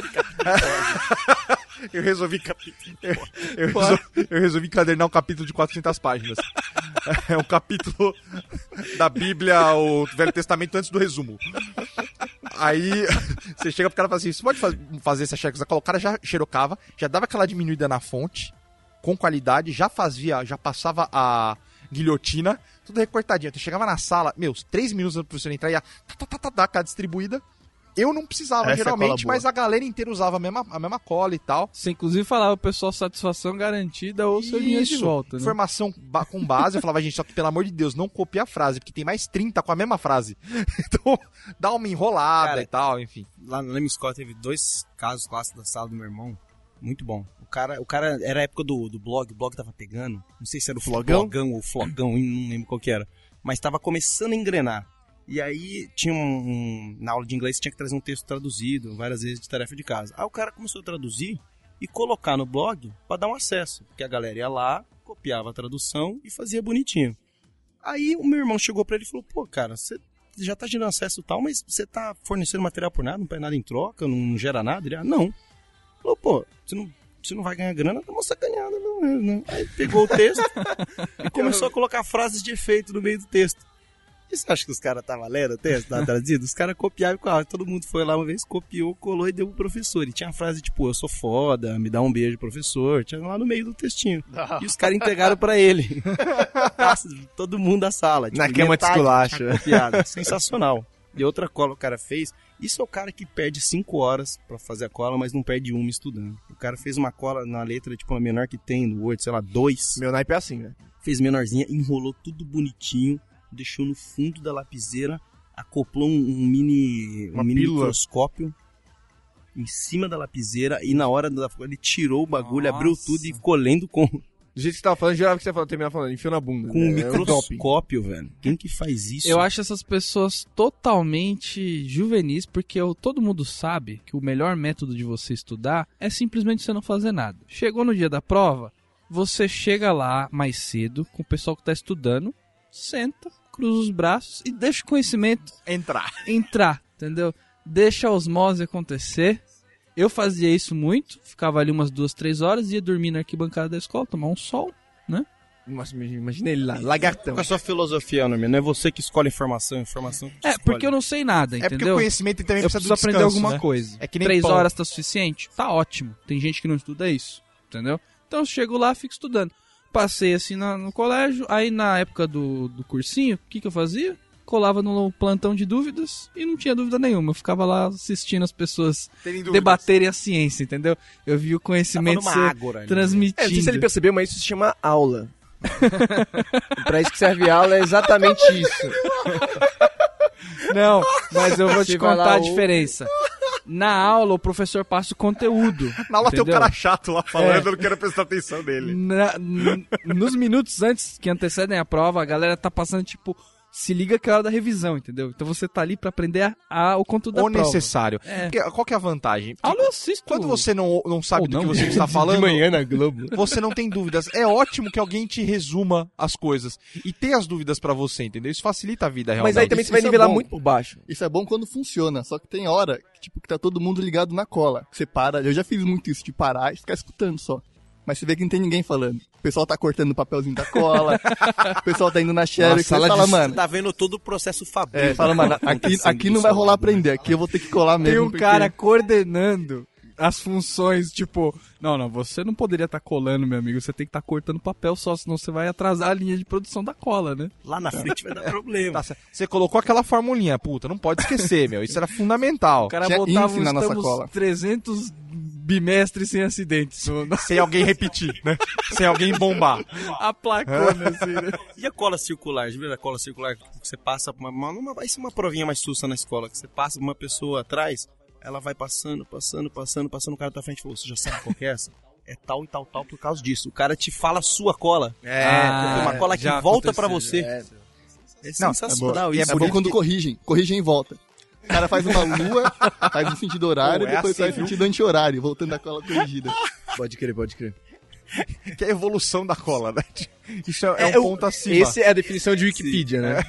Speaker 3: eu resolvi capítulo. Eu, eu resol- eu resolvi encadernar um capítulo de 400 páginas. É um capítulo da Bíblia, o Velho Testamento, antes do resumo. Aí *laughs* você chega pro cara e fala assim: você pode faz- fazer essa check? O cara já xerocava, já dava aquela diminuída na fonte, com qualidade, já fazia, já passava a guilhotina, tudo recortadinho. Então, chegava na sala, meus, três minutos antes do professor entrar, ia tá, tá, tá, tá, tá, com a distribuída. Eu não precisava,
Speaker 6: Essa é a cola
Speaker 3: geralmente,
Speaker 6: boa.
Speaker 3: mas a galera inteira usava a mesma, a mesma cola e tal.
Speaker 2: Você inclusive falava, pessoal, satisfação garantida ou seu dinheiro de
Speaker 3: Isso.
Speaker 2: volta, né?
Speaker 3: Informação ba- com base. Eu falava, gente, só que pelo amor de Deus, não copia a frase, porque tem mais 30 com a mesma frase. *laughs* Então, dá uma enrolada
Speaker 1: Cara,
Speaker 3: e tal, enfim.
Speaker 1: lá na minha escola teve dois casos clássicos da sala do meu irmão. Muito bom. O cara, o cara era a época do, do blog, o blog tava pegando. Não sei se era o
Speaker 4: Flogão?
Speaker 1: Flogão ou Flogão, não lembro qual que era. Mas tava começando a engrenar. E aí tinha um, um- Na aula de inglês tinha que trazer um texto traduzido, várias vezes de tarefa de casa. Aí o cara começou a traduzir e colocar no blog para dar um acesso. Porque a galera ia lá, copiava a tradução e fazia bonitinho. Aí o meu irmão chegou para ele e falou: pô, cara, você já tá gerando acesso e tal, mas você tá fornecendo material por nada, não pega nada em troca, não gera nada? Ele, ah, não. Falou, pô, você não, você não vai ganhar grana, tá uma sacaneada, não é, né? Aí pegou o
Speaker 4: *laughs*
Speaker 1: texto e começou a colocar frases de efeito no meio do texto. E você acha que os caras estavam lendo o texto, tava traduzido? Os caras copiavam e colavam. Todo mundo foi lá uma vez, copiou, colou e deu pro professor. E tinha a frase tipo, eu sou foda, me dá um beijo, professor. Tinha lá no meio do textinho.
Speaker 4: Ah.
Speaker 1: E os caras entregaram pra
Speaker 4: *laughs*
Speaker 1: ele. Nossa, Todo mundo da sala. tipo,
Speaker 4: Na cama de
Speaker 6: tá,
Speaker 1: metade
Speaker 4: esculacho.
Speaker 1: tinha copiado. Sensacional. E outra cola o cara fez. Isso é o cara que perde 5 horas pra fazer a cola, mas não perde uma estudando. O cara fez uma cola na letra, tipo, a menor que tem no Word, sei lá, 2
Speaker 4: Meu naipe é assim, né?
Speaker 1: fez menorzinha, enrolou tudo bonitinho, deixou no fundo da lapiseira, acoplou um, um mini, um
Speaker 3: Uma
Speaker 1: mini
Speaker 3: pílula.
Speaker 1: microscópio em cima da lapiseira e na hora da ele tirou o bagulho, abriu
Speaker 2: Nossa.
Speaker 1: tudo e ficou lendo com, com
Speaker 4: Do jeito que você tava falando, gerava que você falava, terminava falando, enfio na bunda.
Speaker 1: um
Speaker 4: né? É o doping.
Speaker 1: microscópio, velho. Quem que faz isso?
Speaker 2: Eu acho essas pessoas totalmente juvenis, porque eu- todo mundo sabe que o melhor método de você estudar é simplesmente você não fazer nada. Chegou no dia da prova, você chega lá mais cedo com o pessoal que está estudando, senta, cruza os braços e deixa o conhecimento
Speaker 3: Entrar.
Speaker 2: entrar, entendeu? Deixa a osmose acontecer. Eu fazia isso muito, ficava ali umas duas, três horas, ia dormir na arquibancada da escola, tomar um sol.
Speaker 4: Nossa, imagina imagina ele lá, lagartão.
Speaker 1: Qual é a sua filosofia, Norman? Não é você que escolhe informação, informação que te
Speaker 2: É,
Speaker 1: escolhe.
Speaker 2: porque eu não sei nada,
Speaker 3: É porque o
Speaker 2: entendeu?
Speaker 3: conhecimento também
Speaker 2: eu
Speaker 3: precisa
Speaker 2: preciso
Speaker 3: do descanso,
Speaker 2: aprender alguma
Speaker 3: né?
Speaker 2: coisa.
Speaker 3: É que nem
Speaker 2: Três
Speaker 3: pão.
Speaker 2: horas tá suficiente? Tá ótimo. Tem gente que não estuda isso, entendeu? Então eu chego lá, fico estudando. Passei assim na- no colégio, aí na época do, do cursinho, o que, que eu fazia? Colava no plantão de dúvidas e não tinha dúvida nenhuma. Eu ficava lá assistindo as pessoas
Speaker 3: Terem dúvidas.
Speaker 2: debaterem a ciência, entendeu? Eu vi o
Speaker 1: Tava
Speaker 2: conhecimento
Speaker 1: numa
Speaker 2: ser
Speaker 1: ágora
Speaker 3: né?
Speaker 1: ali.
Speaker 2: transmitido.
Speaker 4: É, não sei se ele percebeu, mas isso se chama aula. *laughs* pra isso que serve aula é exatamente isso.
Speaker 2: Não, mas eu vou
Speaker 4: Você
Speaker 2: te
Speaker 4: vai
Speaker 2: contar
Speaker 4: lá,
Speaker 2: a
Speaker 4: o-
Speaker 2: diferença. Na aula, o professor passa o conteúdo.
Speaker 3: *laughs* Na aula tem
Speaker 2: entendeu?
Speaker 3: um cara chato lá falando, eu não quero prestar atenção nele.
Speaker 2: Na- n- nos minutos antes que antecedem a prova, a galera tá passando, tipo, se liga que é a hora da revisão, entendeu? Então você tá ali pra aprender a- a- o conteúdo da
Speaker 3: Ou
Speaker 2: prova.
Speaker 3: necessário.
Speaker 2: É.
Speaker 3: Porque Qual que é a vantagem? Porque
Speaker 2: Aula eu assisto.
Speaker 3: Quando você não, não sabe
Speaker 2: Ou
Speaker 3: do que
Speaker 2: não,
Speaker 3: você
Speaker 2: né? *laughs*
Speaker 3: está falando,
Speaker 4: na Globo.
Speaker 3: você não tem dúvidas. É ótimo que alguém te resuma as coisas e ter as dúvidas pra você, entendeu? Isso facilita a vida realmente.
Speaker 4: Mas aí também
Speaker 6: Isso-
Speaker 4: você vai
Speaker 6: isso é
Speaker 4: nivelar
Speaker 6: bom.
Speaker 4: muito por baixo.
Speaker 6: Isso é bom quando funciona, só que tem hora que, tipo, que tá todo mundo ligado na cola. Você para, eu já fiz muito isso, de parar e ficar escutando só. Mas você vê que não tem ninguém falando. O pessoal tá cortando o papelzinho da cola, o pessoal tá indo na xerox, você
Speaker 1: sala
Speaker 6: fala,
Speaker 1: de-
Speaker 6: mano...
Speaker 1: Tá vendo todo o processo fabril.
Speaker 6: É, fala, mano, aqui, aqui não vai rolar aprender, aqui eu vou ter que colar mesmo.
Speaker 2: Tem um
Speaker 6: porque-
Speaker 2: cara coordenando as funções, tipo, não, não, você não poderia estar colando, meu amigo, você tem que estar cortando papel só, senão você vai atrasar a linha de produção da cola, né?
Speaker 1: Lá na frente vai dar problema.
Speaker 3: Tá certo. Você colocou aquela formulinha, puta, não pode esquecer, meu. Isso era fundamental.
Speaker 2: O cara
Speaker 6: Tinha
Speaker 2: botava
Speaker 6: índice na nossa
Speaker 2: estamos
Speaker 6: cola.
Speaker 2: 300 bimestres sem acidentes, no- na-
Speaker 3: Sem alguém repetir, né? Sem alguém bombar.
Speaker 2: *laughs* a placona, assim, né?
Speaker 1: E a cola circular? Já viu a cola circular que você passa pra uma, uma, uma- Vai ser uma provinha mais sussa na escola, que você passa pra uma pessoa atrás, ela vai passando, passando, passando, passando, o cara tá à frente e falou, você já sabe qual que é essa? *laughs* É tal e tal, tal por causa disso. O cara te fala a sua cola.
Speaker 4: É,
Speaker 2: Ah,
Speaker 1: É uma cola que
Speaker 2: já
Speaker 1: volta pra
Speaker 2: aconteceu,
Speaker 1: você.
Speaker 4: é.
Speaker 1: É,
Speaker 3: Não, é
Speaker 1: sensacional
Speaker 6: E é
Speaker 1: isso.
Speaker 6: bom quando corrigem, corrigem em volta. O cara faz uma lua, faz um sentido horário,
Speaker 3: Pô, é
Speaker 6: depois
Speaker 3: assim,
Speaker 6: faz um
Speaker 3: viu?
Speaker 6: sentido anti-horário, voltando a cola corrigida.
Speaker 4: Pode crer, pode crer.
Speaker 3: Que é a evolução da cola, né? Isso é, é um
Speaker 4: É, o-
Speaker 3: ponto acima.
Speaker 4: Essa é a definição de Wikipedia, né?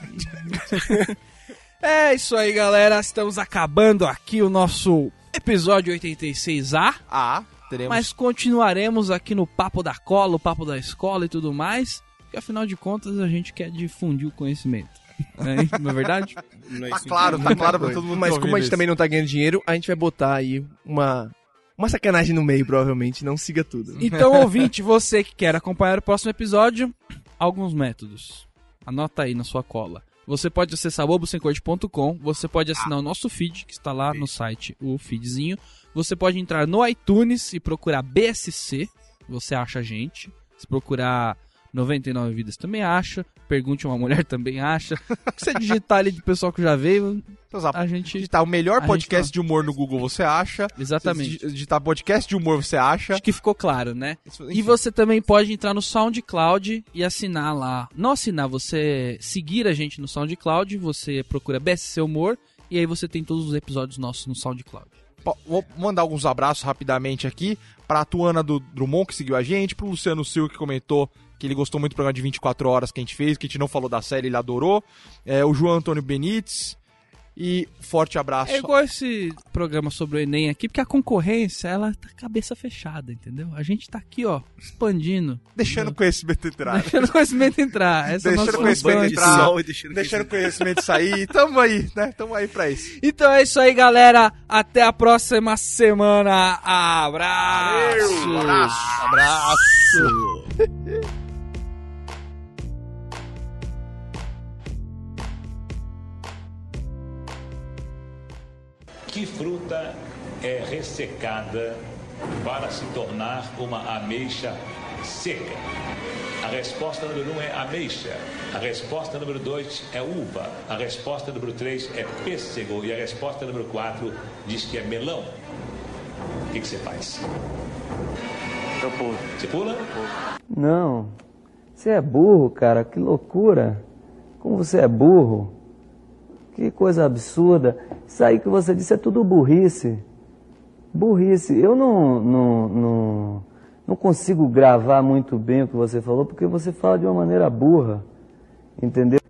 Speaker 2: É isso aí, galera. Estamos acabando aqui o nosso episódio 86A,
Speaker 3: Ah, teremos.
Speaker 2: mas continuaremos aqui no Papo da Cola, o Papo da Escola e tudo mais, porque afinal de contas a gente quer difundir o conhecimento. né? Não é verdade?
Speaker 1: Não é
Speaker 3: Tá
Speaker 1: isso,
Speaker 3: claro, tá claro pra
Speaker 6: coisa.
Speaker 3: todo mundo.
Speaker 4: Mas
Speaker 3: que tá
Speaker 4: como a
Speaker 3: ouvindo
Speaker 4: gente
Speaker 3: isso.
Speaker 4: também não tá ganhando dinheiro, a gente vai botar aí uma, uma sacanagem no meio, provavelmente. Não siga tudo.
Speaker 2: Então, ouvinte, você que quer acompanhar o próximo episódio, alguns métodos. Anota aí na sua cola. Você pode acessar bobosemcorte.com, você pode assinar o nosso feed, que está lá no site, o feedzinho. Você pode entrar no iTunes e procurar BSC, você acha a gente. Se procurar 99 Vidas também acha. Pergunte a uma mulher *laughs* também acha. O que você digitar ali do pessoal que já veio,
Speaker 3: Então, Zap,
Speaker 2: a gente.
Speaker 3: digitar o melhor
Speaker 2: a
Speaker 3: podcast
Speaker 2: gente
Speaker 3: de humor no Google você acha.
Speaker 2: Exatamente.
Speaker 3: Se dig- Digitar podcast de humor você acha.
Speaker 2: Acho que ficou claro, né? E
Speaker 3: Enfim.
Speaker 2: você também pode entrar no SoundCloud e assinar lá. Não assinar, você seguir a gente no SoundCloud, você procura BSC Humor e aí você tem todos os episódios nossos no SoundCloud.
Speaker 3: Pa- Vou mandar alguns abraços rapidamente aqui pra Tuana do Drummond, que seguiu a gente, pro Luciano Silva, que comentou que ele gostou muito do programa de 24 horas que a gente fez, que a gente não falou da série, ele adorou. É, o João Antônio Benites. E forte abraço.
Speaker 2: É igual esse programa sobre o Enem aqui, porque a concorrência, ela tá cabeça fechada, entendeu? A gente tá aqui, ó, expandindo.
Speaker 3: Deixando o conhecimento
Speaker 2: *laughs*
Speaker 3: entrar.
Speaker 2: Deixando o conhecimento entrar. Essa é a
Speaker 3: Deixando
Speaker 2: nossa
Speaker 3: Ah, o conhecimento
Speaker 2: campanha.
Speaker 1: de
Speaker 3: entrar.
Speaker 1: sol e deixando,
Speaker 3: *laughs* Deixando o conhecimento sair. Tamo aí, né? Tamo aí pra isso.
Speaker 2: Então é isso aí, galera. Até a próxima semana. Abraço!
Speaker 3: um
Speaker 7: Que fruta é ressecada para se tornar uma ameixa seca? A resposta número um é ameixa. A resposta número dois é uva. A resposta número três é pêssego. E a resposta número quatro diz que é melão. O que, que você faz?
Speaker 9: Eu pulo.
Speaker 7: Você pula?
Speaker 8: Não. Você é burro, cara. Que loucura. Como você é burro. Que coisa absurda. Isso aí que você disse é tudo burrice. Burrice. Eu não, não, não, não consigo gravar muito bem o que você falou porque você fala de uma maneira burra. Entendeu?